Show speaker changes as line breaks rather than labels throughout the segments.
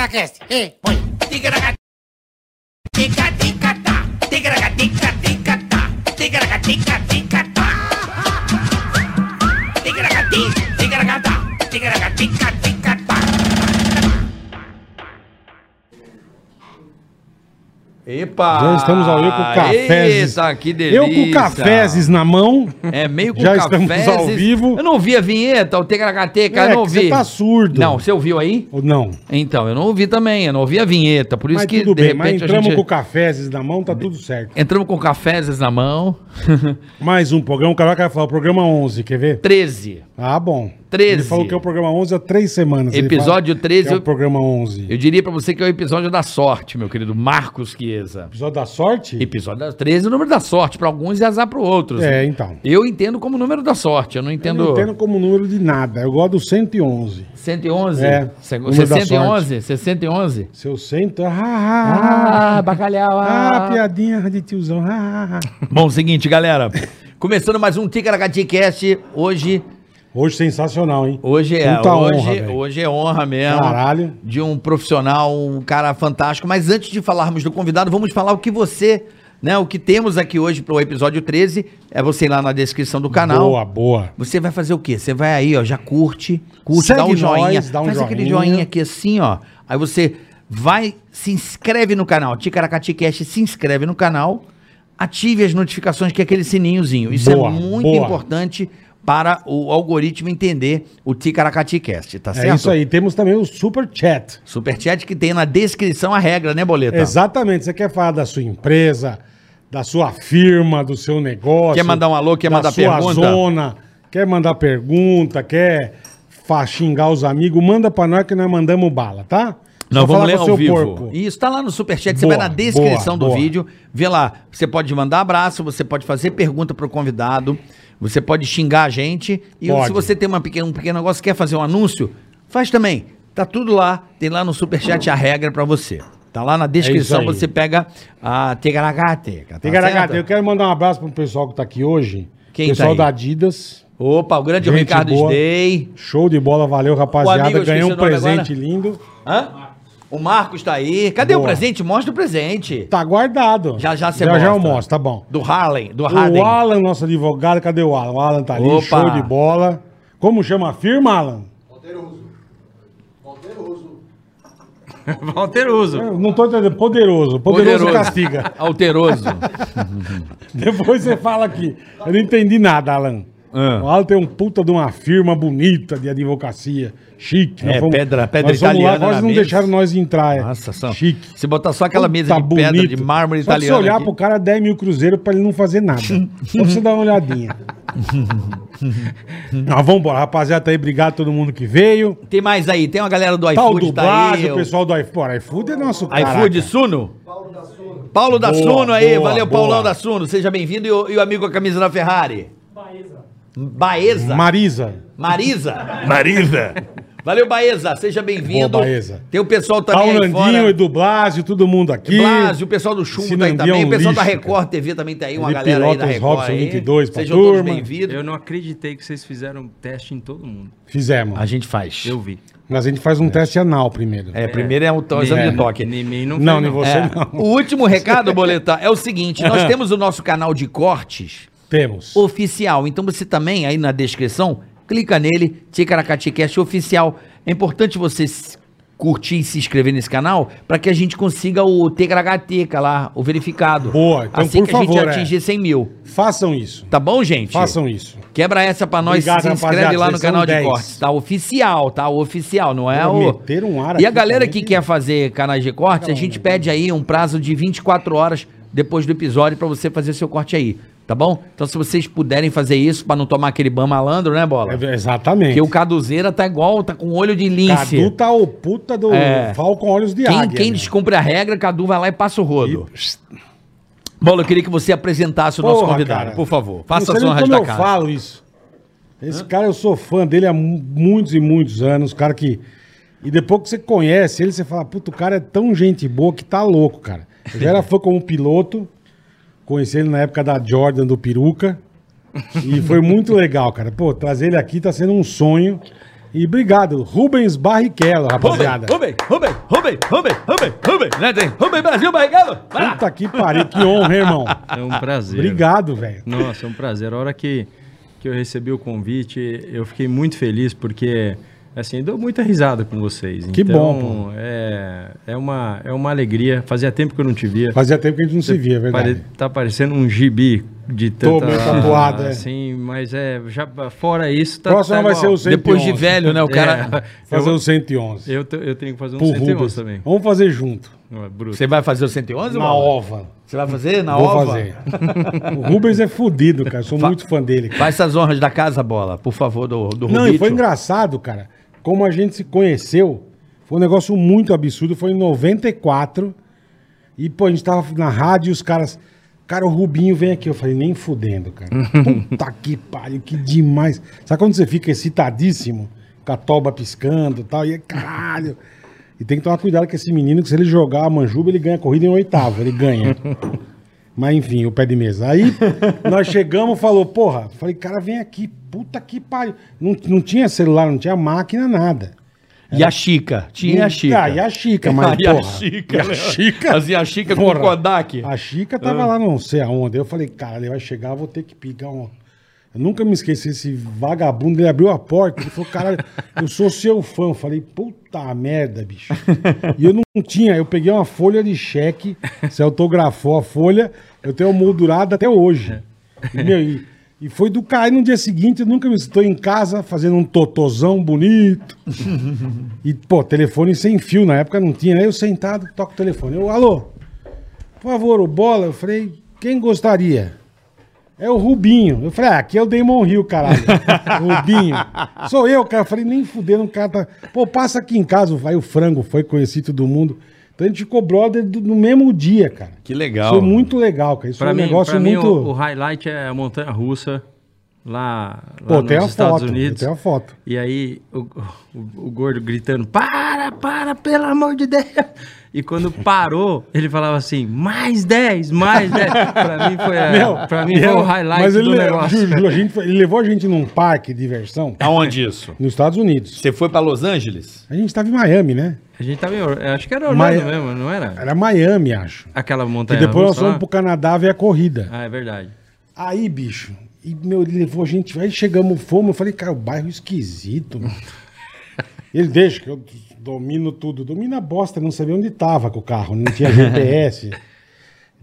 Ticaracast. Ei, põe.
Ticaraca- Ticaticatá. Ticaracaticatá. Ticaracaticatá. Ticaracati, ticaracatá. Ticaracaticatá.
Epa!
Já estamos ao vivo com cafezes.
Ah, Eita, que delícia!
Eu com cafezes na mão.
É, meio com
Já estamos ao vivo.
Eu não ouvi a vinheta, o Tegaracateca,
É,
eu não
que você
ouvi.
tá surdo.
Não, você ouviu aí?
Ou não?
Então, eu não ouvi também, eu não ouvi a vinheta, por isso
Mas
que
tudo
de
bem, mas
repente a
entramos
gente...
com cafezes na mão, tá tudo certo.
Entramos com cafezes na mão.
Mais um programa, o Caraca falou, programa 11, quer ver?
13.
Ah, bom.
13.
Ele falou que é o programa 11 há três semanas. Ele
Episódio
fala
13,
que É o
eu-
programa 11.
Eu diria pra você que é o episódio da sorte, meu querido Marcos Chiesa.
Episódio da sorte?
Episódio da 13 é o número da sorte, pra alguns e azar para outros.
É, então.
Eu entendo como número da sorte, eu não
Eu
entendo...
não entendo como número de nada. Eu gosto do 111.
111?
É,
Cê-
número da
611? 611?
Se eu sento. Ah, ah, ah,
bacalhau.
ah, piadinha de tiozão. Ah, ah, ah.
Bom, seguinte, galera. Começando mais um Ticaracatecast. Hoje,
Hoje sensacional, hein?
hoje é
Puta honra,
hoje,
velho.
hoje é honra mesmo.
Caralho.
De um profissional, um cara fantástico. Mas antes de falarmos do convidado, vamos falar o que você, né, o que temos aqui hoje pro episódio 13. É você ir lá na descrição do canal.
Boa, boa.
Você vai fazer o quê? Você vai aí, ó, já curte, curte,
Segue
dá um
nós,
joinha,
dá um
faz aquele
joinha.
joinha aqui assim, ó. Aí você vai, se inscreve no canal, Ticaracati Cash, se inscreve no canal, ative as notificações que é aquele sininhozinho. Isso
Boa,
é muito
boa.
importante para o algoritmo entender o Ticaracati Cast, tá
É
certo?
isso aí. Temos também o Super Chat.
Superchat que tem na descrição a regra, né, Boleta?
Exatamente. Você quer falar da sua empresa, da sua firma, do seu negócio.
Quer mandar um alô, quer
da
mandar
sua
pergunta?
zona, quer mandar pergunta, quer fa- xingar os amigos, manda pra nós que nós mandamos bala, tá?
Não,
Só
vamos
falar
ler
com o
ao
seu
vivo.
porco.
Isso, tá lá no Superchat. Você
Boa,
vai na descrição
boa,
do
boa.
vídeo, vê lá. Você pode mandar abraço, você pode fazer pergunta pro convidado, você pode xingar a gente. E
Pode.
se você tem uma pequena, um pequeno negócio, quer fazer um anúncio, faz também. Tá tudo lá. Tem lá no Superchat a regra pra você. Tá lá na descrição,
É aí.
você pega a Tegaracateca. Tá
Tigaragata, eu
certo?
quero mandar um abraço pro pessoal que tá aqui hoje.
Quem tá
pessoal
aí?
da Adidas.
Opa, o grande
Gente
Ricardo
boa.
Sdey.
Show de bola, valeu,
O amigo,
rapaziada.
eu
Ganhei um
esqueci o nome
presente lindo.
Hã? O Marcos tá aí. Cadê o
Boa.
presente? Mostra o presente.
Tá guardado.
Já já você
Já já eu
mostra.
mostro, tá bom.
Do Harlem, do
O
Harden.
Alan, nosso advogado, cadê o Alan? O Alan tá ali,
Opa.
show de bola. Como chama a firma, Alan?
Walter Uso.
Eu não tô entendendo. Poderoso. Poderoso, castiga.
Alteroso.
Depois você fala aqui. Eu não entendi nada, Alan.
Ah.
O Alan tem um puta de uma firma bonita de advocacia. Chique.
É, pedra- pedra
nós vamos
italiana
Lá, quase
na
não
mesa.
deixaram nós entrar. é.
Nossa, só.
Chique.
Se botar só aquela mesa
Puta,
de pedra,
bonito.
de mármore
Só
italiano.
Se olhar
aqui.
pro cara 10 mil cruzeiros pra ele não fazer nada. Só pra você dar uma olhadinha. Nós vamos embora, rapaziada. Tá aí, obrigado a todo mundo que veio.
Tem mais aí, tem uma galera do
Tal
iFood,
do
tá aí.
Blas, o pessoal do iFood. Pô, iFood é nosso
o iFood Suno? Paulo da
Boa,
Suno aí,
boa,
valeu
boa.
Paulão da Suno, seja bem-vindo e, o- e o amigo com a camisa da Ferrari. Baeza. Baeza?
Marisa.
Marisa? Marisa. Valeu Baeza, seja bem-vindo.
Boa, Baeza.
Tem o pessoal também Tá aí
Paulandinho,
fora.
Edu Blasio, todo mundo aqui.
Blasio, o pessoal do Chumbo
Esse
tá aí
Nandinho é
também,
um
o pessoal da
lixo,
Record TV também tá aí, uma
Felipe
galera aí da
Lopes,
Record
Robson
aí.
22 pra
Sejam todos
turma.
bem-vindos.
Eu não acreditei que vocês fizeram teste em todo mundo.
Fizemos.
A gente faz.
Eu vi.
Mas a gente faz um teste anal primeiro.
É, primeiro é o
Então,
to- exame de toque.
Nem mim não
Não,
foi,
nem você
É,
não.
O último recado, Boleta, é o seguinte: nós temos o nosso canal de cortes
Temos.
oficial. Então você também, aí na descrição, clica nele, Ticaracatecast oficial. É importante você s- curtir e se inscrever nesse canal para que a gente consiga o Ticaracateca lá, o verificado.
Boa, então,
assim
por
que a
favor,
gente
é. um
atingir 100 mil.
Façam isso.
Tá bom, gente?
Façam isso.
Quebra essa pra nós,
Obrigado,
se inscreve
rapaziada,
lá no
vocês são
canal de
10.
cortes, tá? Oficial, tá? O oficial, não é
Pô,
o...
meteram um ar
e a
aqui
galera
também
que
que-
quer fazer canais de cortes, a
né?
gente pede aí um prazo de 24 horas depois do episódio pra você fazer seu corte aí, tá bom? Então se vocês puderem fazer isso pra não tomar aquele ban malandro, né, Bola?
É, exatamente.
Porque o Caduzeira tá igual, tá com olho de lince.
Cadu tá o puta do
É.
Falcon Olhos de
Quem,
Águia.
quem
né?
descumpre a regra, Cadu vai lá e passa o rodo. Bola, eu queria que você apresentasse o nosso
Porra,
convidado,
cara.
por favor.
Não
Faça
sei
as
nem
honras
como
da
eu
casa.
falo isso. Esse cara, eu sou fã dele há mu- muitos e muitos anos. Cara que... E depois que você conhece ele, você fala, puta, o cara é tão gente boa que tá louco, cara. Eu já era fã como piloto. Conheci ele na época da Jordan, do Peruca. E foi muito legal, cara. Pô, trazer ele aqui tá sendo um sonho. E obrigado, Rubens Barrichello,
Rubem,
rapaziada.
Rubem, Rubem, Rubem, Rubem, Rubem, Rubem,
é,
né, tem? Rubem Brasil Barrichello, vai lá.
Puta que pariu, que honra, irmão.
É um prazer.
Obrigado, velho.
Nossa, é um prazer. A hora que, que eu recebi o convite, eu fiquei muito feliz porque, assim, dou muita risada com vocês.
Que bom,
É, é, uma, é uma alegria. Fazia tempo que eu não te via.
Fazia tempo que a gente não se via, é verdade.
Pare- Tá parecendo um gibi de
Tô
tanta...
meio tatuado, é.
Assim, mas é... Já, fora isso... Tá,
Próximo
tá
vai
igual.
ser o 111.
Depois de velho, né, o cara...
É, eu,
Fazer o 111.
eu, te- eu tenho que fazer um
Pro
111
Rubens.
também.
Vamos fazer junto.
Não, é bruto.
Você vai fazer o 111,
Na
Mauro?
ova.
Você vai fazer na
Vou
ova?
fazer. o Rubens é fudido, cara. Sou muito fã dele. cara.
Faz essas honras da casa, Bola, por favor, do, do
Não, e
Rubito.
foi engraçado, cara. Como a gente se conheceu, foi um negócio muito absurdo. Foi em 94. E, pô, a gente tava na rádio e os caras. Cara, o Rubinho vem aqui. Eu falei, nem fudendo, cara. Puta que pariu, que demais. Sabe quando você fica excitadíssimo? Com a toba piscando e tal. E é caralho. E tem que tomar cuidado com esse menino, que se ele jogar a manjuba, ele ganha a corrida em oitavo. Ele ganha. Mas enfim, o pé de mesa. Aí nós chegamos, falou, porra, falei, cara, vem aqui, puta que pariu. Não, não tinha celular, não tinha máquina, nada.
E a Chica? Tinha a Chica.
Ah, e a Chica, mas
e a
porra.
Chica, né?
E a Chica.
Fazia a Chica com
Porra.
o Kodak.
A Chica tava lá não sei aonde. Eu falei, cara, ele vai chegar, eu vou ter que pegar um. Eu nunca me esqueci, esse vagabundo, ele abriu a porta, ele falou, caralho, eu sou seu fã. Eu falei, puta merda, bicho. E eu não tinha, eu peguei uma folha de cheque, você autografou a folha, eu tenho moldurada até hoje. E, meu, e, e foi do caralho, no dia seguinte, eu nunca me estou em casa fazendo um totozão bonito. E, pô, telefone sem fio, na época não tinha. Aí eu sentado, toco o telefone. Eu, alô, por favor, o bola. Eu falei, quem gostaria? É o Rubinho. Eu falei, ah, aqui é o Damon Hill, caralho. Rubinho. Sou eu, cara. Eu falei, nem fudendo, o cara tá. Pô, passa aqui em casa. Vai o frango, foi conhecido do mundo. Então a gente ficou brother do- no mesmo dia, cara.
Que legal.
Foi muito legal, cara. Isso
Pra
foi um
mim,
negócio
pra mim,
muito.
o, o highlight é a montanha russa lá, lá
Pô,
nos
tem a
Estados
foto. é
Unidos.
Tem a foto.
E aí o, o- o gordo gritando: Para, para, pelo amor de Deus! E quando parou, ele falava assim: mais 10, mais 10. pra mim foi, a-
Ah, Meu,
É, pra mim foi
meu,
o highlight
mas ele é
do
le-
negócio.
Ju- Ju, a gente foi- ele levou a gente num parque de diversão
Aonde isso?
nos Estados Unidos.
Você foi pra Los Angeles?
A gente tava em Miami, né?
A gente tava em Or- Acho que era Orlando
Mas-
mesmo, não era?
Era Miami, acho.
Aquela
E
Tá,
montanha
depois nós
russa
fomos
lá?
pro Canadá ver a corrida.
Ah, é verdade.
Aí, bicho, e meu, ele levou a gente. Aí chegamos, fomos. Eu falei, cara, o bairro é esquisito. mano. ele deixa que eu domino tudo. Domina a bosta, não sabia onde tava com o carro. Não tinha GPS.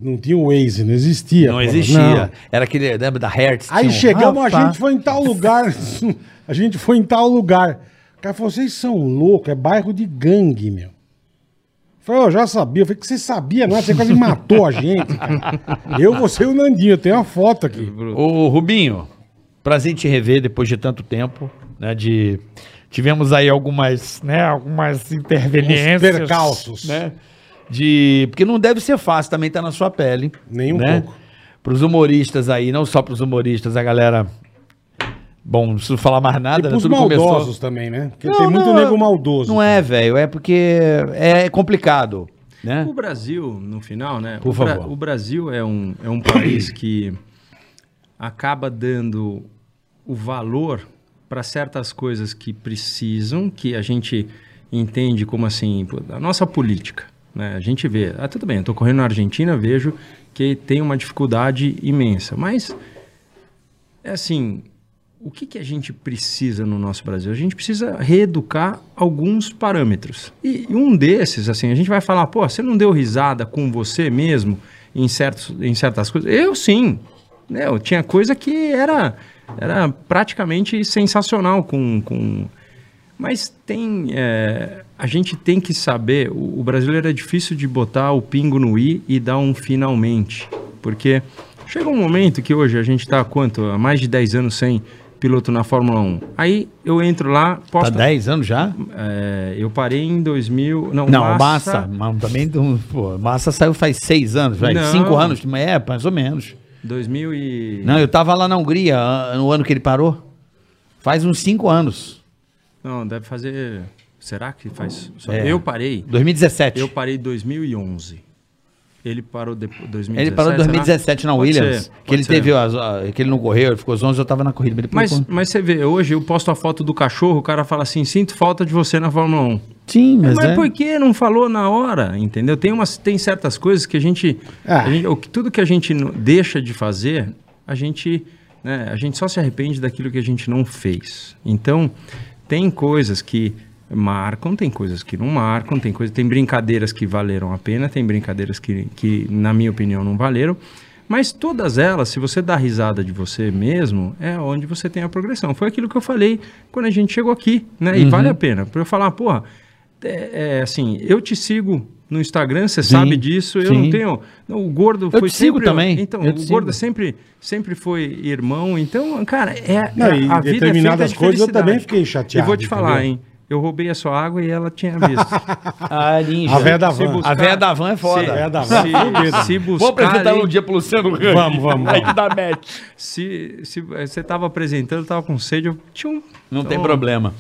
não tinha o Waze, não existia.
Não
porra,
existia.
não.
Era aquele, lembra da Hertz?
Aí
Tinha um-
chegamos,
Ah,
a
tá.
gente foi em tal lugar. a gente foi em tal lugar. O cara falou: vocês são loucos, é bairro de gangue, meu. Eu falei, eu já sabia. Eu falei que você sabia, não é? Você quase matou a gente, cara. Eu, você e o Nandinho, eu tenho uma foto aqui.
Ô, Rubinho, prazer em te rever depois de tanto tempo, né? De... Tivemos aí algumas, né, algumas interveniências.
Uns percalços.
Né? De... Porque não deve ser fácil também estar na sua pele.
Nem um
né?
pouco.
Pros humoristas aí, não só pros humoristas, a galera... Bom, não preciso falar mais
E
nada, né?
pros
Tudo
maldosos
começou...
também, né? Porque tem muito
não,
nego maldoso.
Não é, velho. É porque é complicado, né?
O Brasil, no final, né?
Por
o, Bra-
favor.
o Brasil é um, é um país que acaba dando o valor para certas coisas que precisam, que a gente entende como assim, pô, a nossa política. Né? A gente vê, ah, tudo bem, eu estou correndo na Argentina, vejo que tem uma dificuldade imensa, mas é assim, o que, que a gente precisa no nosso Brasil? A gente precisa reeducar alguns parâmetros. E, e um desses, assim, a gente vai falar, pô, você não deu risada com você mesmo em, certos, em certas coisas? Eu sim. Né, Eu tinha coisa que era, era praticamente sensacional com. com... Mas tem. é, a gente tem que saber. O, o brasileiro é difícil de botar o pingo no i e dar um finalmente. Porque chega um momento que hoje a gente está há quanto? Há mais de 10 anos sem piloto na Fórmula 1. Aí eu entro lá,
Tá
posto.
10 anos já?
é, eu parei em 2000. Não,
Não, massa. mas também, não- pô, massa saiu faz seis anos, velho.
Não.
Cinco anos, é, mais ou menos.
2000 e.
Não, eu tava lá na Hungria ah, no ano que ele parou. Faz uns cinco anos.
Não, deve fazer. Será que faz? só-
É.
Eu parei.
2017.
Eu parei em 2011. Ele parou depois, 2017.
Ele parou em
será?
2017 na
né? Pode
Williams.
ser,
que
pode
ele
ser.
teve as- a- que ele não correu, ele ficou 11, eu tava na corrida. Mas, ele
Mas,
pulou.
mas você vê, hoje eu posto a foto do cachorro, o cara fala assim, sinto falta de você na Fórmula 1.
sim, mas,
Mas,
é.
por que não falou na hora, entendeu? Tem, umas, tem certas coisas que a gente,
É.
Ah.
a gente- o que- Tudo que a gente não- deixa de fazer, a gente, né, a gente só se arrepende daquilo que a gente não fez. Então, tem coisas que marcam, tem coisas que não marcam, tem, coisa, tem brincadeiras que valeram a pena, tem brincadeiras que, que, na minha opinião, não valeram. Mas todas elas, se você dá risada de você mesmo, é onde você tem a progressão. Foi aquilo que eu falei quando a gente chegou aqui, né? E
Uhum.
vale a pena. Para eu falar, porra, é, é, assim, eu te sigo no Instagram, você sabe disso, eu
sim.
não tenho. não, o gordo
Eu
foi
te sigo
sempre-
também,
Então,
eu
o
te sigo.
gordo sempre, sempre foi irmão. Então, cara, é
Não,
é-
e
a vida é
determinadas
feita de
coisas eu
felicidade.
também fiquei chateado,
E vou te falar,
entendeu?
hein? Eu roubei a sua água e ela tinha visto.
A ninja.
A véia da
Se
van.
buscar-
A véia da van é
Se-
véia
foda.
da van,
Se,
fudeu.
se é. buscar,
Vou apresentar
hein?
um dia pro Luciano Huck.
Vamos, vamos,
Aí
vamos.
dá match.
um
Se, se eh, você tava apresentando, eu tava com sede, eu tinha um.
Não tem
Então,
problema.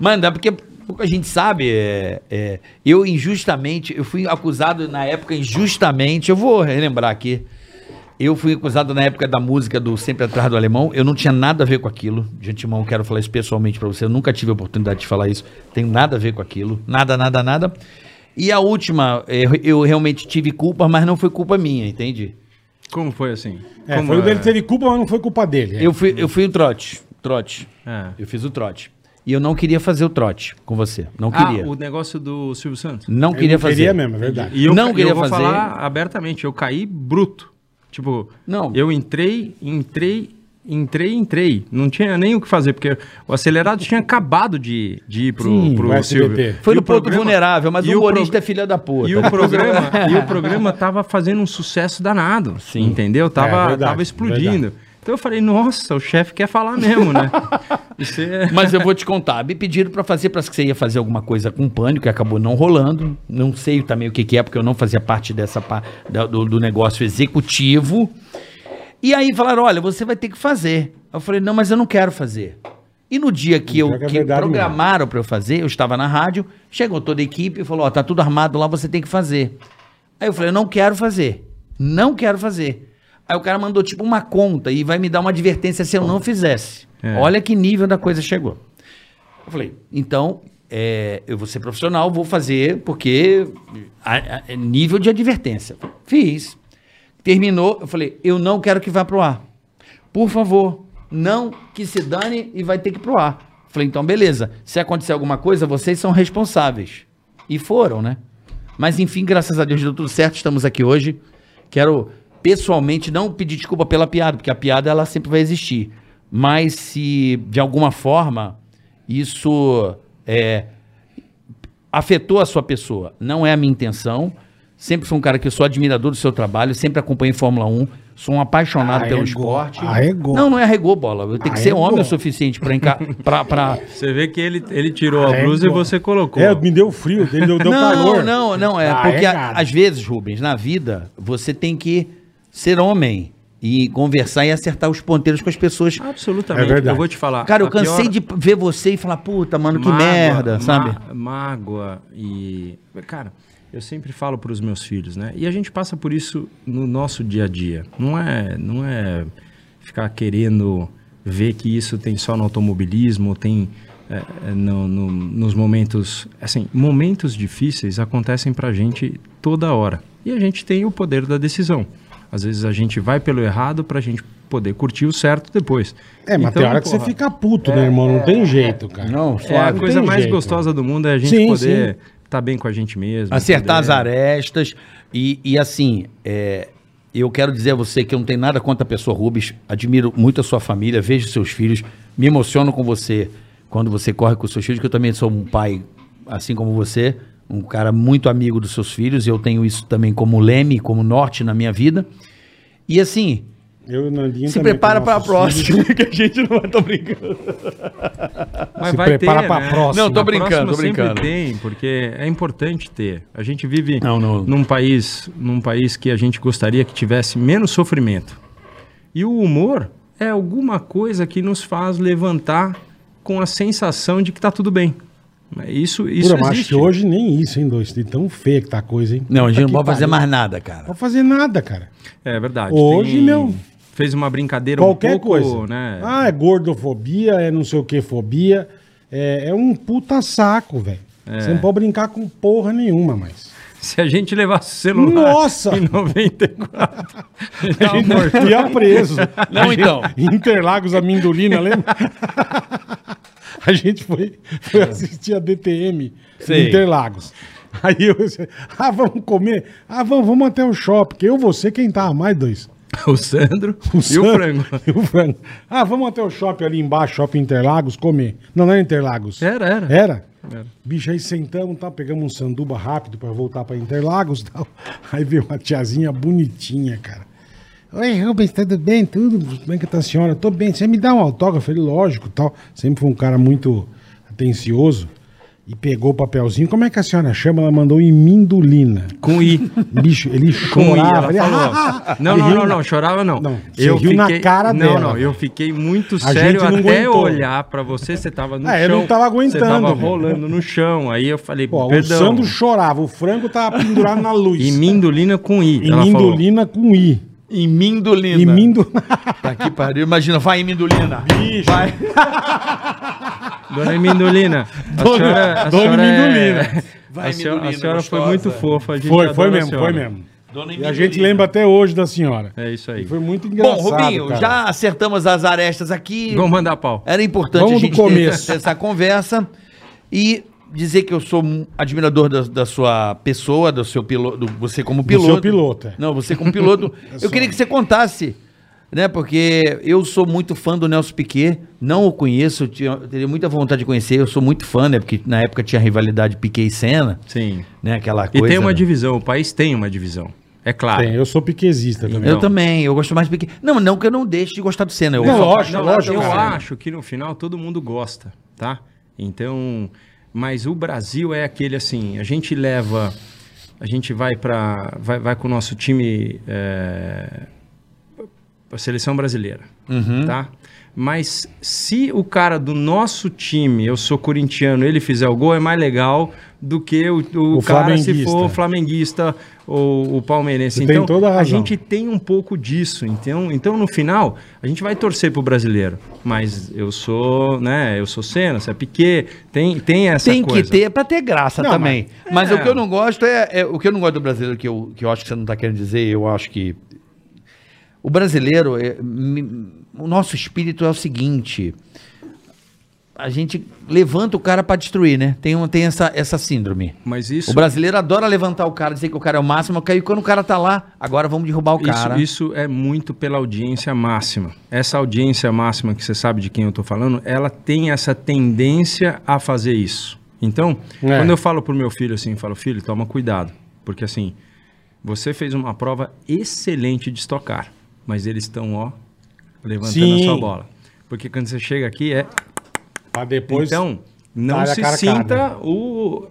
Mano, é porque pouca gente sabe. é, é, eu injustamente, eu fui acusado na época injustamente. Eu vou relembrar aqui. Eu fui acusado na época da música do Sempre Atrás do Alemão. Eu não tinha nada a ver com aquilo. De antemão, quero falar isso pessoalmente pra você. Eu nunca tive a oportunidade de falar isso. Tenho nada a ver com aquilo. Nada, nada, nada. E a última, é, eu realmente tive culpa, mas não foi culpa minha, entende?
Como foi assim?
É,
Como
foi o dele teve culpa, mas não foi culpa dele. é.
Eu fui, eu fui o trote. Trote.
É.
Eu fiz o trote. E eu não queria fazer o trote com você. Não
Ah,
queria.
o negócio do Silvio Santos?
Não
Eu
queria fazer.
Queria mesmo, é verdade.
E eu,
Não
não
queria
eu vou
fazer.
falar abertamente, eu caí bruto. Tipo,
Não.
eu entrei, entrei, entrei, entrei. Não tinha nem o que fazer, porque o acelerado tinha acabado de, de ir pro,
Sim,
pro
o SBT.
Silvio.
Foi
E
no
o
ponto
programa-
vulnerável, mas
e
o humorista
prog-
é filha da puta.
E o, programa, e o programa tava fazendo um sucesso danado.
Sim.
Entendeu? Tava,
É, verdade,
tava explodindo.
verdade.
Então eu falei, nossa, o chefe quer falar mesmo, né? Isso é-
Mas eu vou te contar. Me pediram pra fazer, parece que você ia fazer alguma coisa com pânico, e acabou não rolando. Não sei também o que, que é, porque eu não fazia parte dessa pa- da- do, do negócio executivo. E aí falaram: olha, você vai ter que fazer. Eu falei: não, mas eu não quero fazer. E no dia que, eu,
Pior que é
que
verdade
programaram pra eu fazer, eu estava na rádio, chegou toda a equipe e falou: ó, tá tudo armado lá, você tem que fazer. Aí eu falei: eu não quero fazer. Não quero fazer. Aí o cara mandou tipo uma conta e vai me dar uma advertência se eu não fizesse.
É.
Olha que nível da coisa chegou. Eu falei, então, é, eu vou ser profissional, vou fazer, porque a- a- é nível de advertência. Fiz. Terminou, eu falei, eu não quero que vá pro ar. Por favor, não que se dane e vai ter que ir pro ar. Falei, então, beleza. Se acontecer alguma coisa, vocês são responsáveis. E foram, né? Mas enfim, graças a Deus deu tudo certo, estamos aqui hoje. Quero pessoalmente não pedir desculpa pela piada, porque a piada ela sempre vai existir. Mas se de alguma forma isso é, afetou a sua pessoa, não é a minha intenção. Sempre fui um cara que eu sou admirador do seu trabalho, sempre acompanhei Fórmula 1, sou um apaixonado pelo
Arregou,
esporte.
arregou.
Não, não é arregou bola. Eu tenho que ser
Arregou.
homem o suficiente pra enca- pra- pra
Você vê que ele, ele tirou a
É,
blusa e
pô.
você colocou.
É, me deu frio, dele deu, deu
não,
calor.
Não, não, é
Ah,
porque a-
cara.
às vezes, Rubens, na vida, você tem que ser homem e conversar e acertar os ponteiros com as pessoas.
Absolutamente.
É verdade.
Eu vou te falar.
Cara, eu
Ah, a pior-
cansei de p- ver você e falar, puta, mano, que
mágoa,
merda,
ma-
sabe?
Mágoa e. Cara, eu sempre falo para os meus filhos, né? E a gente passa por isso no nosso dia a dia. Não é, não é ficar querendo ver que isso tem só no automobilismo, tem é, é, no- no- nos momentos. Assim, momentos difíceis acontecem para gente toda hora. E a gente tem o poder da decisão. Às vezes a gente vai pelo errado para a gente poder curtir o certo depois.
É, mas tem
Então,
hora que você
porra,
fica puto, né, irmão? Não tem jeito, cara.
É, Não,
é, a
suave.
não
coisa
tem
mais
jeito.
gostosa do mundo é a gente
Sim,
poder estar bem com a gente mesmo.
Acertar as
poder-
arestas. E, e assim, é, eu quero dizer a você que eu não tenho nada contra a pessoa Rubens. Admiro muito a sua família, vejo seus filhos, me emociono com você quando você corre com seus filhos, que eu também sou um pai, assim como você, um cara muito amigo dos seus filhos. Eu tenho isso também como leme, como norte na minha vida. E assim,
Eu e o Nandinho
se
também,
prepara
com
para a
nossos filhos.
próxima, que a gente não vai estar brincando.
Mas
Se
vai
prepara
ter,
pra
né?
próxima.
Não, tô
A
brincando, tô
próxima
brincando.
Sempre tem, porque é importante ter. A gente vive
Não, não.
num país, num país que a gente gostaria que tivesse menos sofrimento. E o humor é alguma coisa que nos faz levantar com a sensação de que tá tudo bem. Mas Isso, isso
Pura, mas acho
existe.
que hoje nem isso, hein, dois? De tão feia que tá a coisa, hein?
Não, a gente
Puta
não
que
pode fazer
pariu.
mais nada,
Não
cara.
pode fazer nada, cara.
É verdade.
Hoje, meu,
Fez uma brincadeira
Qualquer
um pouco,
coisa.
né?
Ah, é gordofobia, é não sei o que fobia. É, é um puta saco, velho. Você não pode brincar com porra nenhuma mais.
Se a gente levasse o celular
Nossa!
em 94, é um
A gente Então, ia preso.
Não,
A gente-
então.
Interlagos, Amindolina, lembra? A gente foi, foi assistir a DTM
Sei.
em Interlagos. Aí eu ah, vamos comer? Ah, vamos, vamos até o shopping. que Eu, você, quem tá? Mais dois.
o Sandro e o
Sam-
Frango.
E o frango. Ah, vamos até o shopping ali embaixo, shopping Interlagos, comer. Não, não era Interlagos.
Era, era.
Era? Bicho, aí sentamos, tá? Pegamos um sanduba rápido pra voltar pra Interlagos tal. Aí veio uma tiazinha bonitinha, cara. Oi, Rubens, tudo bem? Tudo? Como é que tá a senhora? Tô bem. Você me dá um autógrafo? Ele, lógico, tal. Sempre foi um cara muito atencioso. E pegou o papelzinho. Como é que a senhora chama? Ela mandou em Mindulina.
Com I.
Bicho, ele
Com I, ela
chorava. ele,
falou.
"Ah, ah, ah".
Não,
Ele
não,
riu
não,
na-
não, chorava não.
Não, você riu na cara
não,
dela,
Não,
velho.
eu fiquei muito
gente
sério
não
até
aguentou.
olhar pra você, você tava no
É, eu
chão.
não tava aguentando,
Você tava
velho.
rolando no chão. Aí eu falei,
Pô,
perdão.
o Sandro chorava. O frango tava pendurado na luz.
E Mindolina com I.
Em
ela falou.
Mindulina com I.
Em Mindolina.
Em Mindulina.
Tá que pariu. Imagina, vai em Mindolina. Vai.
Dona Mindolina. A
Dona-
senhora, a
Dona
senhora é-
Mindolina.
Vai,
a senhora, a
Mindolina,
senhora foi
gostosa.
muito fofa. A gente
Foi,
adora
foi
a
mesmo,
senhora.
foi mesmo.
Dona
E a gente lembra até hoje da senhora.
É isso aí.
Foi muito
Bom,
engraçado.
Rubinho,
cara.
já acertamos as arestas aqui.
Vamos mandar pau.
Era importante
Vamos
a
do
gente ter-
começo.
ter essa conversa e dizer que eu sou um admirador da, da sua pessoa, do seu piloto, do- você como piloto.
seu piloto, é.
Não, você como piloto. eu queria que você contasse, né? Porque eu sou muito fã do Nelson Piquet, não o conheço, eu tinha- eu teria muita vontade de conhecer, eu sou muito fã, né? Porque na época tinha rivalidade Piquet e Senna,
Sim.
né? Aquela
E
coisa.
tem uma
né?
divisão, o país tem uma divisão. É claro.
Tem, eu sou piquezista também.
Eu
Não.
também, eu gosto mais do Piquet. Não, não que eu não deixe de gostar do Senna. Eu
Não,
só-
lógico,
Não,
lógico.
Eu
cara.
acho que no final todo mundo gosta, tá? Então, mas o Brasil é aquele assim, a gente leva, a gente vai para, vai, vai com o nosso time, é, a seleção brasileira,
Uhum.
tá? Mas se o cara do nosso time, eu sou corintiano, ele fizer o gol, é mais legal do que o, o
O
cara se for
flamenguista.
flamenguista ou o palmeirense. Então,
Você tem toda a razão.
gente tem um pouco disso. Então, então no final, a gente vai torcer pro brasileiro. Mas eu sou, né? Eu sou Senna, você é Piquet, tem, tem essa
tem
coisa.
que ter pra ter graça
Não,
também. Mas,
é.
o que eu não gosto é, é- o que eu não gosto do brasileiro que eu, que eu acho que você não tá querendo dizer, eu acho que o brasileiro é, me- o nosso espírito é o seguinte, a gente levanta o cara pra destruir, né? Tem um, tem essa essa síndrome.
Mas isso,
O brasileiro adora levantar o cara, dizer que o cara é o máximo, que aí quando o cara tá lá, agora vamos derrubar o cara.
isso, isso é muito pela audiência máxima. Essa audiência máxima que você sabe de quem eu tô falando, ela tem essa tendência a fazer isso. Então,
É.
quando eu falo pro meu filho assim, eu falo, filho, toma cuidado. Porque assim, você fez uma prova excelente de estocar, mas eles estão, ó, levantando a
Sim.
sua bola. Porque quando você chega aqui é
Pra depois.
então, não
Talha
se
carcada.
sinta o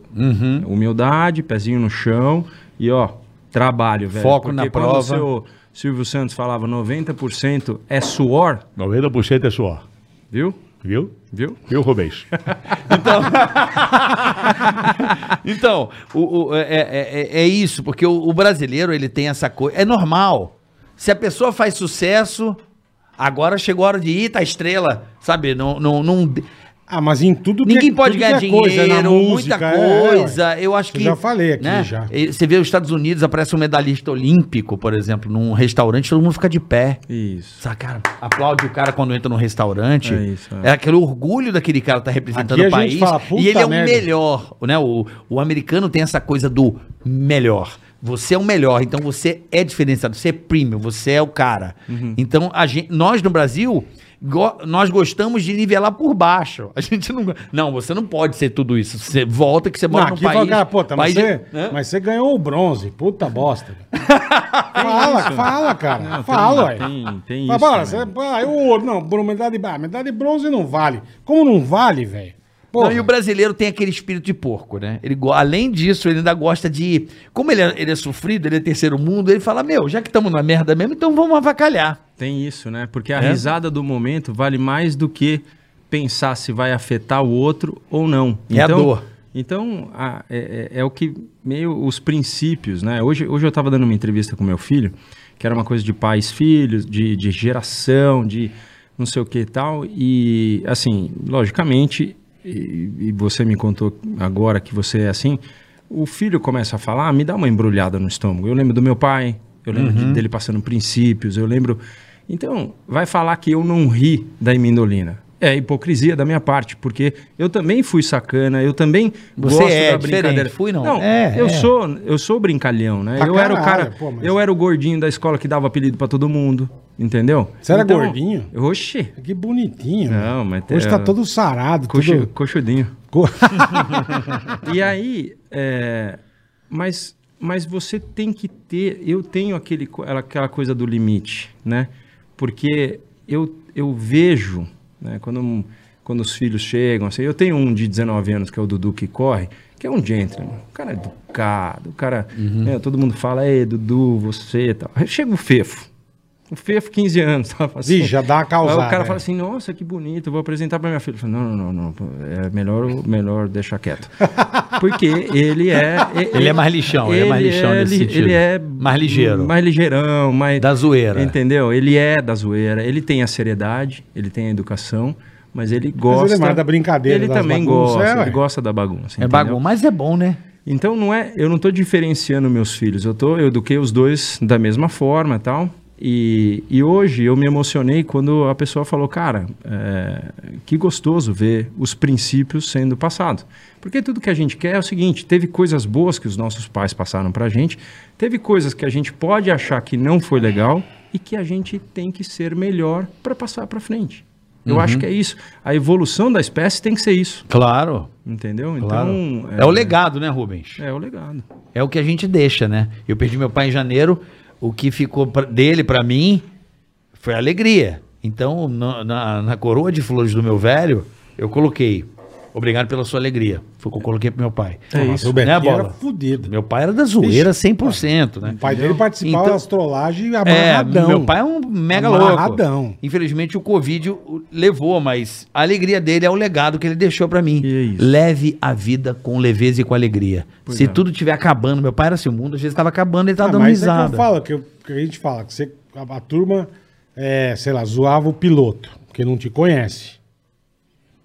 humildade, pezinho no chão e ó, trabalho, velho.
Foco na
quando
prova.
O seu Silvio Santos falava 90% é suor,
90% é suor.
viu?
Viu?
Viu?
Viu, Rubens?
Então, o- o- é, é- é- é isso, porque o, o brasileiro ele tem essa coisa. É normal. Se a pessoa faz sucesso, agora chegou a hora de ir, tá estrela, sabe? Não, não, não-
Ah, mas em tudo que-
ninguém pode
tudo
ganhar
que é
dinheiro,
coisa, na música,
muita
é,
coisa.
ué.
eu acho que.
já falei aqui,
né?
já.
E Você vê os Estados Unidos, aparece um medalhista olímpico, por exemplo, num restaurante, todo mundo fica de pé.
Isso.
Sabe, cara, aplaude o cara quando entra num restaurante.
É isso, é.
É, aquele orgulho daquele cara tá representando
Aqui a
o país.
gente fala, "Puta
e ele é o
merda."
melhor, né? O, o americano tem essa coisa do melhor. Você é o melhor, então você é diferenciado, você é premium, você é o cara.
Uhum.
Então, a gente, nós no Brasil, go- nós gostamos de nivelar por baixo. A gente não. Não, você não pode ser tudo isso. Você volta que você
Não,
mora
aqui
no
fala,
país.
cara, puta, mas,
país
você,
Hã?
mas você ganhou o bronze. Puta bosta. fala, fala, cara.
Não, Ah, tem-
Ah, fala, ué.
tem- tem
Mas,
isso né?
bora,
também.
você- ah, eu ouro. Não, bro- medalha de, ah, medalha de bronze não vale. Como não vale, velho? Pô,
Não, e o brasileiro tem aquele espírito de porco, né? Ele, go- além disso, ele ainda gosta de. Como ele é, ele é sofrido, ele é terceiro mundo, ele fala: Meu, já que estamos na merda mesmo, então vamos avacalhar.
Tem isso, né? Porque a
É?
risada do momento vale mais do que pensar se vai afetar o outro ou não.
É a dor.
Então, a- é, é- é o que meio os princípios, né? Hoje, hoje eu estava dando uma entrevista com meu filho, que era uma coisa de pais, filhos, de, de geração, de não sei o que e tal. E, assim, logicamente, e, e você me contou agora que você é assim, o filho começa a falar, "Ah, me dá uma embrulhada no estômago. Eu lembro do meu pai, eu lembro
Uhum.
de- dele passando princípios, eu lembro. Então, vai falar que eu não ri da imendolina. É hipocrisia da minha parte, porque eu também fui sacana, eu também
Você
gosto
é
da
diferente,
brincadeira.
fui não.
Não,
É,
eu
é.
sou, eu sou brincalhão, né?
Pra
eu era o cara,
caralho, pô, mas-
eu era o gordinho da escola que dava apelido pra todo mundo, entendeu? Então,
Você era gordinho?
Oxi.
Que bonitinho.
Não,
né?
mas é tem-
Hoje tá todo sarado,
Coxu,
tudo...
coxudinho.
Co-
E aí, é, mas, mas você tem que ter. Eu tenho aquele, co- ela- aquela coisa do limite, né? Porque eu, eu vejo, né, quando, um- quando os filhos chegam, assim, eu tenho um de 19 anos, que é o Dudu que corre, que é um gentleman. O cara é educado, o cara. né, todo mundo fala, ei, Dudu, você e tal. Aí chega o Fefo. O Fefo, 15 anos, assim, tava
Ih, já dá uma causada.
Aí o cara fala
assim...
assim, nossa, que bonito, vou apresentar pra minha filha. Eu falo, não, não, não, não, pô, é melhor, melhor deixar quieto. Porque ele é... e-
Ele é mais lixão, ele é mais lixão nesse
li-
sentido.
Ele é...
Mais ligeiro.
Mais ligeirão, mais...
Da zoeira.
Entendeu? Ele é da zoeira, ele tem a seriedade, ele tem a educação, mas ele gosta...
ele é mais da brincadeira,
Ele
das
também
bagunças,
gosta,
é, ué.
ele gosta da bagunça,
É
entendeu?
bagunça, mas é bom, né?
Então não é, eu não estou diferenciando meus filhos. Eu tô, eu eduquei os dois da mesma forma, e tal. E, e hoje eu me emocionei quando a pessoa falou, cara, é, que gostoso ver os princípios sendo passados. Porque tudo que a gente quer é o seguinte: teve coisas boas que os nossos pais passaram para gente, teve coisas que a gente pode achar que não foi legal e que a gente tem que ser melhor para passar para frente. Eu
Uhum.
acho que é isso. A evolução da espécie tem que ser isso,
Claro,
entendeu?
claro.
Então
é o legado, né, Rubens?
É o legado.
É o que a gente deixa, né? Eu perdi meu pai em janeiro, o que ficou pra- dele pra mim foi alegria. Então, na, na- na coroa de flores do meu velho, eu coloquei. Obrigado pela sua alegria. Foi o que eu coloquei pro meu pai.
É isso.
Nossa, o
Né,
Betinho
Bola?
era fudido.
Meu pai era da zoeira 100%, né?
O pai dele participava
Então-
das trollagens
É,
amarradão.
meu pai é um mega
Amarradão.
louco. Infelizmente o Covid o- levou, mas a alegria dele é o legado que ele deixou pra mim.
E é isso.
Leve a vida com leveza e com alegria.
Pois
Se
é.
tudo estiver acabando, meu pai era assim, o mundo às vezes estava acabando, ele
Ah,
tava dando
mas É
risada.
que eu falo, que, eu- que a gente fala, que você, a, a turma, é, sei lá, zoava o piloto, porque não te conhece.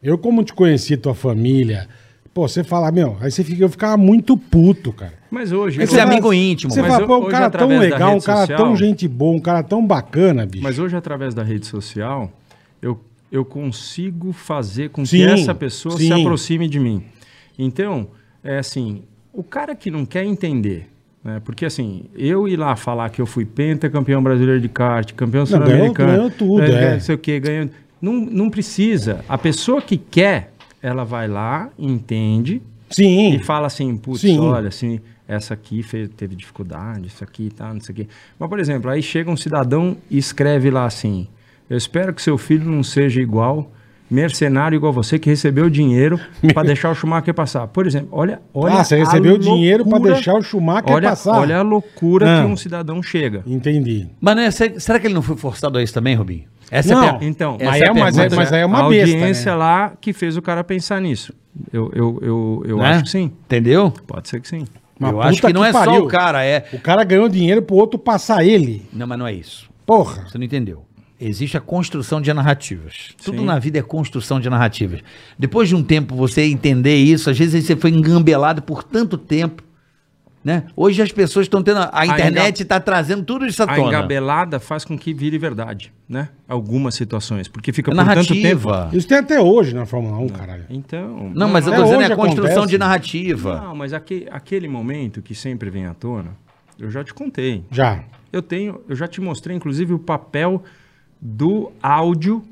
Eu, como te conheci, tua família, pô, você fala, meu, aí você fica, eu ficava muito puto, cara.
Mas hoje.
Esse
hoje-
é amigo íntimo.
Você
Mas
fala,
ho-
pô, um
hoje,
cara tão
através da
legal, um
rede
cara tão
social-
gente boa, um cara tão bacana, bicho.
Mas hoje, através da rede social, eu, eu consigo fazer com
Sim,
que essa pessoa
sim.
se aproxime de mim. Então, é assim, o cara que não quer entender. Né? Porque assim, eu ir lá falar que eu fui pentacampeão brasileiro de kart, campeão
ganhou-
sul-americano.
ganhou tudo, é.
Não sei o quê, ganhou. Não, não precisa. A pessoa que quer, ela vai lá, entende,
Sim.
e fala assim, putz,
Sim.
olha, assim, essa aqui fez, teve dificuldade, isso aqui tá, não sei o quê. Mas, por exemplo, aí chega um cidadão e escreve lá assim: Eu espero que seu filho não seja igual, mercenário igual você, que recebeu dinheiro para deixar o Schumacher passar. Por exemplo, olha. olha
Ah, você
a
recebeu dinheiro pra
loucura-
deixar o Schumacher
olha,
passar.
Olha a loucura
Ah.
que um cidadão chega.
Entendi.
Mas né, se- será que ele não foi forçado a isso também, Rubinho? Essa
Não,
é a per-
Então,
essa
mas
é
é
a
uma- mas
pergunta,
mas
né?
é uma
a
besta,
audiência
né?
lá que fez o cara pensar nisso. Eu, eu, eu, eu
Né?
acho que sim.
Entendeu?
Pode ser que sim.
Mas
eu
puta
acho que, não
que
é só
pariu.
o cara, é.
O cara ganhou dinheiro pro outro passar ele.
Não, mas não é isso.
Porra.
Você não entendeu. Existe a construção de narrativas. Tudo
Sim.
na vida é construção de narrativas. Depois de um tempo você entender isso, às vezes você foi engambelado por tanto tempo, né? Hoje as pessoas estão tendo... A, a internet está trazendo tudo isso à
a
tona. É
engabelada faz com que vire verdade, né? Algumas situações, porque fica
É
por tanto tempo.
narrativa.
Isso tem até hoje na Fórmula 1, caralho.
Então.
Não, mas eu
Até
tô dizendo é
hoje
a construção
acontece.
de narrativa.
Não, mas aque- aquele momento que sempre vem à tona, eu já te contei.
Já.
Eu tenho, eu já te mostrei, inclusive, o papel do áudio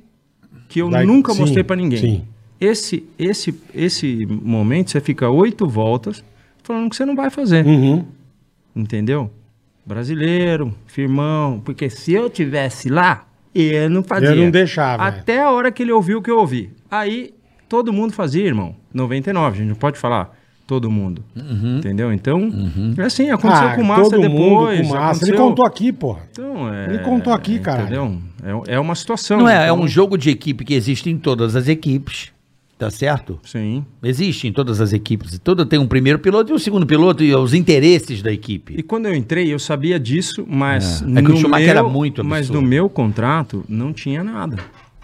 que eu
Da-
nunca
sim,
mostrei pra ninguém.
sim.
Esse, esse, esse momento você fica oito voltas falando que você não vai fazer.
Uhum.
Entendeu? Brasileiro, firmão. Porque se eu tivesse lá, eu não fazia.
Eu não deixava, é.
Até a hora que ele ouviu o que eu ouvi. Aí todo mundo fazia, irmão. 99, a gente não pode falar todo mundo. Entendeu? Então, é assim, aconteceu
Ah,
com o Massa
todo mundo
depois.
com Massa. Ele
aconteceu-
contou aqui, porra.
Então, é,
Ele contou aqui, caralho.
Entendeu? É, é uma situação.
Não é, é
então-
um jogo de equipe que existe em todas as equipes. Tá certo?
Sim.
Existe em todas as equipes. Toda tem um primeiro piloto e um segundo piloto e os interesses da equipe.
E quando eu entrei, eu sabia disso, mas
É. É que o Schumacher era muito
Mas no
absurdo.
meu contrato não tinha nada.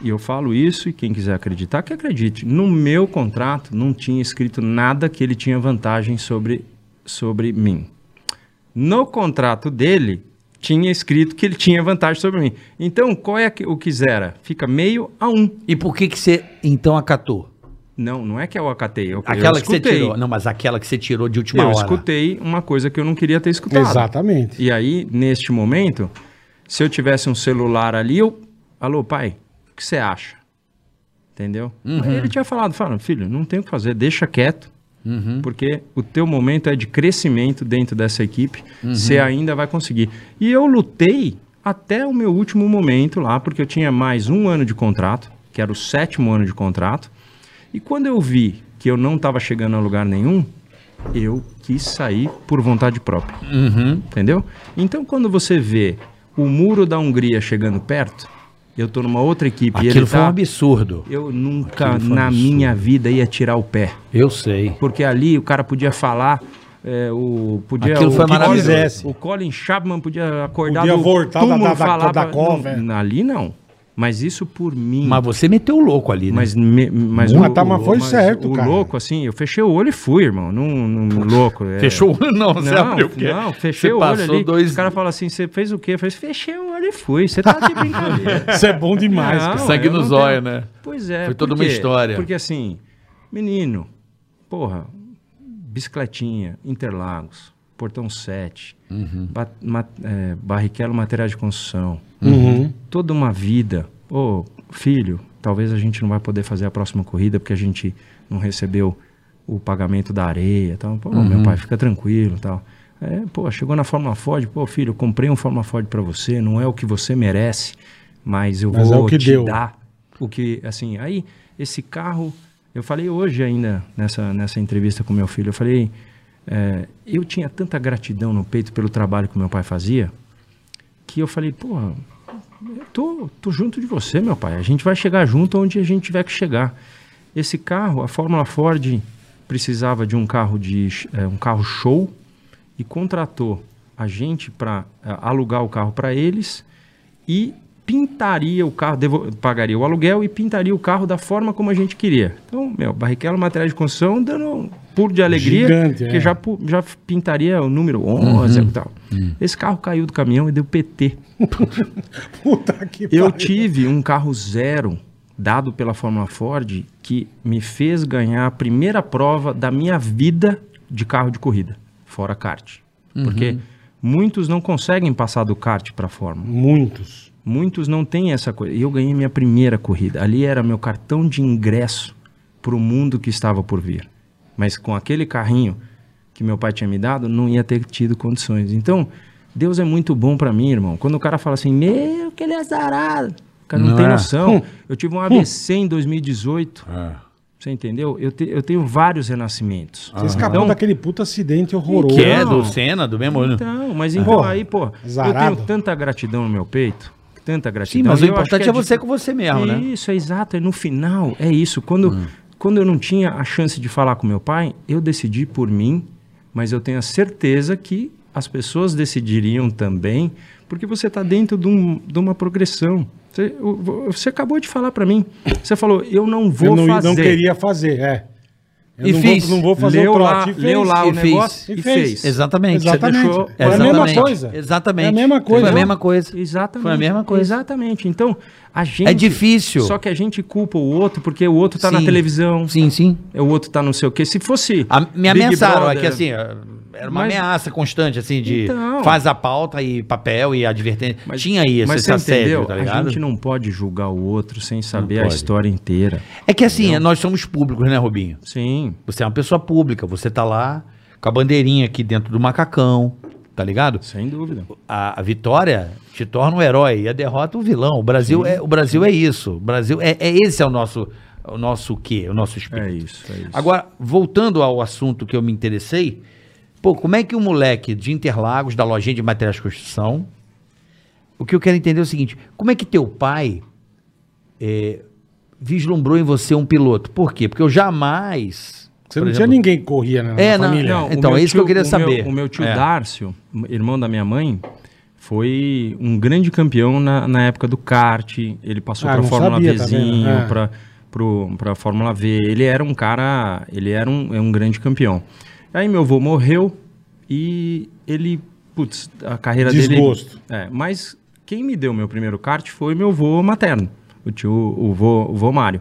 E eu falo isso e quem quiser acreditar, que acredite. No meu contrato não tinha escrito nada que ele tinha vantagem sobre, sobre mim. No contrato dele tinha escrito que ele tinha vantagem sobre mim. Então, qual é que- o que zera? Fica meio a um.
E por que que você então acatou?
Não, não é que eu acatei. Eu,
Aquela
eu
que você
escutei.
tirou. Não, mas aquela que você tirou de última
Eu
hora.
escutei uma coisa que eu não queria ter escutado.
Exatamente.
E aí, neste momento, se eu tivesse um celular ali, eu. Alô, pai, o que você acha? Entendeu? Aí Ele tinha falado, fala, filho, não tem o que fazer, deixa quieto.
Hum?
Porque o teu momento é de crescimento dentro dessa equipe,
Uhum.
você ainda vai conseguir. E eu lutei até o meu último momento lá, porque eu tinha mais um ano de contrato, que era o sétimo ano de contrato. E quando eu vi que eu não estava chegando a lugar nenhum, eu quis sair por vontade própria.
Uhum.
Entendeu? Então, quando você vê o muro da Hungria chegando perto, eu tô numa outra equipe e ele
Aquilo foi
tá-
um absurdo.
Eu nunca
Aquilo foi um
na
absurdo.
minha vida ia tirar o pé.
Eu sei.
Porque ali o cara podia falar. é, o, podia,
Aquilo
o,
foi
Colin-
maravilhoso.
O Colin Chapman podia acordar
Podia
do
voltar da-
túmulo
da- da-
e falar
da
pra-
cova, é.
não, ali não. Mas isso por mim.
Mas você meteu o louco ali, né?
Mas, me- mas
Mas tá, mas foi certo,
o
cara.
louco, assim, eu fechei o olho e fui, irmão. Não, não- louco. é.
Fechou o olho? Não, você
Não,
abriu. porque
não, fechei
você
o olho
passou
ali.
dois...
Os caras falam assim, você fez o quê? Eu falei, fechei o olho e fui. Você tá de brincadeira.
Isso é bom demais,
Não,
cara.
sangue
eu
nos
não
olhos, né?
Pois é.
Foi toda
por
uma
quê?
história.
Porque assim, menino, porra, bicicletinha, Interlagos, Portão 7,
Uhum.
ba- ma- é, Barrichello Materiais de Construção,
Uhum.
toda uma vida. Ô, filho, talvez a gente não vai poder fazer a próxima corrida porque a gente não recebeu o pagamento da areia e tal. Pô,
Uhum.
meu pai, fica tranquilo e tal. É, pô, chegou na Fórmula Ford, pô, filho, eu comprei um Fórmula Ford pra você, não é o que você merece, mas eu
Mas é
vou
o que
te
deu.
dar o que, assim, aí esse carro, eu falei hoje ainda nessa, nessa entrevista com meu filho, eu falei, é, eu tinha tanta gratidão no peito pelo trabalho que meu pai fazia, que eu falei, porra, eu tô, tô junto de você, meu pai. A gente vai chegar junto onde a gente tiver que chegar. Esse carro, a Fórmula Ford precisava de um carro de sh- eh, um carro show e contratou a gente para alugar o carro para eles e pintaria o carro, devo- pagaria o aluguel e pintaria o carro da forma como a gente queria. Então, meu, Barrichello Material de Construção dando um pulo de alegria,
Gigante,
que
é. Uhum.
já, pu- já pintaria o número 11 e tal.
Hum.
Esse carro caiu do caminhão e deu PT.
Puta que
Eu
pariu.
tive um carro zero dado pela Fórmula Ford que me fez ganhar a primeira prova da minha vida de carro de corrida, fora kart. Porque muitos não conseguem passar do kart para a Fórmula.
Muitos.
Muitos não têm essa coisa. E eu ganhei minha primeira corrida. Ali era meu cartão de ingresso para o mundo que estava por vir. Mas com aquele carrinho que meu pai tinha me dado, não ia ter tido condições. Então, Deus é muito bom para mim, irmão. Quando o cara fala assim, meu, que ele é azarado. O cara não,
Não
tem
é?
noção. Eu tive um ABC em 2018. Você entendeu? Eu, te- eu tenho vários renascimentos.
Você escapou
Então,
daquele puta acidente horroroso.
Que é
Não.
do Senna, do mesmo...
então, mas então
Porra,
aí, pô, eu
zarado.
tenho tanta gratidão no meu peito, tanta
Sim,
gratidão.
mas
e
o
eu acho
importante
que
é você
de-
com você mesmo, né?
Isso, é exato. É no final, é isso. Quando, quando eu não tinha a chance de falar com meu pai, eu decidi por mim, mas eu tenho a certeza que as pessoas decidiriam também, porque você está dentro de, um- de uma progressão. Você, o- você acabou de falar para mim. Você falou, eu não vou
eu não,
fazer.
não queria fazer, é. Eu
E
não,
fiz.
Vou, não vou fazer
leu
o
lá,
trote. e
leu
fez.
lá
e
o
fez,
negócio
e
e
fez.
fez.
Exatamente.
Exatamente.
deixou-
É a mesma
Exatamente.
coisa.
Exatamente.
É a mesma coisa.
Foi a mesma coisa.
Exatamente.
Foi a mesma coisa.
Exatamente. Então, a gente.
É difícil.
Só que a gente culpa o outro porque o outro tá na
Sim.
televisão.
Sim, sim.
O outro tá não sei o quê. Se fosse.
A, me
Big
ameaçaram, é
Brother-
que assim, era uma
Mas-
ameaça constante, assim, de
Então.
faz a pauta e papel e advertência.
Mas-
Tinha isso,
mas
esse
você
assédio,
entendeu?
tá
A
ligado?
gente não pode julgar o outro sem saber a
pode.
história inteira.
É que assim, nós somos públicos, né, Robinho?
Sim.
Você é uma pessoa pública, você tá lá com a bandeirinha aqui dentro do macacão, tá ligado?
Sem dúvida.
a, a vitória te torna um herói e a derrota um vilão. O Brasil, é, o Brasil é isso. O Brasil é, é esse é o nosso o nosso quê? O nosso
É
espírito.
isso, é isso.
Agora, voltando ao assunto que eu me interessei, pô, como é que um moleque de Interlagos, da lojinha de materiais de construção, o que eu quero entender é o seguinte, como é que teu pai é, vislumbrou em você um piloto. Por quê? Porque eu jamais.
Você
por
não
exemplo,
tinha ninguém que corria né, na, na
É, não,
família.
não.
o
Então,
meu
é isso que eu queria
o meu-
saber.
o meu tio
É.
Dárcio, irmão da minha mãe, foi um grande campeão na, na época do kart. Ele passou
Ah,
para
não
Fórmula
sabia, tá
Vzinho,
vendo? É.
pra- pro para Fórmula V. Ele era um cara, ele era um, é um grande campeão. Aí meu avô morreu e ele, putz, a carreira
Desgosto.
dele... É, mas quem me deu meu primeiro kart foi meu avô materno, o tio, o vô, o vô Mário.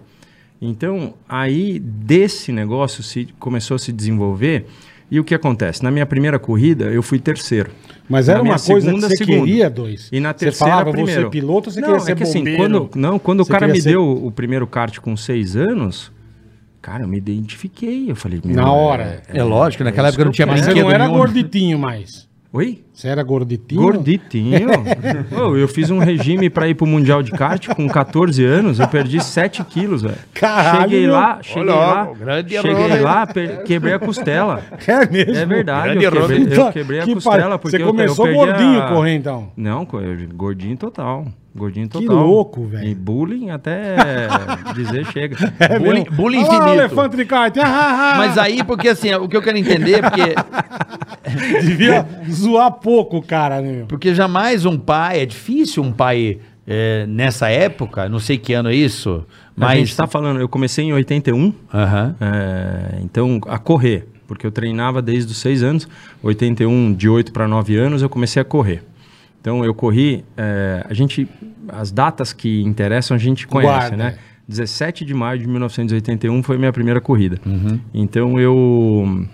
Então, aí desse negócio se começou a se desenvolver e o que acontece? Na minha primeira corrida, eu fui terceiro.
Mas
Na
era
minha
uma coisa que
segunda,
você
segundo.
queria, dois.
E na
Você
terceira,
falava, você
primeiro.
é piloto, você
não,
queria
é
ser
que assim,
bombeiro.
quando, não, quando o
Você
cara
queria
me
ser-
deu o primeiro kart com seis anos, cara, eu me identifiquei. Eu falei... meu,
Na hora.
É lógico, naquela
É
época
isso
não
que
tinha
eu
Mas
quero.
você
brinquedo
não era
nenhum.
gorditinho mais.
Oi?
Você era gorditinho?
Gorditinho? Ô, eu fiz um regime pra ir pro Mundial de Kart com 14 anos, eu perdi 7 quilos, velho.
Caralho,
Cheguei
meu.
lá, cheguei
Olha,
lá,
ó, grande
cheguei
herói.
lá, per- quebrei a costela.
É mesmo?
É verdade,
Grande
eu quebrei, eu
Então,
quebrei a
que
costela
par-
porque
você
eu-
começou
eu, perdi
gordinho
a...
correr, então?
Não, co- eu- gordinho total. Gordinho
Que
total.
louco, velho.
E bullying até dizer chega.
Bullying,
bullying
é Olha lá o
infinito.
elefante de Ah, kart.
Mas aí, porque assim, o que eu quero entender, porque,
Devia zoar pouco, cara. Né? meu?
porque jamais um pai, é difícil um pai é, nessa época, não sei que ano é isso,
Mas... A
mas.
gente tá falando, eu comecei em 81,
Aham.
É, então, a correr, porque eu treinava desde os 6 anos, 81, de 8 para 9 anos, eu comecei a correr. Então, eu corri, é, a gente, as datas que interessam a gente conhece,
Guarda.
né? 17 de maio de 1981 foi minha primeira corrida.
Uhum.
Então, eu,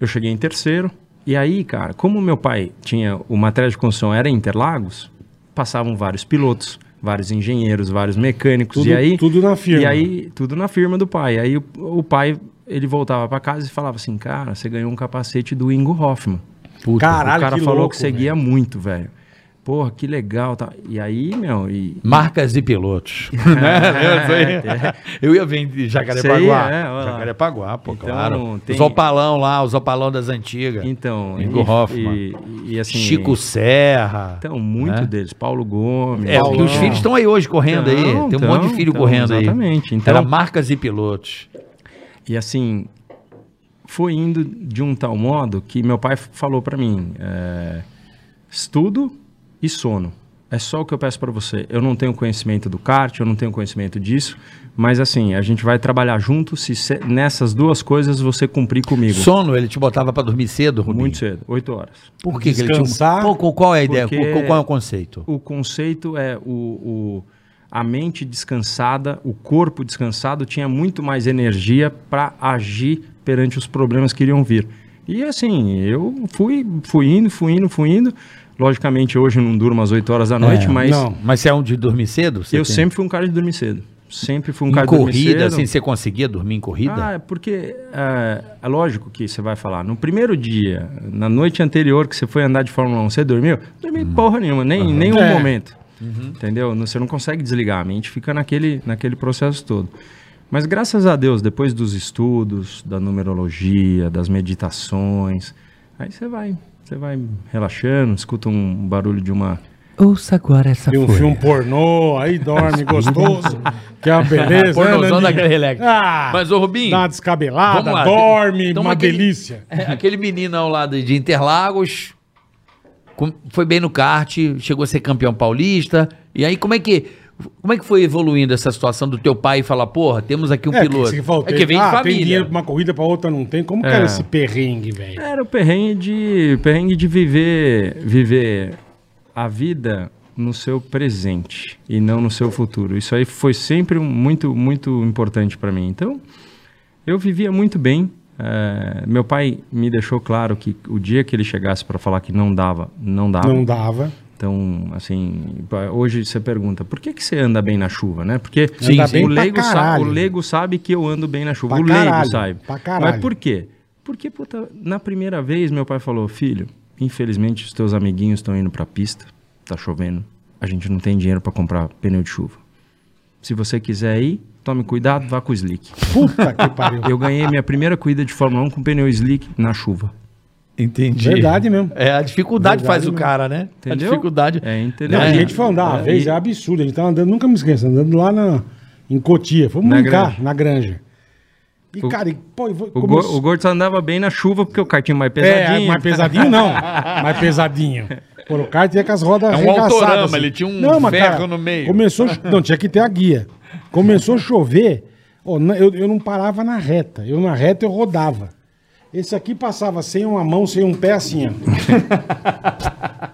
eu cheguei em terceiro, e aí, cara, como meu pai tinha, o material de construção era em Interlagos, passavam vários pilotos, vários engenheiros, vários mecânicos,
Tudo-
e aí...
tudo na firma.
E aí, e tudo na firma do pai. Aí o, o pai, ele voltava pra casa e falava assim, cara, você ganhou um capacete do Ingo Hoffman.
Puta.
Caralho,
o cara
que
falou
louco,
que você guia muito, velho. Porra, que legal. Tá. E aí, meu, e...
Marcas e pilotos. Né? Lembra disso aí? Eu ia ver em
Isso
Jacarepaguá.
aí, é, olha lá.
Jacarepaguá, pô,
Então,
claro.
tem-
Os opalão lá, os opalão das antigas.
É.
Então...
Ingo
e-
Hoffman.
E, e, assim...
Chico Serra.
Então, muito
né?
deles. Paulo Gomes.
É, porque
Paulão.
os filhos estão aí hoje correndo aí. Tem um
Então,
monte de filho
então,
correndo aí.
exatamente. Então-
Era marcas e pilotos.
E assim, foi indo de um tal modo que meu pai f- falou pra mim: é, estudo e sono. É só o que eu peço pra você. Eu não tenho conhecimento do kart, eu não tenho conhecimento disso, mas assim, a gente vai trabalhar junto se cê- nessas duas coisas você cumprir comigo.
Sono, ele te botava pra dormir cedo, Rubinho?
Muito cedo, oito horas.
Por que, que ele te...
Descansar.
Pô, qual- qual é a ideia?
Porque-
Qual, qual é o conceito?
O conceito é o, o- a mente descansada, o corpo descansado tinha muito mais energia para agir perante os problemas que iriam vir. E assim, eu fui, fui indo, fui indo, fui indo. Logicamente, hoje eu não durmo às 8 horas da noite, mas
não.
Mas você é um de dormir cedo? É, Você
eu
tem-
sempre fui um cara de dormir cedo. Sempre fui um
Em
cara de dormir cedo.
corrida, assim, você conseguia dormir em corrida?
Ah, é porque é, é lógico que você vai falar. No primeiro dia, na noite anterior que você foi andar de Fórmula 1, você dormiu? Dormi porra nenhuma, nem em nenhum
É.
momento. Entendeu? Não- Você não consegue desligar a mente, fica naquele, naquele processo todo. Mas graças a Deus, depois dos estudos, da numerologia, das meditações, aí você vai, você vai relaxando, escuta um barulho de uma
Ouça agora essa
Viu um filme pornô, aí dorme gostoso. que é uma beleza.
Pornozão
Nandinho?
daquele relax.
Ah,
Mas, ô Rubinho,
Dá uma descabelada,
vamos lá.
dorme,
Então,
uma
aquele-
delícia.
É, Aquele meninão lá de de Interlagos com- foi bem no kart, chegou a ser campeão paulista. E aí, como é que. Como é que foi evoluindo essa situação do teu pai falar, porra, temos aqui um
É,
piloto?
que, você falou,
é que vem
ah,
de
tem dinheiro
família.
pra uma corrida, pra outra não tem. Como
É.
que era esse perrengue, velho?
Era o perrengue de, perrengue de viver, viver a vida no seu presente e não no seu futuro. Isso aí foi sempre um- muito, muito importante para mim. Então, eu vivia muito bem. eh, meu pai me deixou claro que o dia que ele chegasse para falar que não dava, não dava.
Não dava.
Então, assim, pa- hoje você pergunta, por que, que você anda bem na chuva, né? Porque
Sim,
o,
sim. bem pra
leigo sabe,
caralho.
o leigo sabe que eu ando bem na chuva.
Pra
o
caralho,
leigo sabe.
pra caralho.
Mas por quê? Porque, puta, na primeira vez meu pai falou, filho, infelizmente os teus amiguinhos estão indo pra pista, tá chovendo, a gente não tem dinheiro pra comprar pneu de chuva. Se você quiser ir, tome cuidado, vá com o slick.
Puta que pariu.
Eu ganhei minha primeira corrida de Fórmula 1 com pneu slick na chuva.
Entendi.
Verdade mesmo.
É, a dificuldade
Verdade
faz o
mesmo.
cara, né?
Entendeu?
A dificuldade.
É, entendeu?
Não,
É.
a gente foi andar uma
É,
vez,
e-
é absurdo. A gente tava andando, nunca me esqueço, andando lá na em Cotia. Fomos
Na
brincar
granja.
na granja. E,
O-
cara, e, pô, e vou-
O,
como
Go- o Gordo só andava bem na chuva porque o cartinho
É,
mais pesadinho.
mais pesadinho não. mais pesadinho. Pô, o cara tinha com as rodas
É um
arregaçadas, assim.
autorama, ele tinha um ferro no meio.
Começou, a cho- não, tinha que ter a guia. Começou a chover, ó, na- eu, eu não parava na reta. Eu na reta eu rodava. Esse aqui passava sem uma mão, sem um pé, assim, ó.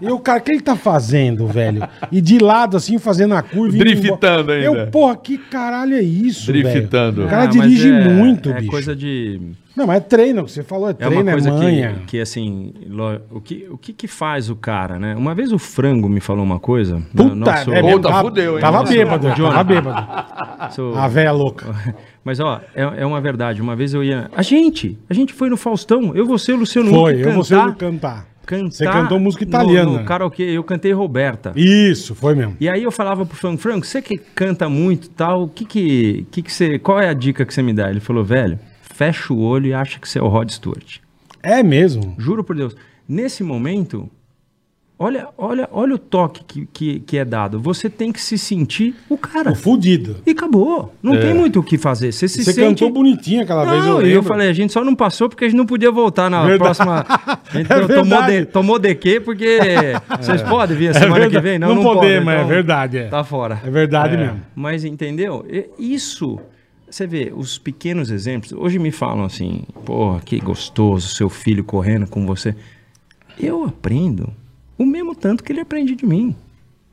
E o cara, o que ele tá fazendo, velho? E de lado, assim, fazendo a curva. indo embora.
Driftando ainda.
Eu, porra, que caralho é isso, velho?
Driftando.
O cara
Ah, mas
dirige
é-
muito,
é
bicho.
Coisa de...
Não, mas é treino, o que você falou, é
É
treino,
uma
é,
coisa
manha.
que, que, assim, lo- o que, o que que faz o cara, né? Uma vez o Frango me falou uma coisa. né?
Puta,
nosso,
é
Puta,
tava-
fudeu, hein?
Tava
Nossa.
bêbado, tava bêbado.
nosso-
A véia louca.
Mas, ó, é, é uma verdade. Uma vez eu ia... A gente! A gente foi no Faustão. Eu, você, Luciano
Foi,
Huck
eu vou ser cantar.
cantar
Você cantou música
no-
italiana.
No, karaokê. Eu cantei Roberta.
Isso, foi mesmo.
E aí eu falava pro Franco, Franco, você que canta muito e tal, o que que, que que você, qual é a dica que você me dá? Ele falou, velho, fecha o olho e acha que você é o Rod Stewart.
É mesmo.
Juro por Deus. Nesse momento, olha, olha, olha o toque que, que, que é dado. Você tem que se sentir o cara.
O fudido.
E acabou. Não tem muito o que fazer. Você se
É. Você
sente...
cantou bonitinho aquela vez, eu
Não, e eu
lembro.
falei, a gente só não passou porque a gente não podia voltar na
Verdade.
próxima. A gente
É
to- tomou,
verdade. É.
de, tomou de quê? Porque vocês podem vir a semana que
verdade.
vem?
Não
pode,
podemos, é verdade, é.
Tá fora.
É verdade mesmo.
Mas entendeu? E- Isso. Você vê, os pequenos exemplos. Hoje me falam assim: porra, que gostoso seu filho correndo com você. Eu aprendo o mesmo tanto que ele aprende de mim.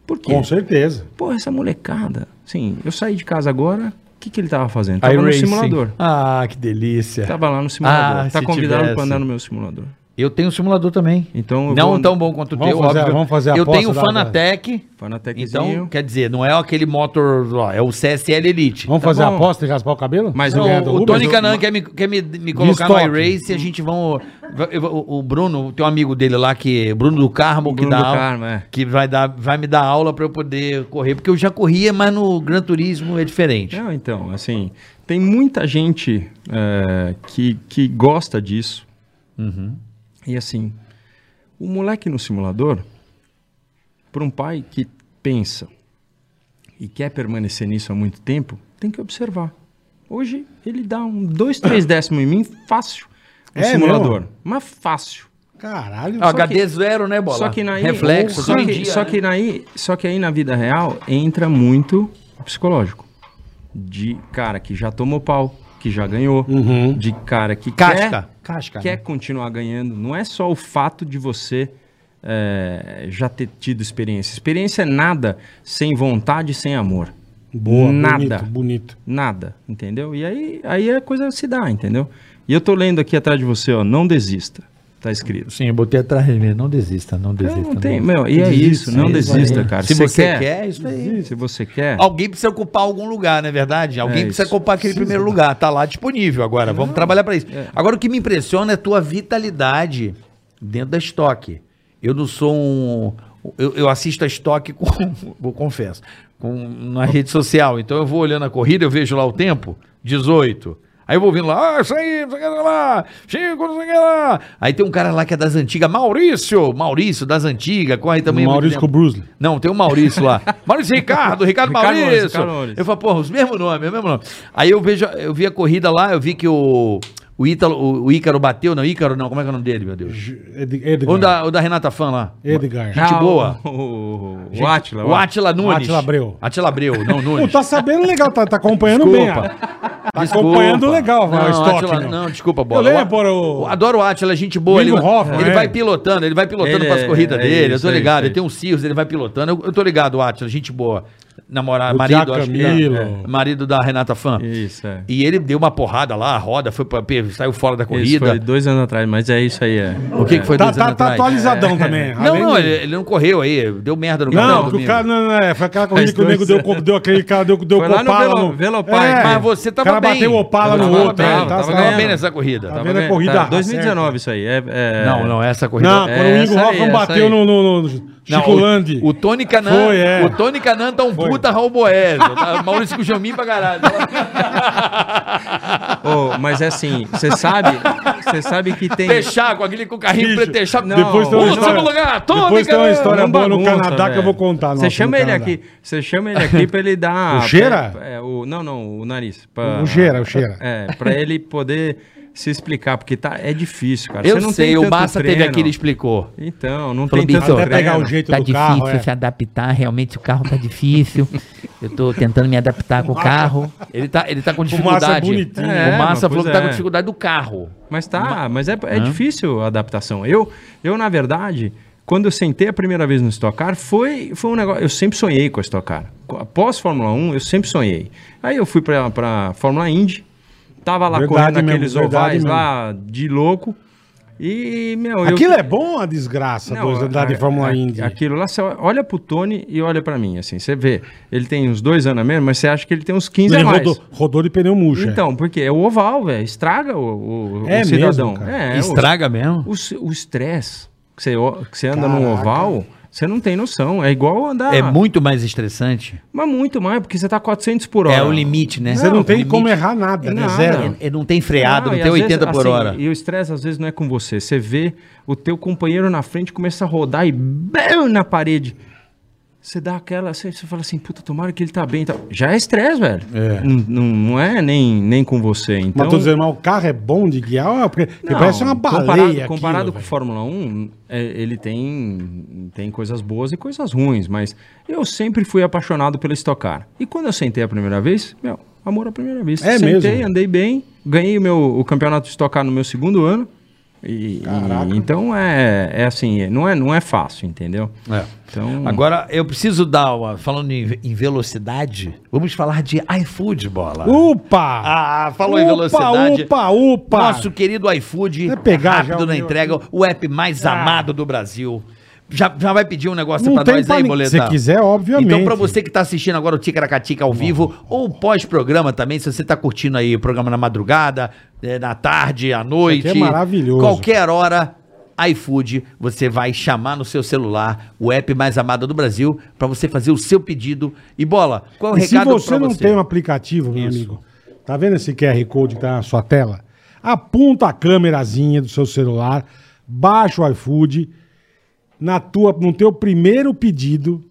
Por quê?
Com certeza.
Porra, essa molecada. Sim, eu saí de casa agora. O que, que ele tava fazendo? Tava no
iRacing.
simulador.
Ah, que delícia.
Tava lá no simulador.
Ah,
tá
se
convidado
tivesse.
pra andar no meu simulador.
Eu tenho um simulador também.
Então eu
não
vou-
tão bom quanto o
Vamos
teu,
fazer a-
óbvio.
vamos fazer a
eu
aposta
tenho o
da-
Fanatec.
Fanateczinho.
Então, quer dizer, não é aquele motor, lá, é o CSL Elite.
Vamos fazer a
bom.
aposta e raspar o cabelo?
Mas
Não,
o-
ganhar do
o
Uber?
Tony Canan quer me, quer me, me colocar
Estoque.
no iRace, a gente vão. eu vou- O, o Bruno, tem um amigo dele lá, que Bruno do Carmo, que,
Bruno
dá
do
um
aula,
Carmo, é.
que vai, dar, vai me dar aula pra eu poder correr, porque eu já corria, mas no Gran Turismo é diferente.
Não, então, assim, tem muita gente é, que, que gosta disso. E assim, o moleque no simulador, para um pai que pensa e quer permanecer nisso há muito tempo, tem que observar. Hoje ele dá um dois, três décimos em mim fácil no
É
simulador. Mas fácil.
Caralho.
Ah,
só-
HD zero, né, Bola?
Só que naí,
Reflexo,
só
hoje em
que,
dia,
só
né?
que naí, só que aí na vida real entra muito o psicológico. De cara que já tomou pau, que já ganhou, de cara que
Casca.
quer
Casca. né?
quer continuar ganhando. Não é só o fato de você eh, já ter tido experiência. Experiência é nada sem vontade, sem amor.
Boa,
nada.
bonito, bonito.
Nada, entendeu? E aí, aí a coisa se dá, entendeu? E eu tô lendo aqui atrás de você, ó, não desista. Tá escrito.
Sim, eu botei atrás de mim. Não desista, não desista.
Não tem, meu, e é
Desista,
isso, não
é isso aí.
desista, cara.
Se você quer, é isso aí.
Se você quer.
Alguém precisa ocupar algum lugar, não é verdade? Alguém
É
precisa
isso.
ocupar aquele primeiro lugar. Tá lá disponível agora. Vamos trabalhar para isso. Agora, o que me impressiona é a tua vitalidade dentro da estoque. Eu não sou um. Eu, eu assisto a estoque com. Vou confesso. Com, na rede social. Então eu vou olhando a corrida, eu vejo lá o tempo, 18. Aí eu vou ouvindo lá, ah, isso aí, não sei o que lá, Chico, não sei o que lá. Aí tem um cara lá que é das antigas, Maurício, Maurício, das antigas, corre também. há muito
Maurício
tempo.
com Bruce Lee.
Não, tem o Maurício lá. Maurício Ricardo, Ricardo,
Ricardo
Maurício.
Maurício, Ricardo Maurício.
Eu falo, porra, os mesmos nomes, é o mesmo nome. Aí eu vejo, eu vi a corrida lá, eu vi que o. O Ítalo, o, o Ícaro bateu, não, Ícaro não, como é que é o nome dele, meu Deus?
Ed- Edgar.
O da, o da Renata Fã lá.
Edgar.
gente boa.
O, o, o Atila.
O Atila Nunes.
Átila Abreu.
Atila Abreu, não,
Pô,
Nunes.
tá sabendo legal, tá, tá acompanhando bem. ó. Tá acompanhando legal, vai, o
não,
estoque.
Átila-
meu.
não, desculpa, bola.
Eu lembro, o-
Eu Adoro o Atila, gente boa. Ele,
Lindo Hoffman,
ele
é.
vai pilotando, ele vai pilotando
Ele
para as
é-
corridas
é
dele, eu
isso,
tô
é
ligado.
isso, é
ele tem uns Cirrus, ele vai pilotando. Eu, eu tô ligado, o Atila, gente boa. Namorado,
O
marido,
Thiago
acho que
Camilo.
é, marido da Renata Fã.
Isso, é.
E ele deu uma porrada lá, a roda foi pra, pe- saiu fora da
Isso
corrida.
foi dois anos atrás, mas é isso aí. É.
O que, que foi
Tá,
dois
tá,
anos
tá
atrás?
atualizadão também.
Não,
além
não,
do-
ele, ele não correu aí, deu merda no
Não,
do
porque o
domingo.
cara, não, não, é, foi aquela corrida
Faz
que o nego
dois
deu,
anos.
co- deu aquele cara, deu, deu
Foi lá no
Opala
Velo- Velopark.
É,
Mas você tava
O cara
bem.
bateu o Opala
Tava
no
bem, né?
outro.
tava-
tá
tava
certo.
Tava
ganhando.
bem nessa corrida.
Tá vendo a corrida?
Tá,
Ah,
2019 isso aí. É, é-
Não, não, essa corrida.
Não, quando o
É,
Ingo
essa aí,
Hoffman
essa
bateu
aí.
no, no, no
Não,
Chico Landi.
o, o Tony Canan,
Foi, é.
o Tony Canan tá um puta Raul Boésio, tá Maurício Gujamin pra caralho.
Ô, mas é assim, você sabe, você sabe que tem.
Fechar com aquele com o carrinho
Bicho,
preto fechado.
não.
Depois tem uma
Último
história,
lugar, tome,
depois tem uma
galera.
história
Não
boa no
bagunça,
Canadá que eu
velho.
vou contar.
Você
nossa,
chama
no
ele
Canadá.
aqui, você chama ele aqui pra ele dar.
O Cheira?
pra- é, o, não, não, o nariz. Pra,
O Cheira, o Cheira.
É, pra ele poder se explicar, porque tá, é difícil, cara.
Eu
Você não
sei,
tem
o
tanto
Massa teve
treino.
aqui, ele explicou.
Então, não
Falou,
tem tanto né?
Bicho,
Até pegar
treino.
o jeito
tá
do
difícil
carro. é.
se adaptar, realmente o carro tá difícil. Eu tô tentando me adaptar com o carro. Ele tá, ele tá com dificuldade.
bonitinho. né,
É,
o Massa
mas
falou que
pois
tá com
é.
dificuldade do carro.
Mas tá, mas é, é difícil a adaptação. Eu, eu, na verdade, quando eu sentei a primeira vez no Stock Car, foi, foi um negócio. Eu sempre sonhei com a Stock Car. Co- Após Fórmula 1, eu sempre sonhei. Aí eu fui pra, pra Fórmula Indy, tava lá
Verdade
correndo
mesmo,
aqueles
verdade
ovais
mesmo.
lá de louco. E, meu. eu-
Aquilo é bom a desgraça
Não,
do andar de
a-
Fórmula
a-
Indy.
Aquilo lá, você olha pro Tony e olha pra mim, assim, você vê. Ele tem uns dois anos a menos, mas você acha que ele tem uns 15
Ele
a mais.
rodou, rodou de pneu murcho. é.
Então, porque é o oval, velho. Estraga o, o,
É
o cidadão.
mesmo, cara?
é, o-
mesmo?
o s- o estresse que você, o- que você anda num
Caraca.
oval, você não tem noção. É igual
Ah.
andar.
É muito mais estressante.
Mas muito mais, porque você tá 400 por hora.
É o limite, né?
Você não,
Não,
tem
limite.
como errar nada, né?
Nada.
Zero.
É, não tem freado, não,
e
tem
às
80
vezes,
por
assim,
hora.
E o estresse às vezes não é com você. Você vê o teu companheiro na frente começa a rodar e bam, na parede. Você dá aquela, você, você fala assim, puta, tomara que ele tá bem. e tal. Já é estresse, velho.
É.
Não, não- não é nem, nem com você. Então,
Mas tô dizendo, mas o carro é bom de guiar? ó, Porque, porque
Não,
parece uma baleia
Comparado,
aquilo,
comparado com
velho.
Fórmula 1, é, ele tem, tem coisas boas e coisas ruins, mas eu sempre fui apaixonado pela Stock Car. E quando eu sentei a primeira vez, meu, amor à primeira vez.
É
sentei,
mesmo?
andei bem, ganhei o, meu, o campeonato de Stock Car no meu segundo ano. E,
Caraca.
e- então é, é assim, não é, não é fácil, entendeu?
É.
Então,
É. Agora, eu preciso dar uma. Falando em, em velocidade, vamos falar de iFood, bola.
Upa!
Ah, falou
upa,
em velocidade.
Upa, upa!
Nosso querido iFood,
Vai pegar já
rápido
o
na
meu Ah.
entrega, o app mais amado do Brasil. Já, já vai pedir um negócio
Não
pra
tem
nós
pra
aí,
ninguém.
boletar.
Se quiser, obviamente.
Então, pra você que tá assistindo agora o Ticaracatica ao vivo, ou pós-programa também, se você tá curtindo aí o programa na madrugada, eh, na tarde, à noite.
aqui é maravilhoso.
Qualquer hora, iFood, você vai chamar no seu celular o app mais amado do Brasil pra você fazer o seu pedido. E bola, qual é o
E se
recado
você
pra
não tem um aplicativo, meu amigo, tá vendo esse QR Code que tá na sua tela? Aponta a câmerazinha do seu celular, baixa o iFood, na tua, no teu primeiro pedido,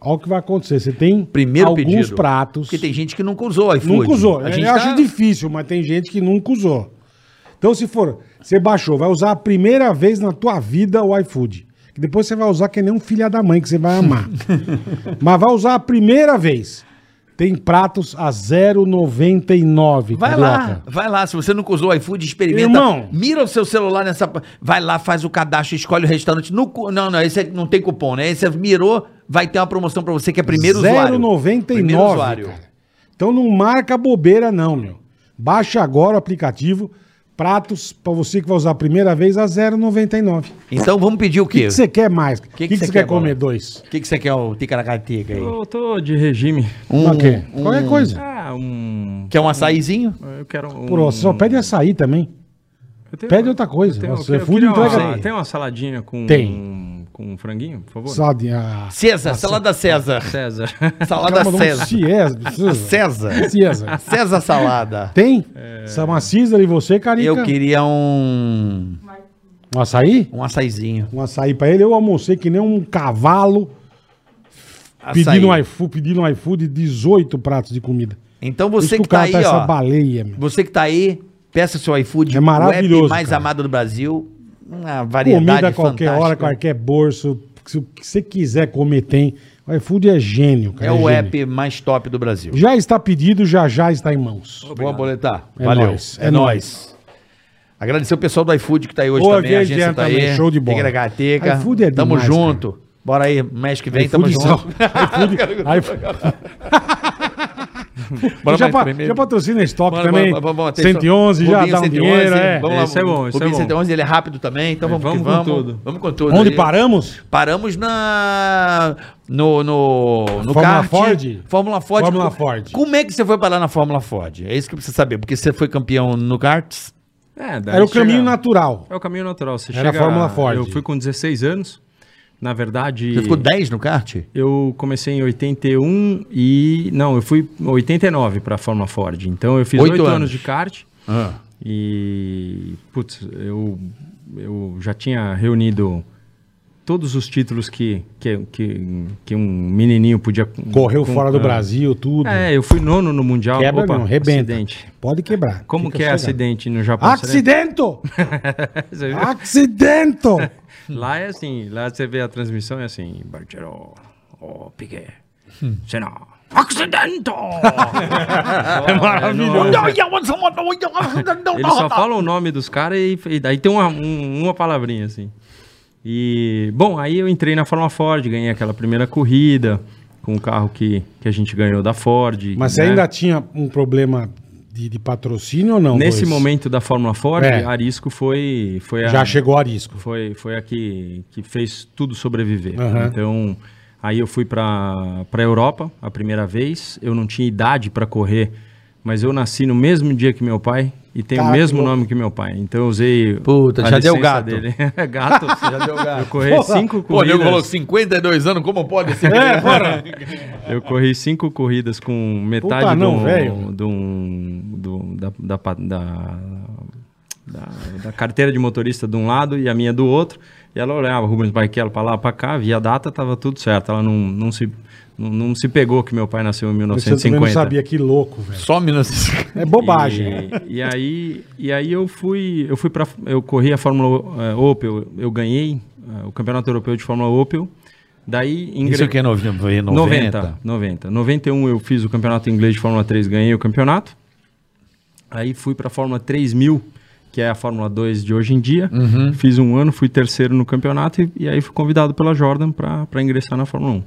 olha o que vai acontecer. Você tem
Primeiro
alguns
pedido.
pratos.
Porque tem gente que nunca usou o iFood.
Nunca usou.
A gente
eu
tá-
acho difícil, mas tem gente que nunca usou. Então, se for, você baixou, vai usar a primeira vez na tua vida o iFood. Que depois você vai usar que nem um filho da mãe que você vai amar. mas vai usar a primeira vez. Tem pratos a 0,99.
Vai lá,
carioca.
vai lá. Se você nunca usou o iFood, experimenta.
Irmão.
Mira o seu celular nessa. Vai lá, faz o cadastro, escolhe o restaurante. No cu- Não, não, esse é- não tem cupom, né? Esse é mirou, vai ter uma promoção pra você que é primeiro usuário.
0,99. cara. Então não marca bobeira, não, meu. Baixa agora o aplicativo. Pratos pra você que vai usar a primeira vez a 0,99.
Então vamos pedir o
O que
quê?
que você quer mais? O que,
que
que
você
você quer,
quer,
comer?
Bola?
Dois.
O que, que você quer, o Ticaracatica aí?
eu tô de regime.
Um, Qualquer coisa.
Ah, um.
Quer um açaizinho?
Eu quero um.
Pô, você só pede açaí também.
Eu tenho-
pede outra coisa.
eu tenho-
Nossa,
eu
food
queria uma-
entrega-
Tem uma saladinha com.
Tem.
Com um franguinho, por favor?
Só de- ah,
César, tá salada César.
César.
Salada
cara, mandou um
César.
César.
César.
César.
César salada.
Tem? Sama César e você, Carica?
Eu queria um.
Um açaí?
Um açaizinho.
Um açaí pra ele. Eu almocei que nem um cavalo
Açaí.
pedindo um iFood, pedindo um iFood 18 pratos de comida.
Então
Por isso
você que,
o
tá
cara
aí,
tá essa
ó.
baleia, meu.
Você que tá aí, peça seu iFood.
É maravilhoso,
O app mais
cara.
amado do Brasil. Uma variedade
Comida a qualquer
fantástica.
hora, qualquer bolso. Se o que você quiser comer, tem. O iFood é gênio, cara.
É o
gênio.
app mais top do Brasil.
Já está pedido, já já está em mãos.
Boa boletar.
É
Valeu.
nóis, é nóis.
Agradecer o pessoal do iFood que tá aí hoje
Pô,
também. A
veio
agência
Jean
tá
também,
aí.
show de bola.
Tegrateca.
iFood é
Tamo
demais,
junto. Bora aí, mês que vem, tamo
iFood
junto.
sal- iFood.
Bora
já,
mais
pa-
primeiro.
já patrocina estoque
Bora,
também.
bora, bora, bora. Tem
111 já
Rubinho
dá um
111,
dinheiro. É.
Vamos lá,
Isso é bom, isso é
Rubinho
bom.
111, ele é rápido também, então vamos,
vamos
que
com
vamos.
tudo.
Vamos com tudo.
Onde
aí.
paramos?
Paramos na. No. No. no
Fórmula
kart.
Ford?
Fórmula Ford.
Fórmula
Co-
Ford.
Como é que você foi parar na Fórmula Ford? É isso que eu preciso saber. Porque você foi campeão no kart?
É, daí
Era o
chega-
caminho natural.
É o caminho natural. Você
Era a
chega,
Fórmula Ford.
Eu fui com 16 anos. Na verdade,
Você ficou 10 no kart?
eu comecei em 81 e. Não, eu fui em 89 para a Fórmula Ford. Então eu fiz
Oito
8 anos.
anos
de kart.
Ah.
E, putz, eu, eu já tinha reunido todos os títulos que, que, que, que um menininho podia...
Correu
Então,
fora
tá.
do
comprar.
Brasil, tudo.
É, eu fui nono no Mundial.
Quebra
Opa,
não, rebenta.
acidente.
Pode quebrar.
Como
Fica
que é
sossegado.
acidente no Japão?
Accidento!
Você
Ah.
viu?
Accidento!
Lá é assim, lá você vê a transmissão é assim, Bartiro, oh, Piquet,
Hum.
Senna, Accidento! é
maravilhoso.
Eles só falam o nome dos caras e, e daí tem uma, um- uma palavrinha assim. E, bom, aí eu entrei na Fórmula Ford, ganhei aquela primeira corrida com o carro que, que a gente ganhou da Ford.
Mas você
né?
ainda tinha um problema de, de patrocínio ou não?
Nesse
Luiz?
momento da Fórmula Ford,
É.
a Arisco foi, foi a.
Já chegou a risco.
foi, foi a que, que fez tudo sobreviver.
Aham.
Então, aí eu fui para a Europa a primeira vez. Eu não tinha idade para correr, mas eu nasci no mesmo dia que meu pai e tenho o
Cara,
mesmo
que louco.
nome que meu pai. Então, eu usei.
Puta, já deu
licença
gato.
Dele. É gato? já deu gato. Eu corri cinco
Pô, o
corridas.
nego falou 52 anos, como pode ser?
É, bora.
Eu corri cinco corridas com metade um,
Puta, não,
do,
velho.
do- do- um, da, da, pa- da- da- da carteira de motorista de um lado e a minha do outro. E ela olhava, Rubens Barrichello, pra lá, pra cá, via a data, tava tudo certo. Ela não, não, se, não, não se pegou que meu pai nasceu em
Você também não
1950.
sabia, que louco, velho.
Some nas...
É bobagem.
E, e aí, e aí eu fui, eu fui para, eu corri a Fórmula eh, Opel, eu, ganhei eh, o Campeonato Europeu de Fórmula Opel. Daí
Isso
ingre-
aqui é nove- 90.
90, 90. 91 eu fiz o campeonato inglês de Fórmula 3, ganhei o campeonato. Aí fui para a Fórmula 3000, que é a Fórmula 2 de hoje em dia.
Uhum.
Fiz um ano, fui terceiro no campeonato e, e aí fui convidado pela Jordan para ingressar na Fórmula 1.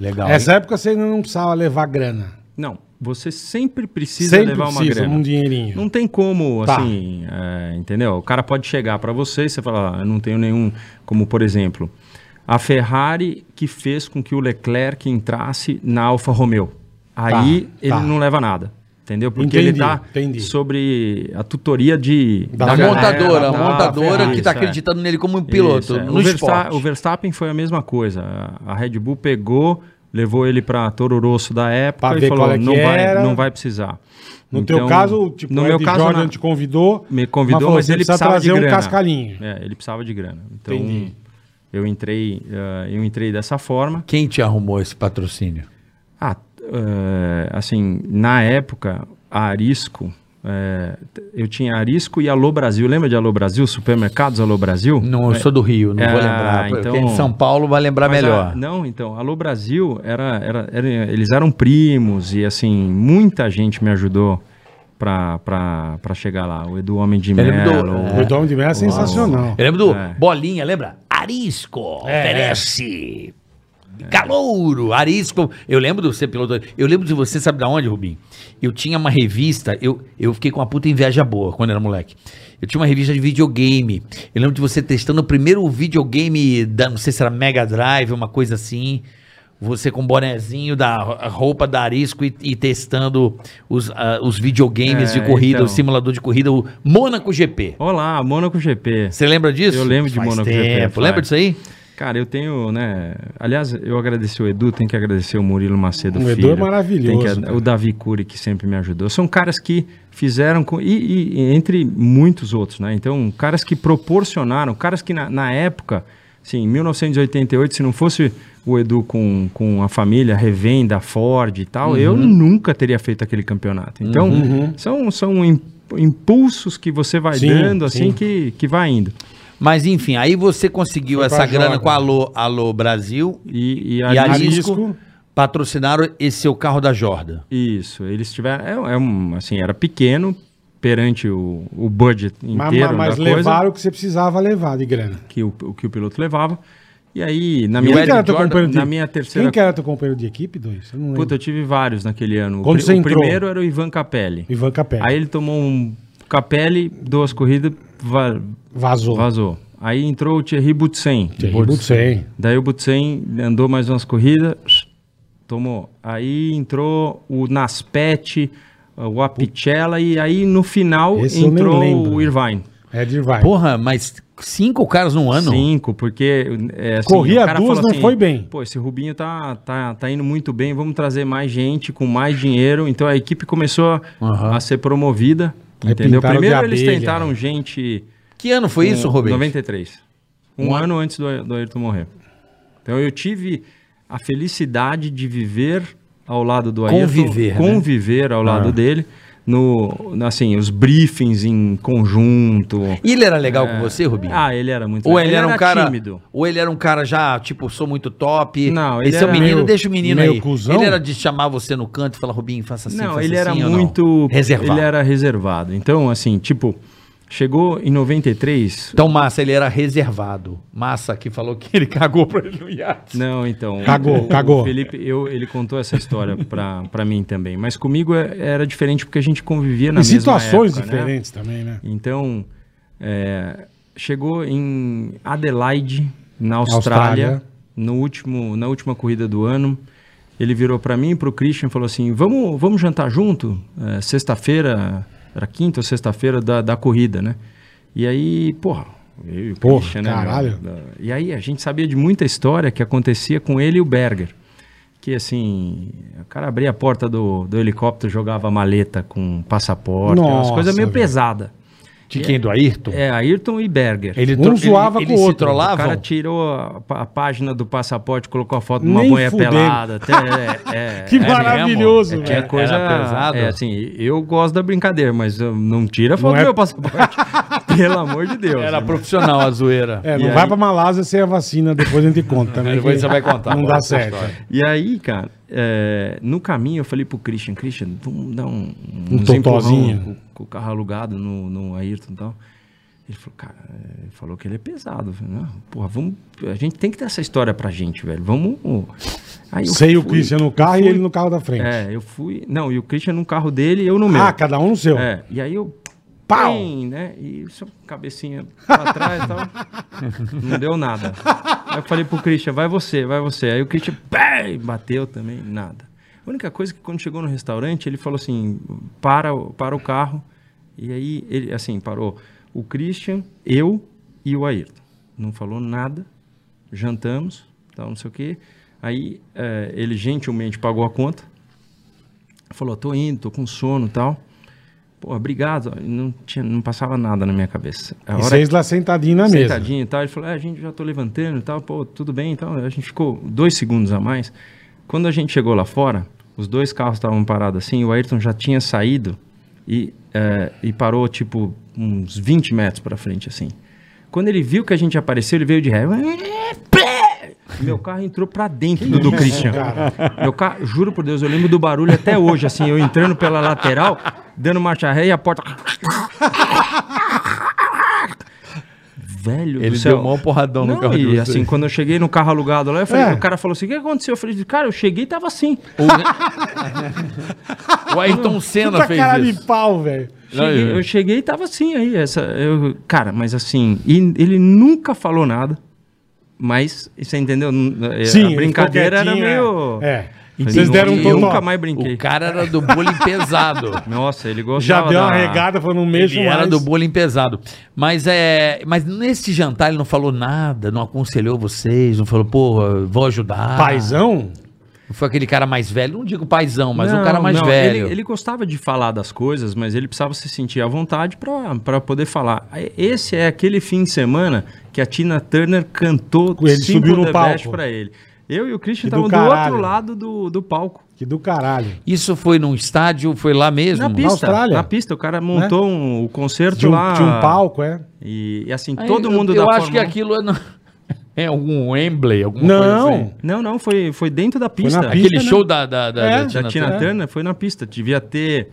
Legal.
Nessa época você ainda não precisava levar grana.
Não, você sempre precisa
Sempre
levar uma
precisa,
grana.
um dinheirinho.
Não tem como,
Tá.
assim, é, entendeu? O cara pode chegar para você e você falar, "Ah, eu não tenho nenhum. Como, por exemplo, a Ferrari que fez com que o Leclerc entrasse na Alfa Romeo. Aí ele
tá.
não leva nada, entendeu? Porque ele
Entendi,
tá
entendi.
sobre a tutoria de...
Da
A
é galera,
montadora, a
da
montadora
Ferrari,
que tá
isso, é.
acreditando nele como um piloto
Isso, é.
no
o, Versta-
esporte.
o Verstappen foi a mesma coisa. A- A Red Bull pegou, levou ele para Toro Rosso da época
Pra
e
ver
falou:
qual é que
não, vai,
era."
não vai precisar.
No
Então,
teu caso, tipo,
no
o
meu
Ed
caso,
Jordan
na-
te convidou.
me convidou,
falou,
mas,
"Você
ele
precisa
precisava
trazer
de
um
grana.
cascalinho.
É, ele precisava de grana. Então
Entendi.
eu entrei, eh, eu entrei dessa forma.
Quem te arrumou esse patrocínio?
Ah, eh, assim, na época, a Arisco, eh, t- eu tinha Arisco e Alô Brasil. Lembra de Alô Brasil? Supermercados Alô Brasil?
Não, eu sou do Rio, não
Ah,
vou lembrar.
então-
Quem é de São Paulo vai lembrar
Mas
melhor.
a- não, então, Alô Brasil, era, era, era- eles eram primos e, assim, muita gente me ajudou pra, pra, pra chegar lá. O Edu Homem de
Eu lembro do-
Melo.
O Edom de Mel é sensacional.
Eu lembro do
É.
Bolinha, lembra? Arisco, oferece. Calouro, Arisco. Eu lembro de você, piloto. Eu lembro de você, sabe da onde, Rubinho? Eu tinha uma revista, eu, eu fiquei com uma puta inveja boa quando era moleque. Eu tinha uma revista de videogame. Eu lembro de você testando o primeiro videogame da, não sei se era Mega Drive, uma coisa assim. Você com bonezinho da ro- a roupa da Arisco e, e testando os, ah, os videogames
É,
de corrida,
então.
o simulador de corrida, o Mônaco GP.
Olá, Mônaco GP.
Você lembra disso?
Eu lembro de
Faz
Monaco
tempo.
GP, faz.
Lembra disso aí?
Cara, eu tenho, né? Aliás, eu agradeci o Edu, tenho que agradecer o Murilo Macedo.
O Edu
filho.
é maravilhoso,
Tem que-
cara.
o Davi Cury, que sempre me ajudou. São caras que fizeram, com, e, e entre muitos outros, né? Então, caras que proporcionaram, caras que na, na época, assim, em 1988, se não fosse o Edu com, com a família, revenda, Ford e tal, eu
Uhum.
nunca teria feito aquele campeonato. Então, são, são im- impulsos que você vai
Sim,
dando, assim,
sim.
que, que vai indo.
Mas enfim, aí você conseguiu
Foi pra
essa grana
Jordan.
com a Alô, Alô Brasil e
E, e
a
ali-
Arisco patrocinaram esse seu carro da Jordan.
Isso, eles tiveram. É, é um, assim, era pequeno perante o, o budget
Mas, mas
inteiro da coisa,
levaram o que você precisava levar de grana.
que o, o que o piloto levava. E aí, na
Quem
minha,
que era teu companheiro de-
na minha terceira.
Quem que era teu companheiro de equipe, dois? Eu não
Puta,
lembro.
eu tive vários naquele ano. O
Quando
pri-
você
o,
entrou?
primeiro era o Ivan Capelli.
Ivan Capelli.
Aí ele tomou um Capelli, duas corridas, va-
Vazou.
vazou. Aí entrou o Thierry Butsen.
Thierry Butsen.
Daí o Butsen andou mais umas corridas, tomou. Aí entrou o Naspet, o Apicella e aí no final
Esse eu nem
entrou
lembro.
o Irvine.
É de vai.
Porra, mas cinco caras num ano?
Cinco, porque é, assim,
Corria
o cara
duas,
falou
não
assim,
foi bem.
Pô, esse Rubinho tá, tá, tá indo muito bem, vamos trazer mais gente com mais dinheiro. Então a equipe começou a-
Aham.
a ser promovida. Entendeu?
pintaram de
Primeiro eles
abelha.
tentaram gente.
Que ano foi isso, Rubens?
93. Um, ano antes do, do Ayrton morrer. Então eu tive a felicidade de viver ao lado do Ayrton.
Conviver, né? Ah.
Conviver ao lado dele. No, assim, os briefings em conjunto.
E ele era legal com você, Rubinho?
Ah, ele era muito
Ou ele, era um cara.
tímido.
Ou ele era um cara já, tipo, sou muito top.
Não,
ele
ele
Esse é o
era
menino,
meio-
deixa o menino
meio
aí.
cuzão?
Ele era de chamar você no canto e falar, Rubinho, faça assim.
não,
faça
ele era
assim", ou não?
muito.
Reservado.
Ele era reservado. Então, assim, tipo, chegou em 93.
Então, Massa, ele era reservado. Massa que falou que ele cagou pra ele no iate.
Não, então.
Cagou,
o
cagou.
Felipe, eu, ele contou essa história pra, pra mim também. Mas comigo é- era diferente porque a gente convivia na
Em
mesma
situações
época, né?
diferentes também, né?
Então, é, chegou em Adelaide, na Austrália,
Austrália.
No último, na última corrida do ano. Ele virou para mim e para o Christian e falou assim: vamos, vamos jantar junto? É, sexta-feira, era quinta ou sexta-feira da, da corrida, né? E aí, porra. Eu e o
Porra,
Christian, né, meu?
caralho.
E aí a gente sabia de muita história que acontecia com ele e o Berger. Que assim, o cara abria a porta do, do helicóptero, jogava maleta com passaporte, umas
Nossa,
coisas meio
velho.
pesadas.
De quem? Do Ayrton?
É, Ayrton e Berger.
Ele
Um
tro-
zoava
ele,
com
ele
o
se
outro.
o cara
trolavam?
tirou a, pá- a página do passaporte, colocou a foto de uma
Nem
mulher
fudendo.
pelada. até- é, é,
Que
é,
maravilhoso,
é, é
velho.
coisa
Era pesado?
É, assim, eu gosto da brincadeira, mas eu- não tira a foto
Não é-
do meu passaporte. pelo amor de Deus.
Era
né?
profissional a zoeira.
É, não
E
vai
aí-
pra Malásia sem a vacina, depois a gente conta também.
Depois
que
você vai contar,
Não
pô,
dá
essa
certo.
história.
E aí, cara, é, no caminho eu falei pro Christian, Christian, vamos dar um,
Um
uns
totozinho.
empurrão Com, com o carro alugado no, no Ayrton e tal. Ele falou, cara, é, ele falou que ele é pesado. Eu falei, não, porra, vamos. A gente tem que ter essa história pra gente, velho. Vamos. Aí eu
Sei o
fui-
Christian no carro e
fui-
ele no carro da frente.
É, eu fui. Não, e o Christian no carro dele e eu no meu.
ah, cada um no seu.
É, e aí eu.
Pau!
Plim, né? E só cabecinha pra trás e tal. Não deu nada. Aí eu falei pro Christian, vai você, vai você. Aí o Christian pé, bateu também, nada. A única coisa é que quando chegou no restaurante, ele falou assim: para, o- para o carro. E aí, ele, assim, parou o Christian, eu e o Ayrton. Não falou nada, jantamos, tal, não sei o quê. Aí eh, ele gentilmente pagou a conta. Falou, tô indo, tô com sono e tal. Pô, obrigado. Não, tinha, não passava nada na minha cabeça. A
E
hora
vocês lá sentadinho na mesa.
sentadinho e tal. Ele falou, é, a gente já tô levantando e tal, pô, tudo bem e tal. A gente ficou dois segundos a mais. Quando a gente chegou lá fora, os dois carros estavam parados assim, o Ayrton já tinha saído e, é, e parou, tipo, uns 20 metros pra frente, assim. Quando ele viu que a gente apareceu, ele veio de ré. Meu carro entrou pra dentro do, do Christian. Meu carro, juro por Deus, eu lembro do barulho até hoje, assim, eu entrando pela lateral, dando marcha ré e a porta. Velho,
Ele
do céu.
deu mó porradão no
Não,
carro de
E
vocês.
assim, quando eu cheguei no carro alugado lá, eu falei,
É.
o cara falou assim: o que aconteceu? Eu falei, cara, eu cheguei e tava assim.
O Ayrton Senna
Puta
fez
cara
isso.
de pau, velho.
Não,
Cheguei-
eu-
eu cheguei e tava assim aí. Essa, eu, cara, mas assim, e- ele nunca falou nada. Mas, você entendeu? N- é,
Sim, ele
a
ficou
brincadeira era
quietinho,
meio.
é. É.
Falei,
Vocês deram um
eu
totó.
nunca mais brinquei.
O cara era do bullying pesado.
Nossa, ele
Já
gostava.
deu uma
da-
regada, falou, não mexo
Ele era
mais.
do bullying pesado. Mas é. Mas nesse jantar ele não falou nada, não aconselhou vocês, não falou, porra, vou ajudar.
Paizão?
Foi aquele cara mais velho. Não digo paizão, mas um
Não,
cara mais
não,
velho.
Ele, ele gostava de falar das coisas, mas ele precisava se sentir à vontade para poder falar. Esse é aquele fim de semana que a Tina Turner cantou
Ele subiu no palco.
para ele. Eu e o Christian
Que do
estavam do,
caralho.
outro lado do, do palco.
Que do caralho.
Isso foi num estádio, foi lá mesmo?
Na pista. Na,
Austrália. Né?
pista. O cara montou um- o concerto
De um,
lá.
de um palco, é.
E, e assim,
Aí,
todo
eu-
mundo
Eu,
da
acho que
Fórmula um-
aquilo é, no- é algum Wembley, alguma coisa assim.
Não.
Não, não, foi, foi dentro da pista.
na
Aquele
Pista, né?
show da, da, da,
É,
da
da
Tina
Tina
Turner.
Turner foi na pista. Devia ter.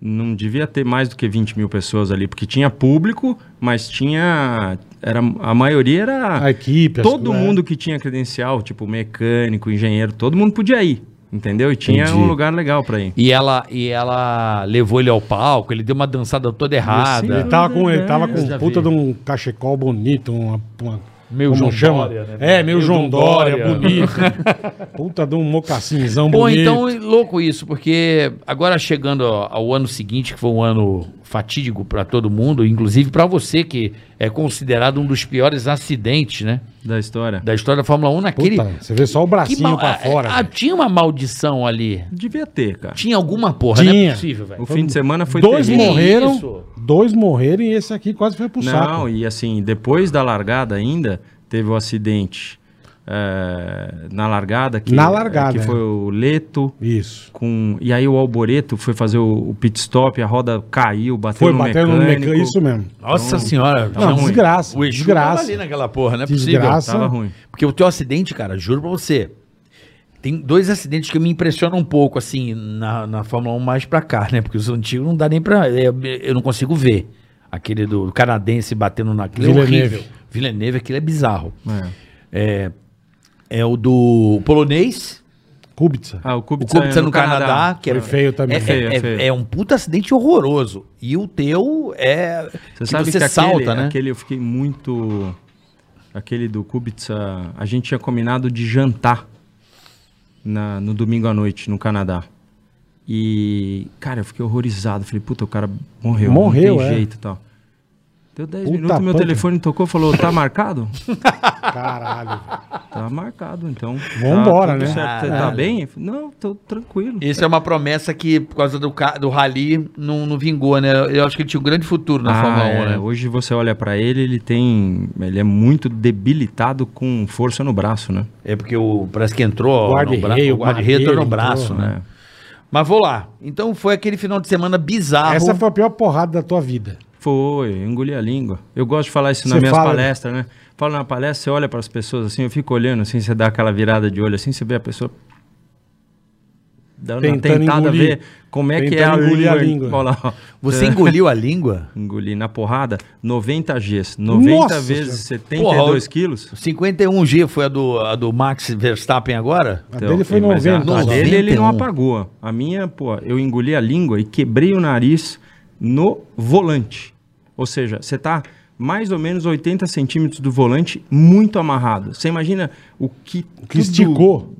Não devia ter mais do que 20 mil pessoas ali, porque tinha público, mas tinha. Era, a maioria era.
A equipe, as é.
todo
coisas,
mundo que tinha credencial, tipo mecânico, engenheiro, todo mundo podia ir. Entendeu? E tinha
Entendi.
um lugar legal pra ir.
E ela, e ela levou ele ao palco, ele deu uma dançada toda errada.
Ele tava com, ele tava
Eu
com um
já
puta
vi.
de um cachecol bonito, uma. uma
Meio
como
João
chama?
Dória, né?
É, meio,
Meio
João
João
Dória,
Dória.
bonito. puta de um mocassinzão
Pô,
bonito.
então louco isso, porque agora chegando ao ano seguinte, que foi um ano fatídico para todo mundo, inclusive para você, que é considerado um dos piores acidentes, né?
da história.
Da história da Fórmula 1 naquele.
Puta, você vê só o
que
bracinho
mal-
pra
é,
fora.
ah, ah,
velho.
tinha uma maldição ali.
Devia ter, cara.
Tinha alguma porra, não é
Tinha.
possível, velho.
O fim de semana foi
dois
terrível.
morreram,
Isso.
dois morreram e esse aqui quase foi pro
Não,
saco.
e assim, depois da largada ainda, teve o acidente eh, na largada. Que,
Na largada,
Que
é.
foi o Leto
Isso.
com... E aí o Alboreto foi fazer o, o pit stop, a roda caiu, bateu
Foi
no
batendo no
um mecânico.
mecânico, isso mesmo.
Nossa senhora.
Não,
tinha um-
Então, é desgraça,
O Exu
desgraça.
tava ali naquela porra, não é
Desgraça.
Tava ruim.
Porque o teu acidente, cara, juro pra você. Tem dois acidentes que me impressionam um pouco, assim, na, na Fórmula 1 mais pra cá, né? Porque os antigos não dá nem pra. é, Eu, não consigo ver. Aquele do canadense batendo naquele. É
Villeneuve.
horrível. Villeneuve, aquilo é bizarro.
É.
É, é o do polonês.
Kubica.
Ah, o
O
Kubica,
Kubica no, Canadá, que
Foi
é
feio também.
É,
Foi feio,
é-
feio.
é um puta acidente horroroso. E o teu é.
Você
que
sabe
você
que aquele,
salta, né?
aquele eu fiquei muito... Aquele do Kubica, a gente tinha combinado de jantar na- no domingo à noite, no Canadá. E, cara, eu fiquei horrorizado. Falei, puta, o cara morreu.
Morreu,
Não tem
é.
jeito e tal. Deu 10
Puta
minutos, meu
panca.
telefone tocou, falou, tá marcado?
Caralho. velho.
tá marcado, então. Tá
Vambora,
tudo
né?
certo. Você tá
Caralho.
bem? Eu falei, Não, tô tranquilo.
Isso é uma promessa que, por causa do, ca- do rally, não, não vingou, né? Eu acho que ele tinha um grande futuro na
Ah,
Fórmula 1,
é,
né?
Hoje você olha pra ele, ele tem. Ele é muito debilitado com força no braço, né?
É porque o, parece que entrou
Guarda-reio,
no braço. O guarda-reio entrou no
entrou,
braço, né?
É.
Mas vou lá. Então foi aquele final de semana bizarro.
Essa foi a pior porrada da tua vida.
Foi, eu engoli a língua. Eu gosto de falar isso nas
Você
minhas
fala, né?
palestras, né? Falo na palestra, você olha para as pessoas assim, eu fico olhando assim, você dá aquela virada de olho assim, você vê a pessoa dando uma
Tentando
tentada
engolir.
ver como é que é a
Tentando engolir
língua.
a língua.
Olha lá, ó.
Você engoliu a língua?
Engoli na porrada 90 Gs, 90
Nossa
vezes 72
Porra, o-
quilos.
51G foi a do, a do Max Verstappen agora?
A dele foi
Então, mas é
90.
A, a
só.
dele ele não
91.
apagou. A minha, pô, eu engoli a língua e quebrei o nariz no volante. Ou seja, você tá mais ou menos 80 centímetros do volante, muito amarrado. Você imagina o que,
Que esticou.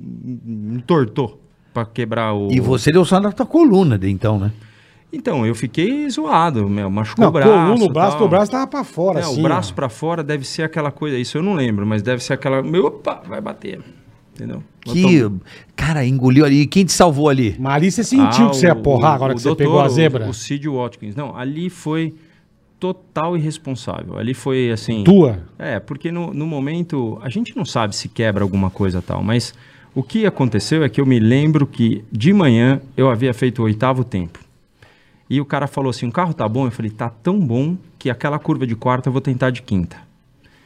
entortou pra quebrar o.
E você deu só na tua coluna, de então, né?
Então, eu fiquei zoado, meu, machucou
Não,
o braço.
coluna, o um braço,
tal.
teu braço tava pra fora,
É,
assim.
o braço
ó.
pra fora deve ser aquela coisa, isso eu não lembro, mas deve ser aquela. Meu, opa, vai bater. Entendeu?
Que. Cara, engoliu ali. Quem te salvou ali?
Mari, você sentiu
Ah,
que você ia
o-
porrar agora
o
que você pegou a
doutor,
zebra?
O, o Cid Watkins. Não, ali foi total irresponsável. Ali foi assim.
Tua?
É, porque no, no momento a gente não sabe se quebra alguma coisa tal, mas o que aconteceu é que eu me lembro que de manhã eu havia feito o oitavo tempo. E o cara falou assim: o carro tá bom? Eu falei: tá tão bom que aquela curva de quarta eu vou tentar de quinta.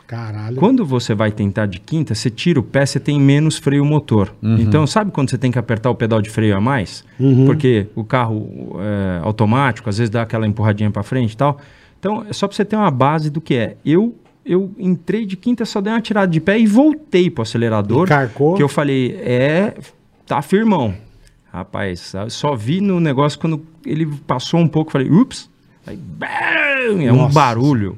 Caralho.
Quando você vai tentar de quinta, você tira o pé, você tem menos freio motor.
Uhum.
Então, sabe quando você tem que apertar o pedal de freio a mais? Porque o carro é, automático, às vezes dá aquela empurradinha para frente e tal. Então, é só para você ter uma base do que é. Eu eu entrei de quinta, só dei uma tirada de pé e voltei pro acelerador.
E carcou?
Que eu falei, é, tá firmão. Rapaz, só vi no negócio quando ele passou um pouco, falei, ups. Aí, bam, é um
Nossa.
barulho.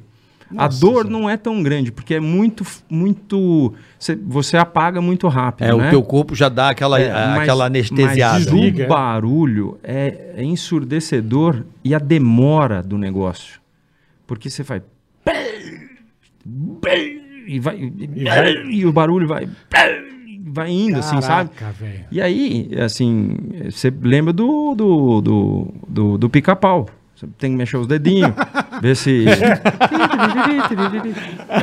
a dor não é tão grande, porque é muito, muito. cê- você apaga muito rápido.
É,
né?
o teu corpo já dá aquela,
É,
a-
mas-
aquela anestesiada.
Mas
Desliga, é.
o barulho é, é ensurdecedor e a demora do negócio. Porque você faz. E, vai, e,
vai-
e o barulho vai. Vai indo, assim, sabe?
Caraca, velho.
E aí, assim, você lembra do, do, do, do, do pica-pau. Você tem que mexer os dedinhos, ver se.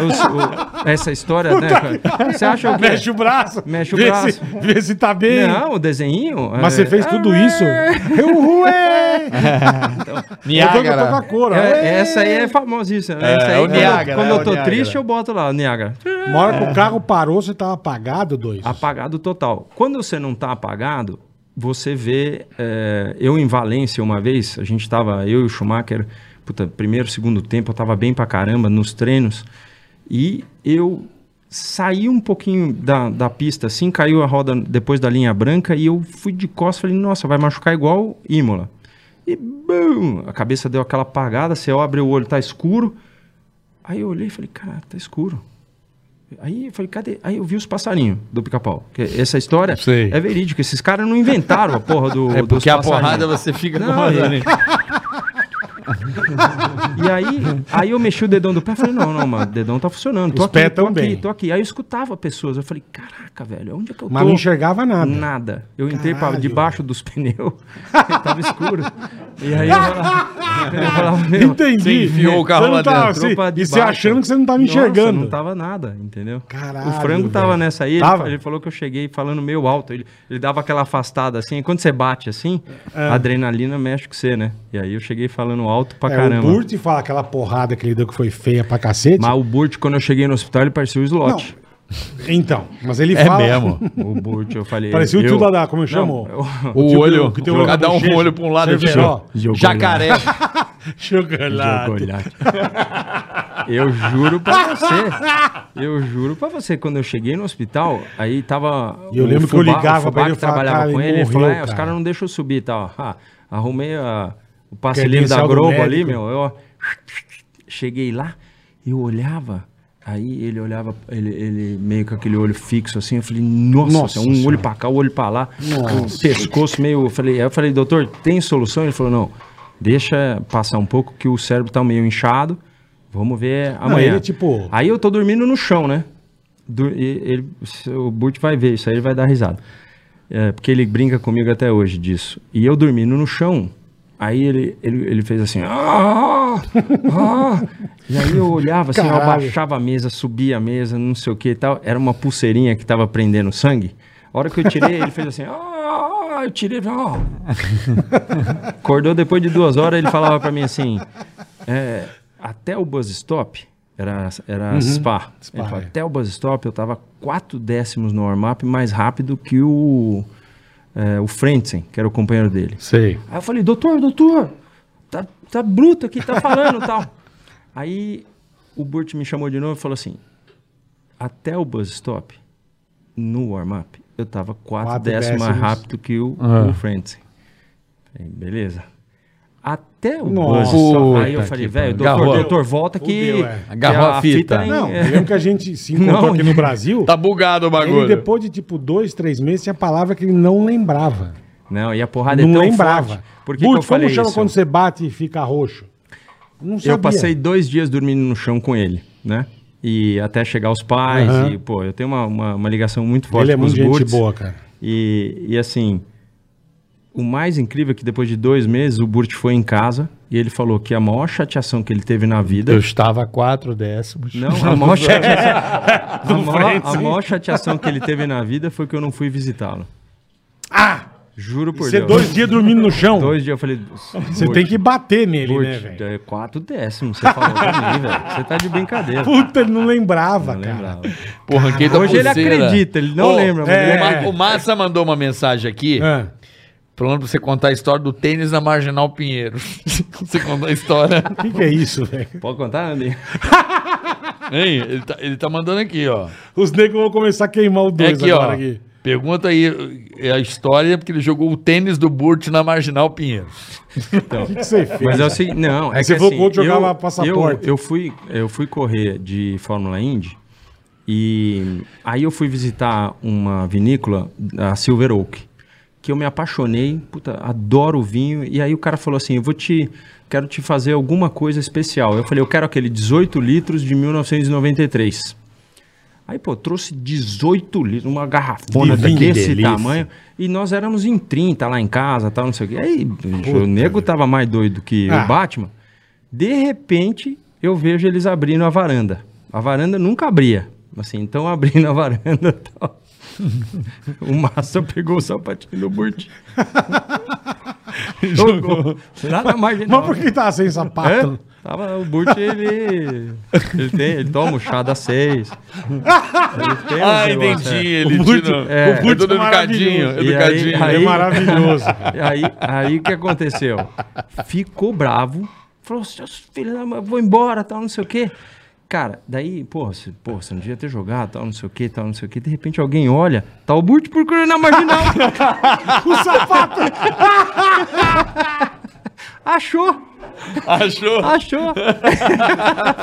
Os- o- essa história, né? cara? Você acha o quê?
Mexe o braço.
Mexe o
vê
braço.
Se, vê se tá bem.
Não, o desenho.
Mas
é-
você fez tudo isso? Ué! Eu tô- eu tô com a cor, ó.
É,
Ué!
essa aí é famosíssima.
É,
essa aí,
é o
quando,
Niágara,
quando
é o
eu tô
Niágara.
triste, eu boto lá, Niágara.
Uma hora que o carro parou, você tava apagado, dois.
Apagado total. Quando você não tá apagado, você vê. é, eu em Valência, uma vez, a gente tava, eu e o Schumacher, puta, primeiro, segundo tempo, eu tava bem pra caramba nos treinos. E eu saí um pouquinho da, da pista, assim, caiu a roda depois da linha branca e eu fui de costas, falei, nossa, vai machucar igual Imola. E bum, a cabeça deu aquela apagada, você abre o olho, tá escuro. Aí eu olhei e falei, cara, tá escuro. Aí eu falei, cadê? Aí eu vi os passarinhos do pica-pau. Que Essa história
Sei.
é verídica. Esses caras não inventaram a porra do.
É
dos
porque a
passarinhos.
né? porrada você fica
Não,
com
é.
ali.
E aí, aí eu mexi o dedão do pé e falei, não, não, mano, o dedão tá funcionando. Tô
Os
aqui,
pés
tô
também.
aqui, tô aqui. Aí eu escutava pessoas, eu falei, caraca, velho, onde é que eu tô?
Mas não enxergava nada.
Nada. Eu entrei pra
Caralho.
debaixo dos pneus, tava escuro. E aí eu falava, eu falava, meu,
Entendi.
você enfiou o carro
Você não
lá
tava
dentro.
assim,
tropa de
e você
baixa.
achando que você não tava
Nossa,
enxergando.
não tava nada, entendeu?
Caralho,
O frango tava
velho.
nessa aí, ele,
Tava?
ele falou que eu cheguei falando meio alto. Ele, ele dava aquela afastada assim, e quando você bate assim,
É.
a adrenalina mexe com você, né? E aí eu cheguei falando alto pra
É,
caramba.
O Burt fala aquela porrada que ele deu que foi feia pra cacete.
Mas o Burt, quando eu cheguei no hospital, ele parecia o slot.
Então, mas ele
É
fala.
mesmo.
O Burt, eu falei.
Parecia o
eu-
tio Dadá, como eu
Não,
chamo.
eu-
O
Tipo,
olho,
que tem olho
cada um
na
com o
bochecha.
olho pra um lado e outro pro
Cerveró.
outro. Jacaré.
Chocolate.
Chocolate. Eu juro pra você. Eu juro pra você. Quando eu cheguei no hospital, aí tava.
E eu
o
lembro que eu
Fubá-
ligava
o Fubá
pra ele e
que
falava,
trabalhava
"Cara,
com
ele
ele. Ele
morreu,
falou: é, os
cara."
caras não deixam eu subir e tal. Ah, arrumei a- o
Que
passe
é
livre da
credencial do
Globo ali,
médico.
meu. Eu cheguei lá, eu olhava. Aí ele olhava, ele, ele meio com aquele olho fixo assim, eu falei, nossa,
Nossa
um
senhora.
olho pra cá, um olho pra lá, o pescoço meio. Eu falei, aí eu falei, doutor, tem solução? Ele falou, não, deixa passar um pouco que o cérebro tá meio inchado, vamos ver amanhã.
ele, tipo-
Aí eu tô dormindo no chão, né? Du- e- ele, o Burt vai ver isso aí, ele vai dar risada. É, porque ele brinca comigo até hoje disso. E eu dormindo no chão, aí ele, ele, ele fez assim. "Ah! Ah!" E aí eu olhava assim, eu
Caralho.
abaixava a mesa, subia a mesa, não sei o que e tal. Era uma pulseirinha que tava prendendo sangue. A hora que eu tirei, ele fez assim. "Ah!" Eu tirei, "Ah!" Acordou depois de duas horas, ele falava pra mim assim: é, até o buzz stop, era, era spa. Ele falou,
é.
até o buzz stop eu tava quatro décimos no warm-up mais rápido que o, é, o Frentzen, que era o companheiro dele.
Sei.
Aí eu falei, doutor, doutor, tá, tá bruto aqui, tá falando e tal. Aí o Burt me chamou de novo e falou assim: até o buzz stop, no warm-up, eu tava quatro,
Quatro
décimos mais
décimos.
rápido que o,
Ah.
o Frentzen. Falei, beleza. Até o
Nossa,
buzz stop. Aí eu
puta
falei,
que
velho,
pariu.
doutor,
Agarrou.
doutor, volta que.
Fudeu, é.
Agarrou a fita.
nem-
Não,
é.
eu lembro que a gente se encontrou
Não,
aqui no Brasil.
Tá bugado o
ele
bagulho.
depois de tipo dois, três meses tinha palavra que ele não lembrava.
Não, e a porrada é
não
tão
lembrava.
forte. Por que, que
Burt,
eu falei
como chama
isso?
quando você bate e fica roxo? Não sabia.
Eu passei dois dias dormindo no chão com ele, né? E até chegar os pais,
Aham.
e, pô, eu tenho uma, uma, uma ligação muito forte
Ele é
com os
muito gente
Burts.
boa, cara.
E, e assim, o mais incrível é que depois de dois meses o Burt foi em casa e ele falou que a maior chateação que ele teve na vida.
estava a quatro décimos.
Não, a maior chateação. a, maior,
assim,
a maior chateação que ele teve na vida foi que eu não fui visitá-lo.
Ah!
Juro por
Você
Deus.
dois dias dormindo no chão.
Dois dias eu falei.
Você tem que bater nele,
Burt,
né, velho?
é quatro décimos, você falou pra mim, velho. Você tá de brincadeira.
Puta, ele não lembrava,
Não
cara.
lembrava.
Pô, ranquei da
Hoje ele
pulseira.
acredita, ele não
Ô,
lembra, mas
o
ele É.
é.
lembra.
Ma- O Massa mandou uma mensagem aqui,
Ah,
falando pra você contar a história do tênis na Marginal Pinheiro. você contou a história.
O que, que é isso, velho?
Pode contar, Andy?
hein? Ele tá, ele tá mandando aqui, ó.
Os negros vão começar a queimar o
É
dois
aqui, ó.
agora aqui.
Pergunta aí é a história, porque ele jogou o tênis do Burt na Marginal Pinheiro.
O que, que você fez?
Mas é o seguinte, não, é
Aí você
que
falou
assim,
que o outro jogava
eu-
passaporte.
Eu, eu, fui, eu fui correr de Fórmula Indy e aí eu fui visitar uma vinícola, a Silver Oak, que eu me apaixonei, puta, adoro o vinho, e aí o cara falou assim, eu vou te, quero te fazer alguma coisa especial. Eu falei, eu quero aquele 18 litros de 1993. Aí, pô, trouxe 18 litros, uma garrafona
Divino, que
desse
delícia.
tamanho. E nós éramos em 30 lá em casa, tal, não sei o quê. Aí, bicho, o nego tava mais doido que
Ah.
o Batman. De repente, eu vejo eles abrindo a varanda. A varanda nunca abria. Assim, então abrindo a varanda tal. o Massa pegou o sapatinho do Burt. Jogou. Lá na marginal.
Mas por que tá sem sapato?
É? Tava, o Burt, ele. Ele, tem, ele toma o chá da seis. Ele tem um uns
Ah,
negócios,
entendi.
é.
Ele
Burt-
tira-
é.
É tudo
é maravilhoso.
educadinho,
E aí-
educadinho.
aí-
É maravilhoso. cara.
E Aí, aí o que aconteceu? Ficou bravo. Falou, seus filhos, da mãe, vou embora, tal, não sei o quê. Cara, daí, porra, você, porra, você não devia ter jogado, tal, não sei o quê, tal, não sei o quê. De repente alguém olha, tá o Burt procurando na marginal.
o sapato!
Achou!
Achou?
Achou!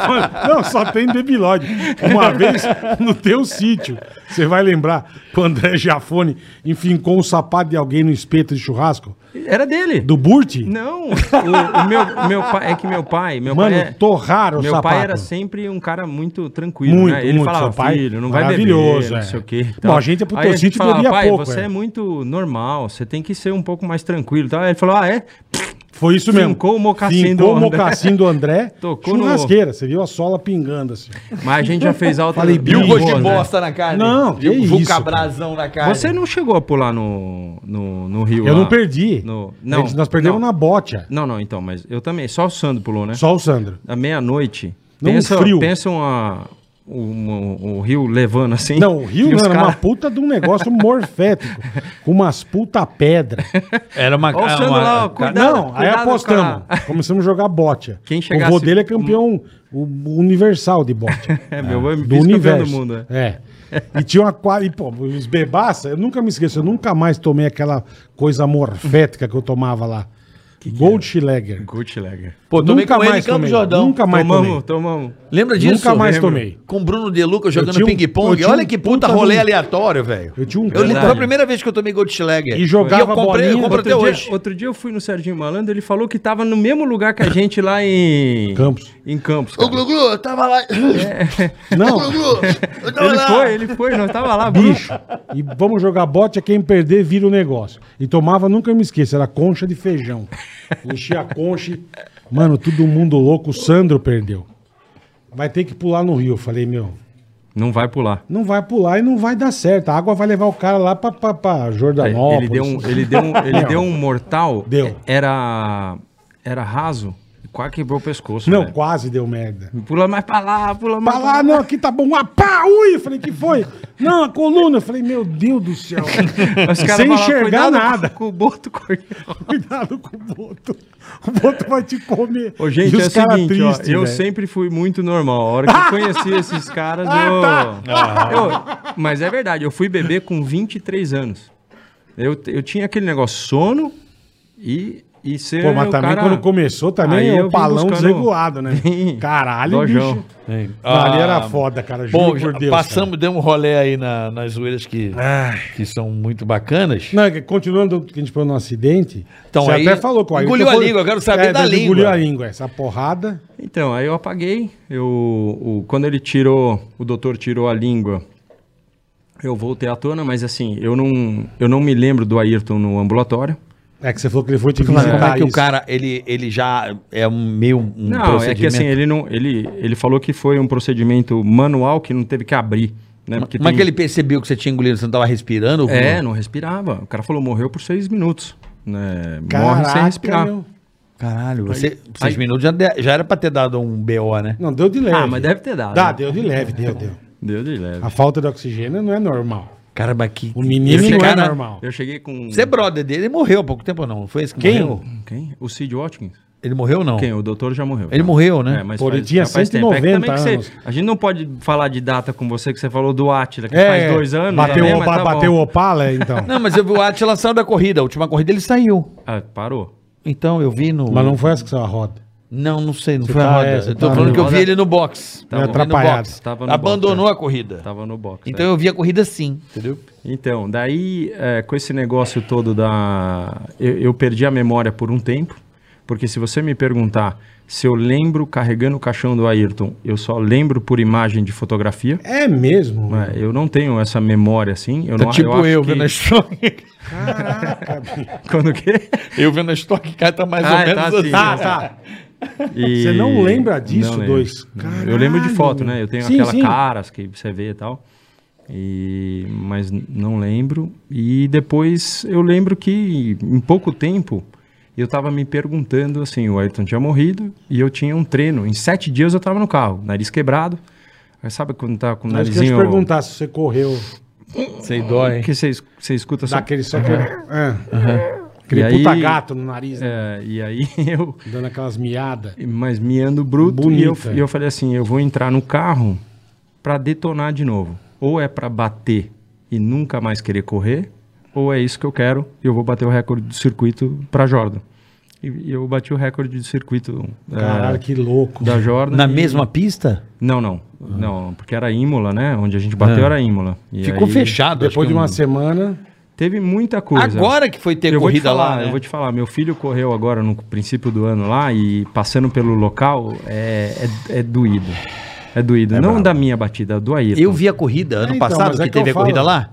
Mano, Não, só tem debilóide.
É
Uma vez no teu sítio, você vai lembrar que o André Jafone enfincou um sapato de alguém no espeto de churrasco?
Era dele.
Do Burt?
Não, o, o meu, meu pai. É que meu pai. Meu
Mano,
pai é-
torraram o
Meu
sapato.
pai era sempre um cara muito tranquilo,
Muito,
né? Ele
muito.
falava,
Seu pai,
filho, não vai beber,
maravilhoso,
não
é.
sei o quê. e
Bom,
tal.
a gente é pro
Aí
teu
gente
sítio,
falava,
bebia
pai,
pouco,
você
é."
é. muito normal, você tem que ser um pouco mais tranquilo. e tal. Aí ele falou, ah, é?
Foi isso mesmo.
Fincou o mocassim
Fincou
do
o
André.
mocassim do André.
Tocou no-
churrasqueira. Você viu a sola pingando assim.
Mas a gente já fez alta...
Falei, é
E o
Sim,
gosto de
né?
bosta na carne?
Não,
e
que
o
isso,
vulcabrazão na carne.
Você não chegou a pular no, no, no rio
Eu
lá.
não perdi.
No- Não,
Eles- nós perdemos
não.
na bocha.
Não, não, então, mas eu também. Só o Sandro pulou, né?
Só o Sandro.
À meia-noite.
Não, um
Pensa,
frio.
pensa uma, um, um rio levando assim.
Não, o Rio
E os
mano, era
cara-
uma puta de um negócio morfético. com umas puta pedra.
Era uma...
Ó o Sandro
uma-
lá, ó, cuidado,
Não, aí
cuidado,
apostamos.
cara.
Começamos a jogar bocha.
Quem
O vô
chegasse-
dele é campeão o- universal de bocha.
É, meu, é
do
vice-campeão
universo.
do mundo. é.
é. E tinha uma quadra. E, pô, os bebaça, eu nunca me esqueço, eu nunca mais tomei aquela coisa morfética que eu tomava lá. Goldschläger.
Gutschläger.
Pô, tomei
nunca
com ele em
mais
Campo
tomei.
Jordão.
Nunca mais tomei.
Tomamos, tomamos.
Lembra disso?
Nunca mais
Lembro.
tomei.
Com Bruno De Luca
tinha
jogando
um- eu
ping-pong.
tinha
Olha
um
que puta
puta
rolê
no-
aleatório, velho.
Eu tinha um
Eu lembro,
puta
foi a
no-
primeira vez que eu tomei Goldschläger.
E jogava
eu comprei,
bolinha.
Eu compro
Outro
até
dia,
hoje.
outro dia eu fui no Serginho Malandro, ele falou que tava no mesmo lugar que a gente lá em...
Campos.
Em Campos,
Ô,
cara.
Glu-Glu, eu tava lá.
Não,
Glu, eu
tá
tava
Ele
lá.
foi, ele foi, nós tava lá. Bruno.
bicho. E vamos jogar bote, é quem perder vira o negócio. E tomava, nunca me esqueço, era concha de feijão. Enchia a concha. e- Mano, todo mundo louco, o Sandro perdeu. Vai ter que pular no rio. Eu falei, meu,
Não vai pular.
não vai pular e não vai dar certo. A água vai levar o cara lá pra, pra, pra Jordanópolis.
Ele deu um, ele deu um, ele
Tá Não.
deu um mortal.
Deu.
Era era raso. e Quase quebrou o pescoço.
Não,
velho.
quase deu merda.
Pula mais pra lá, pula mais
Pra lá, não, aqui tá bom. Ah, pá, ui! Eu falei, que foi? Não, a coluna. Eu falei, meu Deus do céu.
Os caras
Sem
falaram,
enxergar
"Cuidado com-
nada.
Com o boto cordial.
Cuidado com o boto. O boto vai te comer.
Ô, gente,
E
é o
cara
seguinte, ó,
triste,
eu
velho.
sempre fui muito normal. A hora que eu conheci esses caras,
Ah,
eu...
tá.
Ah. eu- Mas é verdade, eu fui beber com 23 anos. Eu, eu tinha aquele negócio sono e, e ser
Pô, mas
É, o
também
cara-
quando começou
Aí
também
eu
é o
vim
palão
buscando-
desregulado, né?
Vim. Ah,
Caralho,
Dojão.
bicho. Não, ali era foda, cara. Juro
Bom,
por
já
Deus.
passamos, demos um rolê aí na- nas zoeiras que, que são muito bacanas.
Cara. Não, é que- continuando que a gente falou no acidente,
Então,
você
aí
até falou com Ayrton
engoliu a
foi-
língua, eu quero saber da
ele
língua.
Engoliu a língua, essa porrada.
Então, aí eu apaguei. Eu, o- quando ele tirou, o doutor tirou a língua, eu voltei à tona, mas assim, eu não, eu não me lembro do Ayrton no ambulatório.
É que você falou que ele foi te
Mas
visitar
como é que o
isso.
cara, ele, ele já é um meio um
Não, é que assim,
procedimento?
ele não. Ele, ele falou que foi um procedimento manual que não teve que abrir. Né? Porque
Mas
tem-
é que ele percebeu que você tinha engolido, você não tava respirando?
É,
Bruno?
não respirava. O cara falou, morreu por seis minutos. Né? Morre
Caraca,
sem respirar.
meu.
Caralho, você, seis minutos já, de- já era pra ter dado um BO, né?
Não, deu de leve.
Ah, mas deve ter dado.
Dá,
né?
deu Ah, de leve, deu, deu.
Deu de leve.
A falta de oxigênio não é normal.
Cara, mas que...
O menino
esse
não
cara-
é normal.
Eu cheguei com.
Você é brother dele, ele morreu há pouco tempo ou não? Não Foi esse que
Quem?
morreu?
Quem? O Cid Watkins?
Ele morreu ou não?
Quem? O doutor já morreu.
Ele morreu, né?
É, mas
Pô, ele
faz-
tinha
já faz tempo. É que
190
também que você-
anos.
a gente não pode falar de data com você, que você falou do Atila, que
É,
faz dois anos.
Bateu,
também,
o
mas
Opa-
tá bom.
bateu o Opala, então.
Não, mas eu vi o Atila saiu da corrida, a última corrida ele saiu.
Ah, parou.
Então, eu vi no...
Mas não foi essa que saiu a roda.
Não, não sei, não
Você
foi
tá-
a roda.
é, você
eu tô
tá
falando
no-
que eu vi
roda-
ele no box.
Tá
Eu vi no
atrapalhado.
box.
Tava no
Abandonou
box, é.
a corrida.
Tava no box.
Então
é.
eu vi a corrida sim, entendeu?
Então, daí, é, com esse negócio todo da. Eu, eu perdi a memória por um tempo, porque se você me perguntar se eu lembro carregando o caixão do Ayrton, eu só lembro por imagem de fotografia.
É mesmo?
né? Eu não tenho essa memória assim. Eu
Tá
não,
tipo eu,
acho
vendo a
que...
estoque.
Quando que?
Eu vendo a estoque cara tá mais
Ah,
ou menos
tá
assim.
assim,
Tá,
né?
tá.
E-
Você não lembra disso,
lembro.
dois?
Eu lembro de
Caralho,
foto,
meu.
né? Eu tenho
Sim,
aquelas
sim.
caras que você vê e tal. E... Mas n- não lembro. E depois eu lembro que em pouco tempo eu tava me perguntando assim: o Ayrton tinha morrido e eu tinha um treino. Em sete dias eu tava no carro, nariz quebrado. Aí sabe quando tá com o
Mas eu queria te
narizinho.
perguntar se você correu
Sem dó, hein?
que você es- você escuta só.
daquele só que... É. Aquele
E aí-
puta gato no nariz, né?
É, e aí eu.
Dando aquelas miadas.
mas miando bruto.
Bonita.
E eu, e eu falei assim: eu vou entrar no carro pra detonar de novo. Ou é pra bater e nunca mais querer correr, ou é isso que eu quero e eu vou bater o recorde do circuito pra Jordan. e, e eu bati o recorde do circuito é,
Caralho, que louco.
da Jordan.
Na
e-
mesma pista?
Não, não. Não, porque era Imola, né? Onde a gente bateu
Ah.
era Imola. E
Ficou
aí
fechado. acho
Depois
que
de uma
um-
semana.
Teve muita coisa.
Agora que foi ter
é. eu vou te
corrida
falar,
lá, né?
eu vou te falar. Meu filho correu agora no princípio do ano lá e passando pelo local é, é, é doído. É doído. não da minha batida, do Ayrton.
Eu vi a corrida ano
É, então,
passado
mas é
que
que eu
teve a
falo.
corrida lá?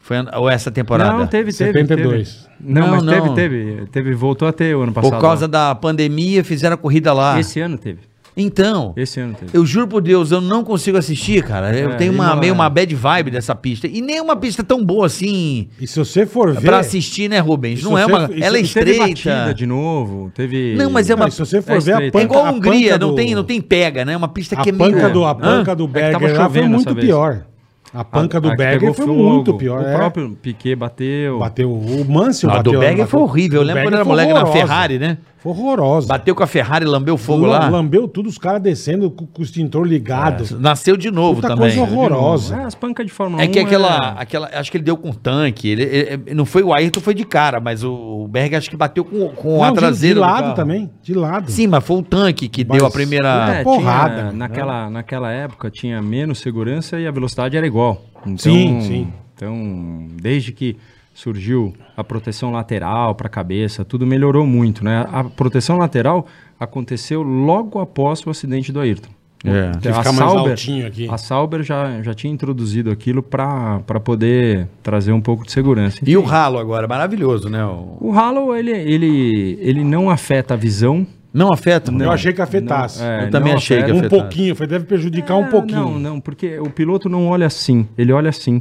Foi an- ou essa temporada?
Não, teve, teve.
72.
teve. Não,
Não,
mas
não.
teve, teve. Teve, voltou até o ano
Por
passado.
causa da pandemia fizeram a corrida lá.
Esse ano teve.
Então,
Esse ano teve.
eu juro por Deus, eu não consigo assistir, cara. Eu
É,
tenho uma,
Imola-
meio uma bad vibe dessa pista. E nem é uma pista tão boa assim
E se você for ver.
pra assistir, né, Rubens?
Isso
não é
você-
uma.
isso-
ela é
E teve
estreita.
batida de novo, teve...
Não, mas é uma-
Não, e se você for
É
ver a
estreita.
panca,
É igual a
a
Hungria,
panca
não,
do-
tem, não tem pega, né? Uma pista que é
A
meio.
panca do, a
Hã?
panca do
É que
Berger lá
tava
foi
chovendo
muito
essa vez.
pior. A panca
A-
do
a que
Berger
pegou
foi
fogo,
muito pior.
O
é.
próprio Piquet bateu.
Bateu o Mansell.
A Ah, do
bateu-
Berger
bateu-
foi horrível. Eu
do
lembro quando
Berger
era
foi
moleque na
horrorosa.
Ferrari, né?
Foi horrorosa.
Bateu com a Ferrari, lambeu fogo
Lam-
lá. É,
Lambeu tudo, os caras descendo com, com o extintor ligado.
Nasceu de novo
Puta
também. né?
coisa horrorosa.
Ah, as pancas de Fórmula 1
É que aquela, aquela. Acho que ele deu com o tanque. Ele, ele- não foi o Ayrton, foi de cara, mas o, o Berg acho que bateu com, com
Não,
a
de-
traseira. do
De lado
carro.
também, de lado.
Sim, mas foi o tanque que
Mas-
deu a primeira.
É,
porrada,
tinha-
né?
naquela, naquela época tinha menos segurança e a velocidade era igual. Então,
Sim, sim.
Então, desde que surgiu a proteção lateral para a cabeça, tudo melhorou muito, né? A proteção lateral aconteceu logo após o acidente do Ayrton.
É.
Então,
Que
A
fica mais
Sauber,
altinho aqui.
a Sauber já, já tinha introduzido aquilo para poder trazer um pouco de segurança.
E o ralo agora, maravilhoso, né? O-
O Halo, ele, ele, ele não afeta a visão.
Não afeta? né?
Eu achei que afetasse.
Não, é,
Eu também
não
achei que
afeta.
um
afetado.
pouquinho, foi, deve prejudicar um
É,
pouquinho.
Não, não, porque o piloto não olha assim, ele olha assim.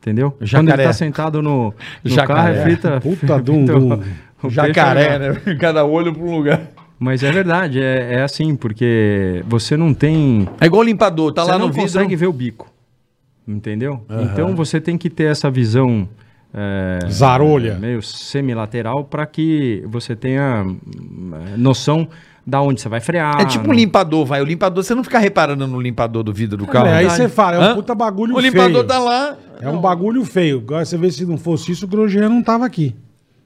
Entendeu? Quando
Jacaré.
ele tá sentado no, no
Jacaré.
carro, é frita.
Puta um
frita
dum,
o-
dum.
o peixe
Jacaré,
é.
olhar.
né? Cada olho pra um lugar.
Mas é verdade, é, é assim, porque você não tem.
É igual o limpador, tá
você
lá
não
no vidro.
consegue ver o bico. Entendeu? Então você tem que ter essa visão. é,
Zarolha.
Meio semilateral para que você tenha hum, noção da onde você vai frear. né?
É tipo um limpador, vai. O limpador, você não fica reparando no limpador do vidro do carro.
É, aí você fala, é um
Hã?
puta bagulho
o
feio.
limpador tá lá.
É um bagulho feio. Agora você vê se não fosse isso, o Grosjean não tava aqui.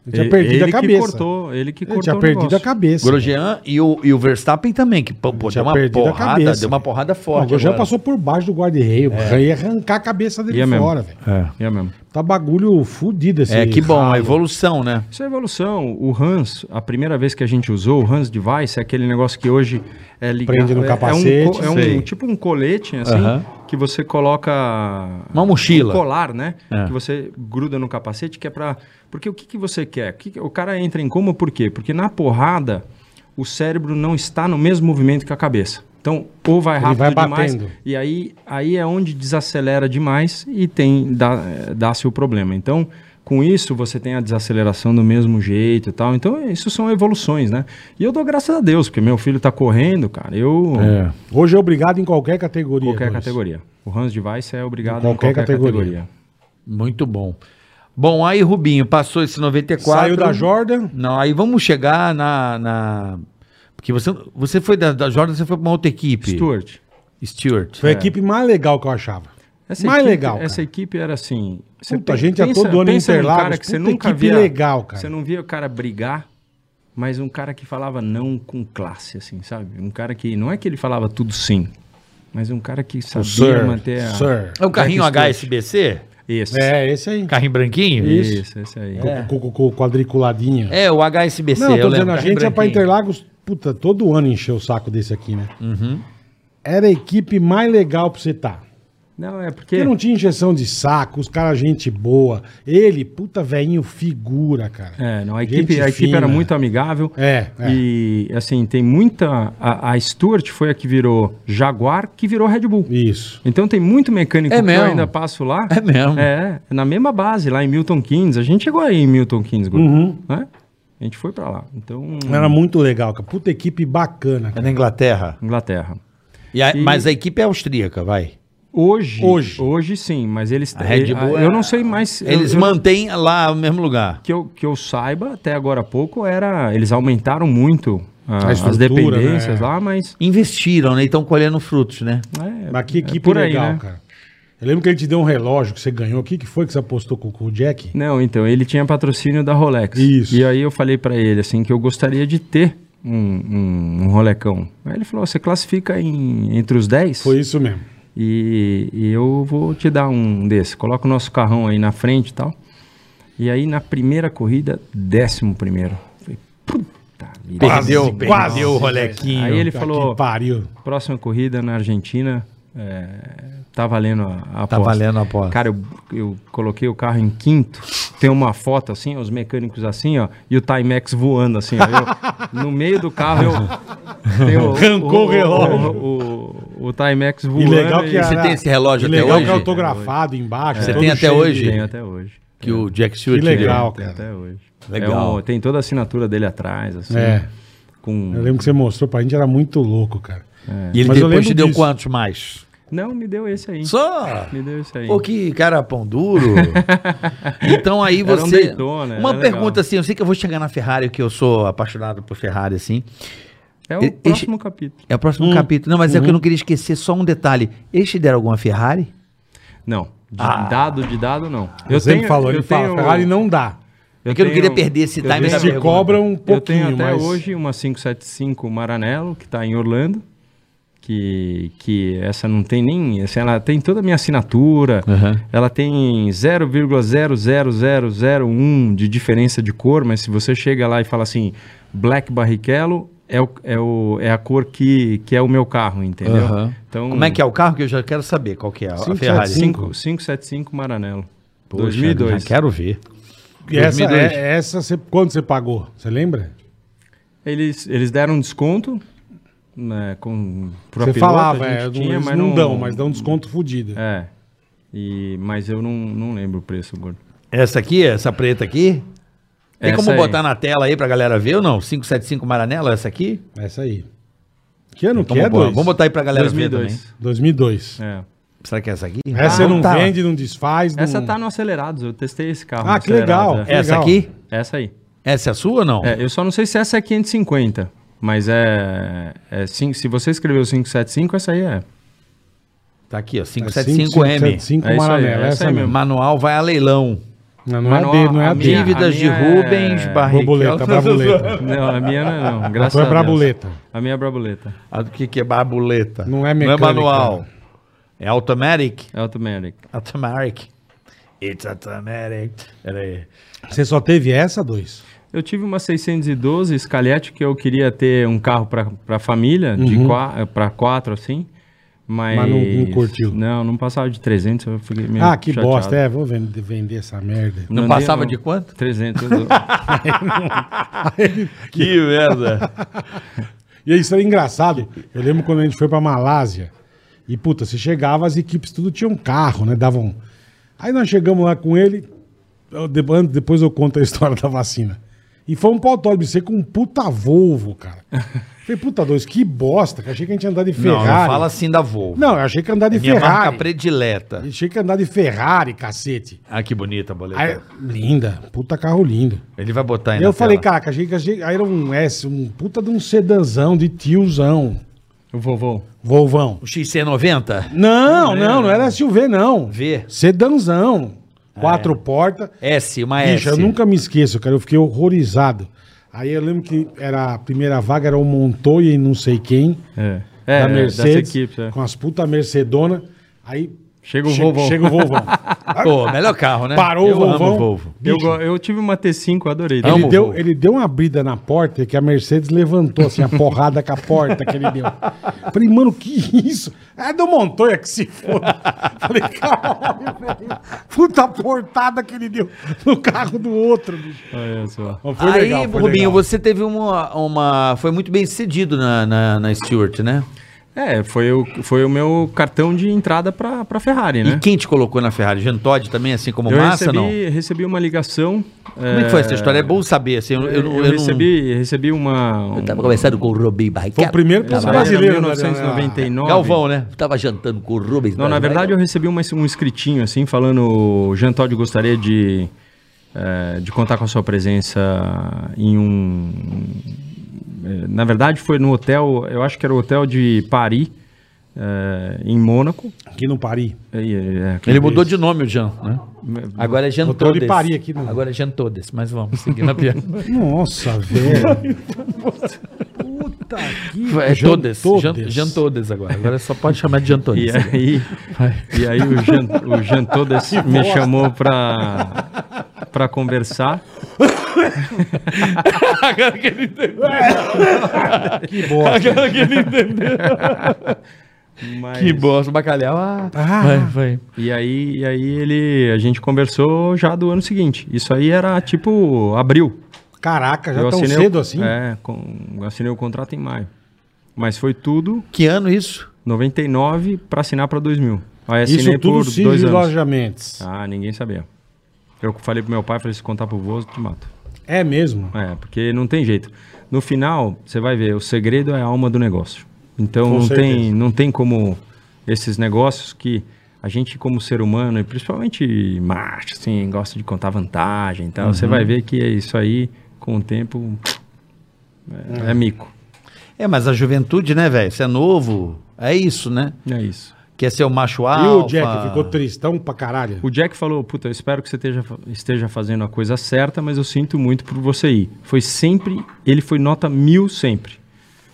Ele tinha
Ele-
perdido
ele
a
que
cabeça.
cortou, ele que
Ele
cortou
tinha
o
perdido a
negócio.
cabeça.
Grosjean e o, e o Verstappen também, que pô, pô,
Tinha
deu uma
perdido a
porrada,
cabeça.
deu uma porrada
é
Não, o
forte.
Grosjean
agora.
passou por baixo do guarda-reio. É. Ia arrancar a cabeça dele
Ia mesmo.
fora, velho.
É mesmo.
Tá bagulho fudido esse
É, que bom, a
ralo.
evolução, né?
Isso é evolução. O Hans, a primeira vez que a gente usou, o Hans Device é aquele negócio que hoje é ligado.
Prende no
é- é um
capacete,
co- É, um,
sei.
tipo um colete, assim,
Aham.
que você coloca.
Uma mochila.
Um colar, né?
É.
Que você gruda no capacete, que é pra. Porque o que, que você quer? O, que que- o cara entra em coma por quê? Porque na porrada, o cérebro não está no mesmo movimento que a cabeça. Então, ou vai
Ele
rápido
vai
demais.
batendo.
E aí, aí é onde desacelera demais e tem dá- eh, dá-se o problema. Então, com isso, você tem a desaceleração do mesmo jeito e tal. Então, isso são evoluções, né? E eu dou graças a Deus, porque meu filho tá correndo, cara. Eu.
Hoje é obrigado em qualquer categoria.
Qualquer
Torres.
categoria. O Hans Device é obrigado
Qualquer
em qualquer
categoria.
categoria.
Muito bom. Bom, aí Rubinho, passou esse 94.
Saiu da Jordan.
Não, aí vamos chegar na. na- Porque você, você foi da, da Jordan, você foi pra uma outra equipe.
Stuart.
Stuart.
Foi a equipe mais legal que eu achava.
É. Essa
mais
equipe,
legal. cara.
Essa equipe era assim. Você
Puta, a
pe-
gente ia todo ano em
pensa num
Interlagos,
cara que você
puta
nunca
equipe
via.
legal, cara.
Você não via o cara brigar, mas um cara que falava não com classe, assim, sabe? Um cara que. Não é que ele falava tudo sim, mas um cara que sabia manter a.
Sir.
É o carrinho
Jack
HSBC?
Esse.
É, esse aí.
Carrinho branquinho?
Isso, esse aí.
Com, com, com quadriculadinho.
É, o HSBC.
Não, eu tô
eu
dizendo,
lembro,
a
carrinho
gente
tá
ia pra
branquinho.
Interlagos, puta, todo ano encheu o saco desse aqui, né?
Uhum.
Era a equipe mais legal pra você tá.
Não, é porque.
Porque não tinha injeção de saco, os caras gente boa. Ele, puta, velhinho, figura, cara.
É, não, a
Gente
equipe, a equipe era
fina.
muito amigável.
É, é.
E, assim, tem muita. A, a Stuart foi a que virou Jaguar, que virou Red Bull.
Isso.
Então tem muito mecânico
É
que
mesmo.
eu ainda passo lá.
É mesmo.
É, na mesma base, lá em Milton Keynes. A gente chegou aí em Milton Keynes, Guto,
Uhum.
né? A gente foi pra lá. Então,
Era muito legal, cara. Puta equipe bacana,
É
cara.
na Inglaterra.
Inglaterra.
E a-
E-
Mas a equipe é austríaca, vai.
Hoje,
Hoje.
sim, mas eles
A Red Bull
a-
é-
eu não sei mais eu-
Eles
eu-
mantêm lá no mesmo lugar.
que eu que eu saiba até agora há pouco era eles aumentaram muito ah, as
estrutura,
dependências
né?
lá, mas
Investiram, né? E estão colhendo frutos, né?
é,
Mas que
é
equipe
por aí,
legal,
né?
cara. Eu lembro que ele te deu um relógio que você ganhou. O que, que foi que você apostou com, com o Jack?
Não, então, ele tinha patrocínio da Rolex.
Isso.
E aí eu falei pra ele, assim, que eu gostaria de ter um, um, um Rolecão. Aí ele falou, você classifica em, entre os 10?
Foi isso mesmo.
E, e eu vou te dar um desse. Coloca o nosso carrão aí na frente e tal. E aí, na primeira corrida, décimo primeiro. Falei, puta vida.
Perdeu,
quase.
perdeu o rolequinho.
Aí ele
Puta
falou,
que pariu.
próxima corrida na Argentina, é, tá valendo a, a aposta.
valendo a aposta.
Cara, eu, eu coloquei o carro em quinto, tem uma foto assim, ó, os mecânicos assim, ó, e o Timex voando assim, ó. Eu, no meio do carro eu... tem
Arrancou o relógio.
O, o, o Timex voando.
E legal que é
e-
era-
tem esse relógio
e
até
legal que é
hoje? É.
autografado embaixo.
Você
todo
tem até
cheio de-
hoje?
Tenho até hoje.
Que o Jack Stewart.
Que legal,
Tem
cara.
até hoje.
Legal.
É um- tem toda a assinatura dele atrás, assim.
É.
Com...
Eu lembro que você mostrou pra gente, era muito louco, cara.
É.
E ele
Mas eu
depois
lembro
te deu
disso.
quantos mais?
Não, me deu esse aí.
Só.
Me deu esse aí.
Pô, que cara pão duro. então aí
Era um
você.
Daytona,
uma
era
pergunta
legal.
assim, eu sei que eu vou chegar na Ferrari, que eu sou apaixonado por Ferrari, assim.
É
e-
o próximo capítulo.
É o
Hum.
próximo capítulo. Não, mas
Uhum.
é que eu não queria esquecer só um detalhe. Eles te deram alguma Ferrari?
Não, de
Ah.
dado de dado não.
Eu sempre falo, ele
eu
fala,
tenho-
Ferrari não dá.
É que eu não queria perder esse
eu
time né,
tenho-
da
Eles te
pergunta.
cobram um pouquinho,
Eu tenho até
mas...
hoje uma 575 Maranello, que está em Orlando, que, que essa não tem nem... Assim, ela tem toda a minha assinatura,
É.
ela tem 0,00001 de diferença de cor, mas se você chega lá e fala assim, Black Barrichello é, o, é, o, é a cor que, que é o meu carro, entendeu?
Aham.
Então,
Como é que é o carro que eu já quero saber qual que é a
Cinco,
Ferrari?
sete, cinco.
5, 575 Maranello.
Poxa,
2002.
já quero ver.
E essa,
2002.
é- essa você, quando você pagou? Você lembra?
Eles, eles deram um desconto, né, com pro
Você
piloto,
falava,
a gente
é,
tinha,
eles
mas
não dão, mas dão um desconto fodido.
É. E, mas eu não, não lembro o preço, gordo.
Essa aqui, essa preta aqui? Tem
Essa
como
aí.
botar na tela aí pra galera ver ou não? 575 Maranello, essa aqui?
Essa aí. Que ano
Então
que é,
vamos,
dois?
vamos botar aí pra galera ver também.
2002.
2002.
É.
Será que é essa aqui?
Essa
Ah,
não
tá.
vende, não desfaz.
Essa
não...
tá no Acelerados, eu testei esse carro.
Ah,
no
que legal.
Acelerados,
Essa
Legal.
aqui?
É. Essa aí.
Essa é a sua ou não?
É, eu só não sei se essa é 550, mas é... é cinco- se você escreveu 575, essa aí é.
Tá aqui, ó.
É
575M.
575
É isso aí,
Maranello,
é
essa,
essa aí
mesmo.
mesmo.
Manual vai a leilão.
Não, não
Mas
é
não,
a dele, não é a
a
dele.
minha-
Dívidas de
é-
Rubens, é...
Borboleta, borboleta.
Não, a minha não é não, graças
tua
a
é
Deus.
brabuleta.
A minha é brabuleta.
A do que que é babuleta?
Não é
Não é
mecânica.
manual. É automatic.
É automatic.
Automatic. It's automatic. Pera aí.
Ah, Você só teve essa, dois?
Eu tive uma 612 Scalietti que eu queria ter um carro para família, de qua, para quatro assim, mas
Uhum. Mas não- não curtiu.
Não, não passava de 300, eu fiquei meio
ah, que
chateado.
bosta. É, vou vender, vender essa merda.
Não
Mandei
passava
no-
de quanto?
300. eu-
Que merda.
E isso era engraçado. Eu lembro quando a gente foi pra Malásia. E, puta, você chegava, as equipes tudo tinham carro, né? Davam. Aí nós chegamos lá com ele. eu de- an- Depois eu conto a história da vacina. E fomos pro autódromo, você com um puta Volvo, cara. Falei, puta, dois, que bosta. Que achei que a gente ia andar de
Não,
Ferrari.
não fala assim da Volvo.
Não, eu achei que ia andar de
Minha
Ferrari.
marca predileta.
Achei que ia andar de Ferrari, cacete.
Ah, que bonita a boleta.
Aí, linda, puta carro lindo.
Ele vai botar aí
Aí eu
na
falei,
tela.
caraca, achei que achei- aí era um S, um puta de um sedanzão, de tiozão,
o vovô.
Volvão.
O XC90?
Não,
é.
não, não era SUV, não.
V.
Sedanzão.
Ah,
Quatro
é.
portas.
S, uma
Bicho, eu
S.
nunca me esqueço, cara. Eu fiquei horrorizado. Aí eu lembro que era a primeira vaga era o Montoya e não sei quem.
É. É,
da
é,
Mercedes.
dessa equipe, é.
Com as putas Mercedona. Aí
Chega o
che-
Volvão.
Chega o Volvão.
Pô, melhor carro, né?
Parou
eu
o
amo
Volvão.
o Volvo.
Eu, go- eu tive uma T5, adorei.
Amo
Ele
o
deu,
Volvo.
ele deu uma abrida na porta que a Mercedes levantou assim, a porrada com a porta que ele deu. Falei, mano, que isso? É do Montoya que se foda. Falei, caralho, velho. Puta portada que ele deu no carro do outro. bicho.
Olha É, só.
Mas
Aí,
foi
Rubinho,
legal.
você teve uma, uma. Foi muito bem sucedido na, na, na Stewart, né?
É, foi o, foi o meu cartão de entrada para pra Ferrari, né?
E quem te colocou na Ferrari? Jean Todt também, assim como
eu
Massa,
recebi,
não?
recebi uma ligação. eh,
Como é que foi essa história? É bom saber, assim. Eu, eu, eu,
Eu,
não-
recebi, recebi uma.
Eu tava conversando com o Rubem
Foi o
Barrichello.
primeiro
Isso
piloto
aí era
brasileiro. né?
1999.
Tá Galvão, né? Eu tava jantando com o Rubens
Não, na verdade eu recebi uma- um escritinho assim, falando: Jean Todt gostaria de, eh, de contar com a sua presença em um. eh, Na verdade foi no hotel, eu acho que era o hotel de Paris, eh, em Mônaco.
Aqui no Paris.
E, eh, aqui-
Ele mudou de nome, o Jean, né? Agora é Jean
Botou de
Todes.
Paris aqui, não.
Agora é Jean Todes, mas vamos seguir na piada.
Nossa, velho. Puta que...
É
Jean
Todes, Jean,
Todes.
Jean Todes agora. Agora só pode chamar de Jean Todes.
E aí, e aí o Jean, o Jean Todas me chamou pra, pra conversar.
Que bosta. É
mas-
Que bosta, bacalhau. Ah, vai, vai.
E aí, e aí ele, a gente conversou já do ano seguinte. Isso aí era tipo abril.
Caraca, já
Eu
tão
assinei o-
cedo assim?
É, com, assinei o contrato em maio. Mas foi tudo
Que ano isso?
99 pra assinar pra 2000. Aí assinei
Isso tudo
por dois anos.
sigilosamente.
Ah, ninguém sabia. Eu falei pro meu pai, falei, se contar pro vô, eu te mato.
É mesmo?
É, porque não tem jeito. No final, você vai ver, o segredo é a alma do negócio. Então
Com
não tem,
certeza.
não tem como esses negócios que a gente como ser humano, e principalmente macho, assim, gosta de contar vantagem e tal,
Uhum.
você vai ver que é isso aí, com o tempo, é, é mico.
É, mas a juventude, né, velho? Você é novo, é isso, né?
É isso.
Quer ser o macho
E
alfa.
o Jack ficou tristão pra caralho?
O Jack falou, puta, eu espero que você esteja, esteja fazendo a coisa certa, mas eu sinto muito por você ir. Foi sempre, ele foi nota mil sempre.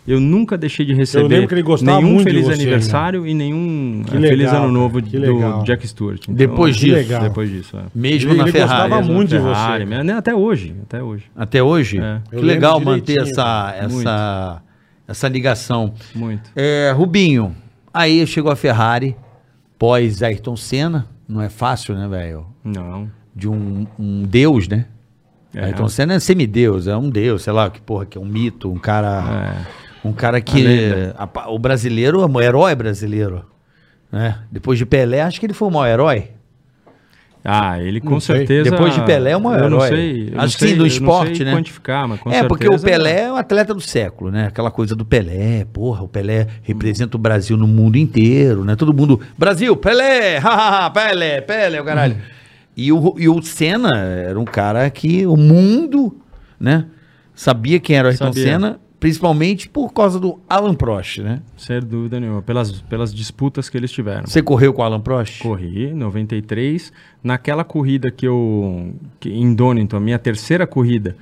Eu nunca deixei de receber
lembro que ele gostava
nenhum
muito de
feliz
você, né?
aniversário e nenhum
Que
eh, feliz
legal,
ano novo
cara, que legal.
do Jack Stewart. Então,
Depois
Que
disso,
legal.
Depois disso, é.
mesmo
Ele-
na
ele
Ferrari.
gostava muito de
Mesmo na
você,
Ferrari,
cara.
né? Até hoje, até hoje.
Até hoje?
É.
Que
Eu
legal
lembro
manter
direitinho,
essa, essa, essa ligação.
Muito.
É, Rubinho, aí chegou a Ferrari, pós Ayrton Senna, não é fácil, né, velho?
Não.
De um, um deus, né?
É.
Ayrton Senna é semideus, é um deus, sei lá, que porra, que é um mito, um cara...
é.
Um cara
A
que...
lenda.
a pa- o brasileiro, é um herói brasileiro, né? Depois de Pelé, acho que ele foi o maior herói.
Ah, ele com
Não sei.
certeza.
Depois de Pelé é o maior
Eu não
herói.
sei. eu não
Acho que
sei-
sim, do
eu não
esporte,
sei
né?
quantificar, Ah, mas com
é, porque o
certeza-
Pelé é o atleta do século, né? Aquela coisa do Pelé, porra, o Pelé representa o Brasil no mundo inteiro, né? Todo mundo, Brasil, Pelé, hahaha, Pelé, Pelé, o caralho.
Uhum.
E, o, e o Senna era um cara que o mundo, né? Sabia quem era o Ayrton
Sabia.
Senna, principalmente por causa do Alan Prost, né?
Sem dúvida nenhuma. Pelas, pelas disputas que eles tiveram.
Você correu com o Alan Prost?
Corri, 93. Naquela corrida que eu. Que, em Donington, a minha terceira corrida,